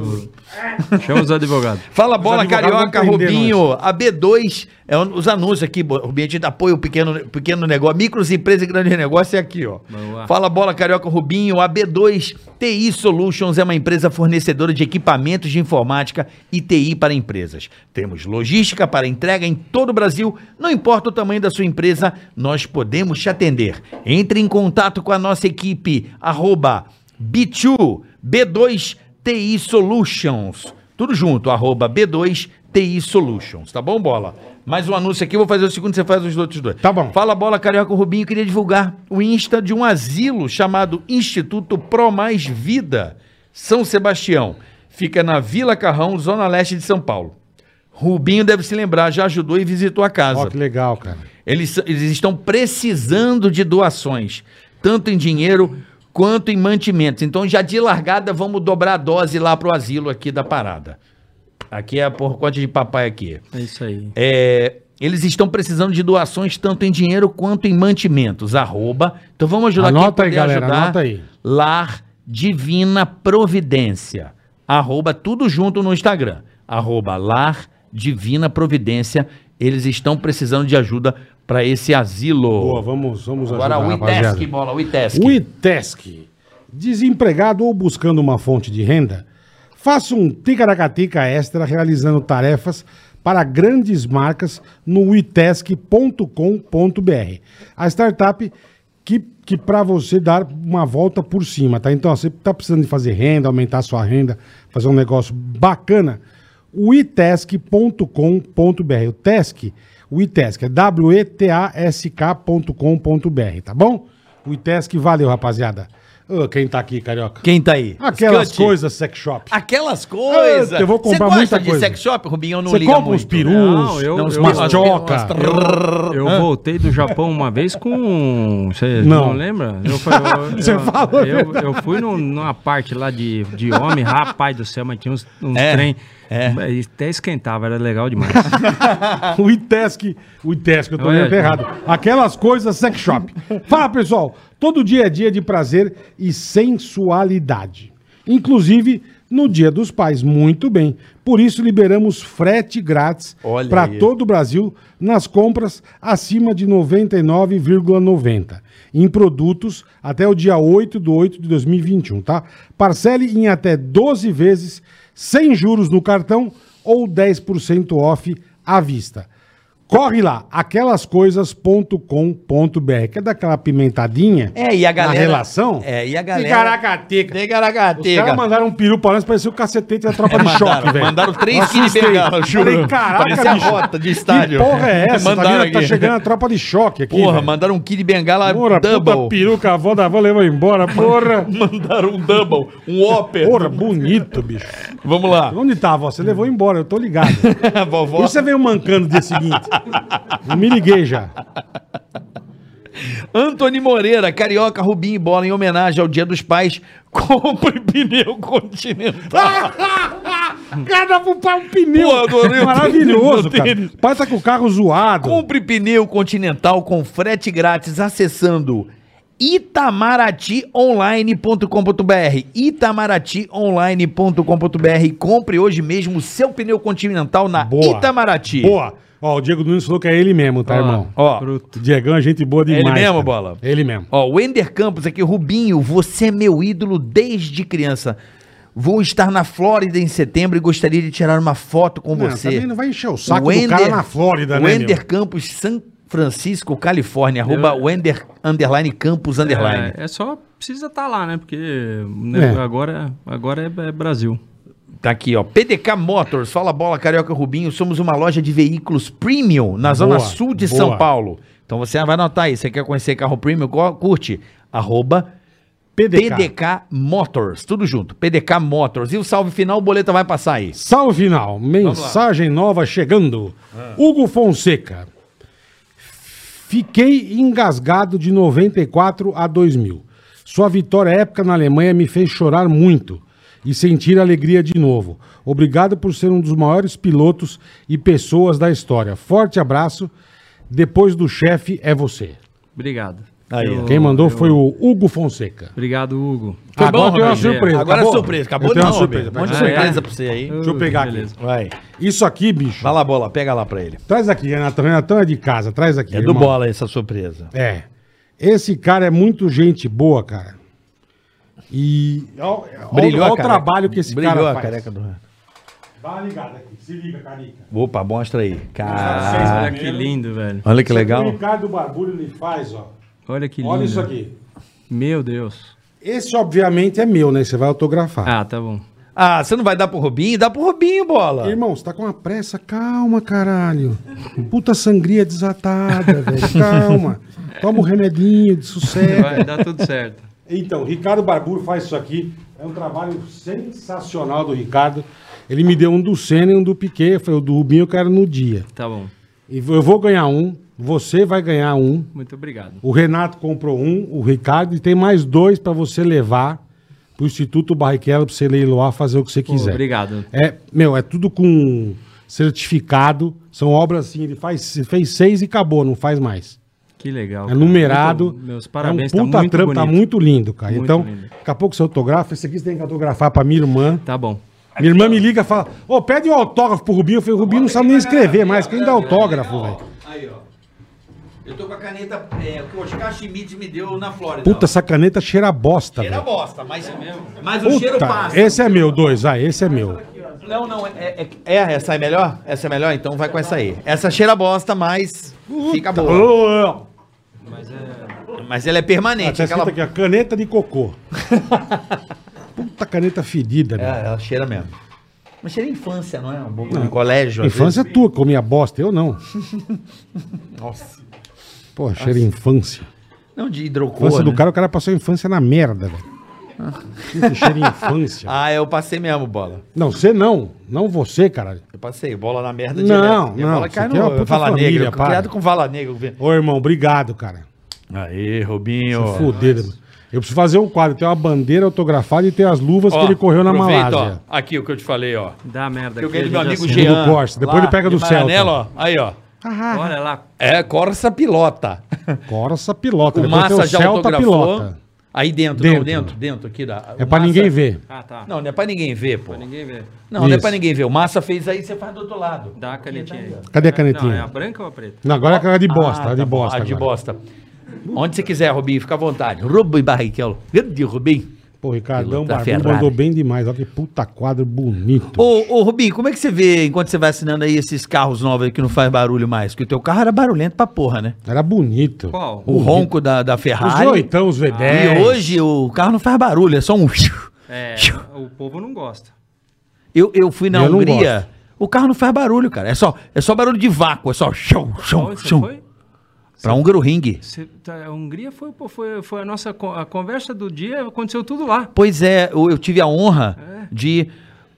Chama os advogados.
Fala bola
advogados vão
carioca,
prender
Robinho. A B2 é um- os anúncios aqui, bo- ambiente de apoio, pequeno, pequeno negócio, micros, empresa e grande negócio é aqui, ó.
Boa.
Fala bola carioca, Rubinho. A B2 TI Solutions é uma empresa fornecedora de equipamentos de informática e TI para empresas. Temos logística para entrega em todo o Brasil, não importa o tamanho da sua empresa, nós podemos te atender. Entre em contato com a nossa equipe arroba B2 B2 TI Solutions. Tudo junto, arroba B2 TI Solutions, tá bom, bola? Mais um anúncio aqui, eu vou fazer o segundo, você faz os outros dois.
Tá bom.
Fala Bola Carioca Rubinho, queria divulgar o Insta de um asilo chamado Instituto Pro Mais Vida, São Sebastião. Fica na Vila Carrão, Zona Leste de São Paulo. Rubinho deve se lembrar, já ajudou e visitou a
Ó,
casa.
que legal, cara.
Eles, eles estão precisando de doações, tanto em dinheiro quanto em mantimentos. Então, já de largada, vamos dobrar a dose lá pro asilo aqui da parada. Aqui é por conta de papai aqui.
É isso aí.
É, eles estão precisando de doações tanto em dinheiro quanto em mantimentos. Arroba. Então vamos ajudar
Anota aí, galera, anota aí.
Lar Divina Providência. Arroba tudo junto no Instagram. Arroba Lar Divina Providência. Eles estão precisando de ajuda para esse asilo.
Boa, vamos, vamos
Agora o
ajudar,
ITESC,
rapaziada.
bola, o ITESC.
O Itesc. Desempregado ou buscando uma fonte de renda? Faça um ticaracatica extra realizando tarefas para grandes marcas no itesc.com.br. A startup que, que para você dar uma volta por cima, tá? Então, ó, você está precisando de fazer renda, aumentar sua renda, fazer um negócio bacana, o itesc.com.br. O TESC, o ITESC é W-E-T-A-S-K.com.br, tá bom? O ITESC, valeu, rapaziada. Ô, quem tá aqui, carioca?
Quem tá aí?
Aquelas
Scut.
coisas sex shop.
Ah, Aquelas coisas.
Eu vou comprar
Você
muita
gosta de
coisa.
sex shop, Rubinho? Eu não
Você
liga
compra uns
muito. né?
perus,
Não, eu-
uns
eu-
machoca.
Eu voltei do Japão uma vez com. um, Você
Não.
não. lembra? Eu, fui- eu-
Você
eu-
falou,
Eu, eu fui num- numa parte lá de, de homem, rapaz do céu, mas tinha uns, uns trem. E Até esquentava, era legal demais.
O ITESC, o ITESC, eu tô
Olha,
lendo errado. Aquelas coisas sex shop. Fala, pessoal. Todo dia é dia de prazer e sensualidade. Inclusive no Dia dos Pais, muito bem. Por isso liberamos frete grátis
Olha
para
aí.
todo o Brasil nas compras acima de 99,90 em produtos até o dia 8 de 8 de 2021, tá? Parcele em até 12 vezes, sem juros no cartão ou 10% off à vista. Corre lá, aquelascoisas.com.br. Quer dar aquela pimentadinha
É, e a galera.
na relação?
É, e a galera.
Ticaracateca. Os caras mandaram um peru para nós, parecia o cacetete da tropa de choque, velho.
mandaram três
Eu assustei.
quilos de bengala, eu juro.
Falei, caraca,
Parecia
bicho,
rota de estádio.
Que porra é essa?
Mandaram
tá, vendo? Tá
aqui.
chegando a tropa de choque aqui,
Porra,
velho.
mandaram um kit de bengala
Porra, puta
double.
peruca, a avó da avó levou embora, porra.
Mandaram um double, um ópera.
porra, bonito, bicho.
Vamos lá.
Onde tá, avó? Você levou embora, eu tô ligado.
A
Por
vovó.
isso é- você veio mancando no dia seguinte. Não me liguei já.
Antônio Moreira, Carioca, Rubinho e Bola, em homenagem ao Dia dos Pais, compre pneu
Ah!
continental.
Cada um pau um pneu.
Pô, adorei o tênis,
Maravilhoso,
o
cara.
tênis.
O pai tá com o carro zoado.
compre pneu continental com frete grátis acessando itamaratyonline.com.br itamaratyonline.com.br compre hoje mesmo o seu pneu continental na
Boa.
Itamaraty.
Boa. Ó, o Diego Nunes falou que é ele mesmo, tá,
Ó,
irmão?
Ó,
Fruto.
O Diegão é gente boa demais.
mesmo,
cara.
Bola?
Ele mesmo.
Ó, o Ender Campos aqui, Rubinho, você é meu ídolo desde criança. Vou estar na Flórida em setembro e gostaria de tirar uma foto com
Não,
você.
também não vai encher o saco do cara na Flórida,
o
né,
Ender
meu?
Campos San- Francisco, Califórnia, arroba Wender, underline Campos, underline.
É, é só precisa estar lá, né? Porque né,
É.
agora, agora é, é Brasil.
Tá aqui, ó. PDK Motors, fala bola, Carioca Rubinho. Somos uma loja de veículos premium na zona
Boa,
sul de
boa.
São Paulo. Então você vai anotar aí. Você quer conhecer carro premium? Co- Curte. Arroba PDK. Motors. Tudo junto. PDK Motors. E o salve final, o boleta vai passar aí.
Salve final, mensagem nova chegando. Hugo Fonseca. Fiquei engasgado de 94 a 2000. Sua vitória épica na Alemanha me fez chorar muito e sentir alegria de novo. Obrigado por ser um dos maiores pilotos e pessoas da história. Forte abraço. Depois do chefe é você.
Obrigado.
Aí,
Eu-
Quem mandou
eu-
foi o Hugo Fonseca.
Obrigado, Hugo.
Oh, Foi
Agora
bom,
tem uma
Roberto?
surpresa.
Agora
acabou?
é surpresa. Acabou
Eu tenho
não,
uma surpresa.
Roberto. Um monte de
Ah, é?
surpresa pra você aí.
Deixa eu pegar aqui.
Beleza.
Vai.
Isso aqui, bicho.
Vai lá, bola. Pega lá pra ele.
Traz aqui, Renatão. Renatão é de casa. Traz aqui.
É do
irmão.
bola essa surpresa.
É. Esse cara é muito gente boa, cara. E olha
Brilhou
o
a careca.
trabalho que esse
Brilhou
cara
a
faz.
careca do Renato.
Dá uma ligada aqui. Se liga, Carica.
Opa, mostra aí. Cara,
Vocês
Olha Ah, que
primeiro.
lindo, velho.
olha que
O
legal.
Ricardo Barbulho ele faz, ó.
Olha que lindo.
Olha isso aqui.
Meu Deus.
Esse, obviamente, é meu, né? Você vai autografar.
Ah, tá bom.
Ah, você não vai dar pro Rubinho? Dá pro Rubinho,
Ah.
bola.
Irmão, você tá com uma pressa? Calma, caralho. Puta sangria desatada, velho. Calma. Toma um remedinho de sossego.
Vai dar tudo certo.
Então, Ricardo Barburo faz isso aqui. É um trabalho sensacional do Ricardo. Ele me deu um do Senna e um do Piquet. Foi o do Rubinho eu quero no dia.
Tá bom.
E eu vou ganhar um, você vai ganhar um.
Muito obrigado.
O Renato comprou um, o Ricardo, e tem mais dois para você levar pro Instituto Barrichello para você leiloar, fazer o que você
Pô,
quiser.
obrigado.
É, meu, é tudo com certificado. São obras assim, ele faz, fez seis e acabou, não faz mais.
Que legal.
É
cara.
numerado.
Muito- meus parabéns,
é um puta
tá muito
trampo, tá
bonito.
muito lindo, cara.
Muito
então,
lindo.
daqui a pouco você autografa. Esse aqui você tem que autografar pra minha irmã.
Tá bom.
Minha irmã me liga e fala: Ô, pede um autógrafo pro Rubinho. Eu falei: Rubinho não sabe nem escrever mais. Quem dá autógrafo, velho?
Aí, ó. Eu tô com a caneta é, que o Oscar Schmidt me deu na Flórida.
Puta, essa caneta cheira a bosta,
Era
velho.
bosta, mas, mas o cheiro
Puta,
passa.
esse é meu, dois. Ah, esse é meu.
Não, não, é, é- é- essa é melhor? Essa é melhor? Então vai com essa aí. Essa cheira bosta, mas fica boa.
Ô, ô, ô.
Mas ela é
Ah,
permanente.
tá escrito
Aquela...
aqui, ó, caneta de cocô. Puta caneta fedida,
É,
velho.
ela cheira mesmo. Mas cheira infância, não é? Um pouco no colégio. às
Infância é tua, que comia bosta, eu não.
vezes. Nossa.
Pô, cheira infância.
Não, de hidrocor.
Infância do
né?
cara, o cara passou a infância na merda, velho. Puta, cheira infância.
Ah, eu passei mesmo, bola.
Não, você não. Não você, caralho.
Eu passei. Bola na merda
Não,
direto. E a
não,
bola
você
cai
tem uma
no
puta
vala
família,
negra.
para.
Criado com vala negra.
Ô, irmão, obrigado, cara.
Aí, Rubinho.
Fudido, irmão. Eu preciso fazer um quadro. Tem uma bandeira autografada e tem as luvas que ele correu na
aproveita,
Malásia.
ó. Aqui o que eu te falei, ó.
Dá merda
Eu ganhei do
a
meu
gente
amigo
já
Jean.
sente.
Jean.
Do Corsa, depois
lá
ele pega do
de Maranello,
Celta.
ó. Aí, ó.
Olha lá.
É Corsa Pilota.
Corsa pilota.
O
depois tem
Massa já autografou. Aí dentro,
Dentro.
não, dentro, dentro aqui. Da,
É
o
pra
Massa-
ninguém ver.
Ah, tá.
Não, não é pra ninguém ver, pô.
Ninguém vê.
Não, não é
Isso.
pra ninguém ver. O Massa fez aí, você faz do outro lado.
Dá a canetinha aí.
Cadê a
Não, é
canetinha?
a branca ou a preta?
Não, agora é aquela de bosta.
Ah,
a de
tá bom.
bosta.
Ah, de
agora.
bosta. Onde você quiser, Rubinho, fica à vontade. Rubinho Barrichello. Grande Rubinho.
Pô, o Ricardão
Piloto da
Barbudo
Ferrari.
mandou bem demais. Olha que puta quadro bonito.
Ô, ô, Rubinho, como é que você vê, enquanto você vai assinando aí esses carros novos aí que não faz barulho mais? Porque o teu carro era barulhento pra porra, né?
Era bonito.
Qual?
O ronco da, da
Os
Ferrari.
oitão, os V10.
Ah, E hoje o carro não faz barulho, é só um...
É, o povo não gosta.
Eu, eu fui na
Eu não
Hungria, o carro não faz barulho, cara. É só, é só barulho de vácuo, é só chum, chum,
Onde você
chum.
foi?
Pra húngaro ring.
Você- tá, a Hungria foi, pô, foi, foi a nossa co- a conversa do dia, aconteceu tudo lá.
Pois é, eu, eu tive a honra de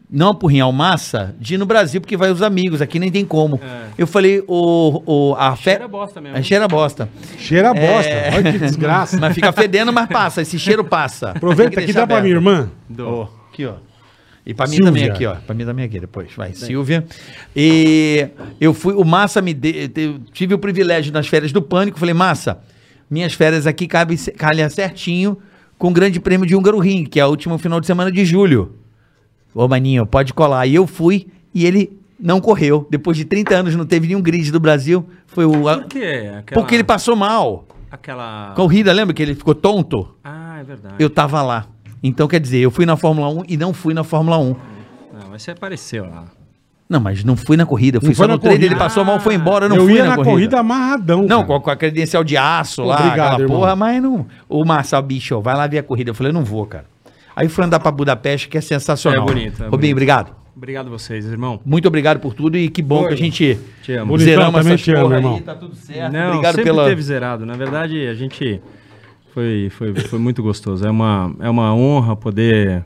não apurrinhar o massa, de ir no Brasil, porque vai os amigos, aqui nem tem como.
É.
Eu falei, o, o, a fé.
Cheira bosta mesmo.
É, cheira bosta.
Cheira a bosta.
É.
Olha que desgraça.
Mas fica fedendo, mas passa. Esse cheiro passa.
Aproveita que, dá pra minha irmã.
Ó, aqui, ó. E pra mim
Silvia.
também aqui, ó. Pra mim também aqui depois. Vai, Silvia. E eu fui, o Massa me de, eu tive o privilégio nas férias do Pânico, falei, Massa, minhas férias aqui cabem, ce- calham certinho com o grande prêmio de Húngaro Ring, que é o último final de semana de julho. Ô, maninho, pode colar. E eu fui e ele não correu. Depois de 30 anos não teve nenhum grid do Brasil. Foi o... a-
Por quê? Aquela,
porque ele passou mal.
Aquela...
Corrida, Ah. lembra que ele ficou tonto?
Ah, é verdade.
Eu tava lá. um Então, quer dizer, eu fui na Fórmula 1 e não fui na Fórmula 1.
Não, mas você Ah, apareceu lá.
Não, mas não fui na corrida. Fui
Não
só
foi na
no treino,
corrida.
ele passou mal, foi embora. Não
eu
fui
ia na corrida, amarradão.
Não,
cara.
com a, com a credencial de aço lá,
Obrigado,
aquela
irmão.
porra, mas não. O Marçal, bicho, vai lá ver a corrida. Eu falei, eu não vou, cara. Aí fui andar pra Budapeste, que é sensacional.
É bonito, é
Robinho,
bonito.
obrigado.
Obrigado a vocês, irmão.
Muito obrigado por tudo e que bom
Foi.
que a gente
Te amo.
Bonitão, também te amo, irmão.
tá tudo certo.
Não,
obrigado
sempre
pela...
teve zerado. Na verdade, a gente foi, foi, foi muito gostoso. É uma, é uma honra poder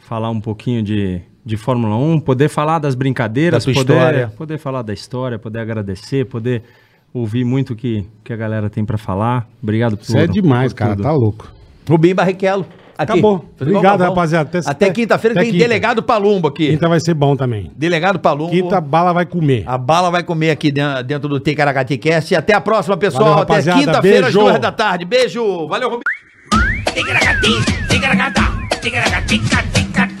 falar um pouquinho de, de Fórmula 1, poder falar das brincadeiras,
Da tua
poder,
história.
poder falar da história, poder agradecer, poder ouvir muito o que, que a galera tem pra falar. Obrigado por
Isso é demais,
por
cara.
tudo.
Tá louco.
Rubinho Barrichello. Aqui.
Acabou.
Fez igual
Obrigado,
o Galvão.
rapaziada. Até-
Até,
até-
quinta-feira
até
tem
quinta.
delegado Palumbo aqui.
Quinta vai ser bom também.
Delegado Palumbo.
Quinta bala vai comer.
A bala vai comer aqui den- dentro do Ticaracati Cast. E até a próxima, pessoal.
Valeu,
até
rapaziada.
quinta-feira, às
Beijo.
duas da tarde. Beijo. Valeu, Rubinho.
Ticaracati, ticaracatá, ticaracati, ticaracatá.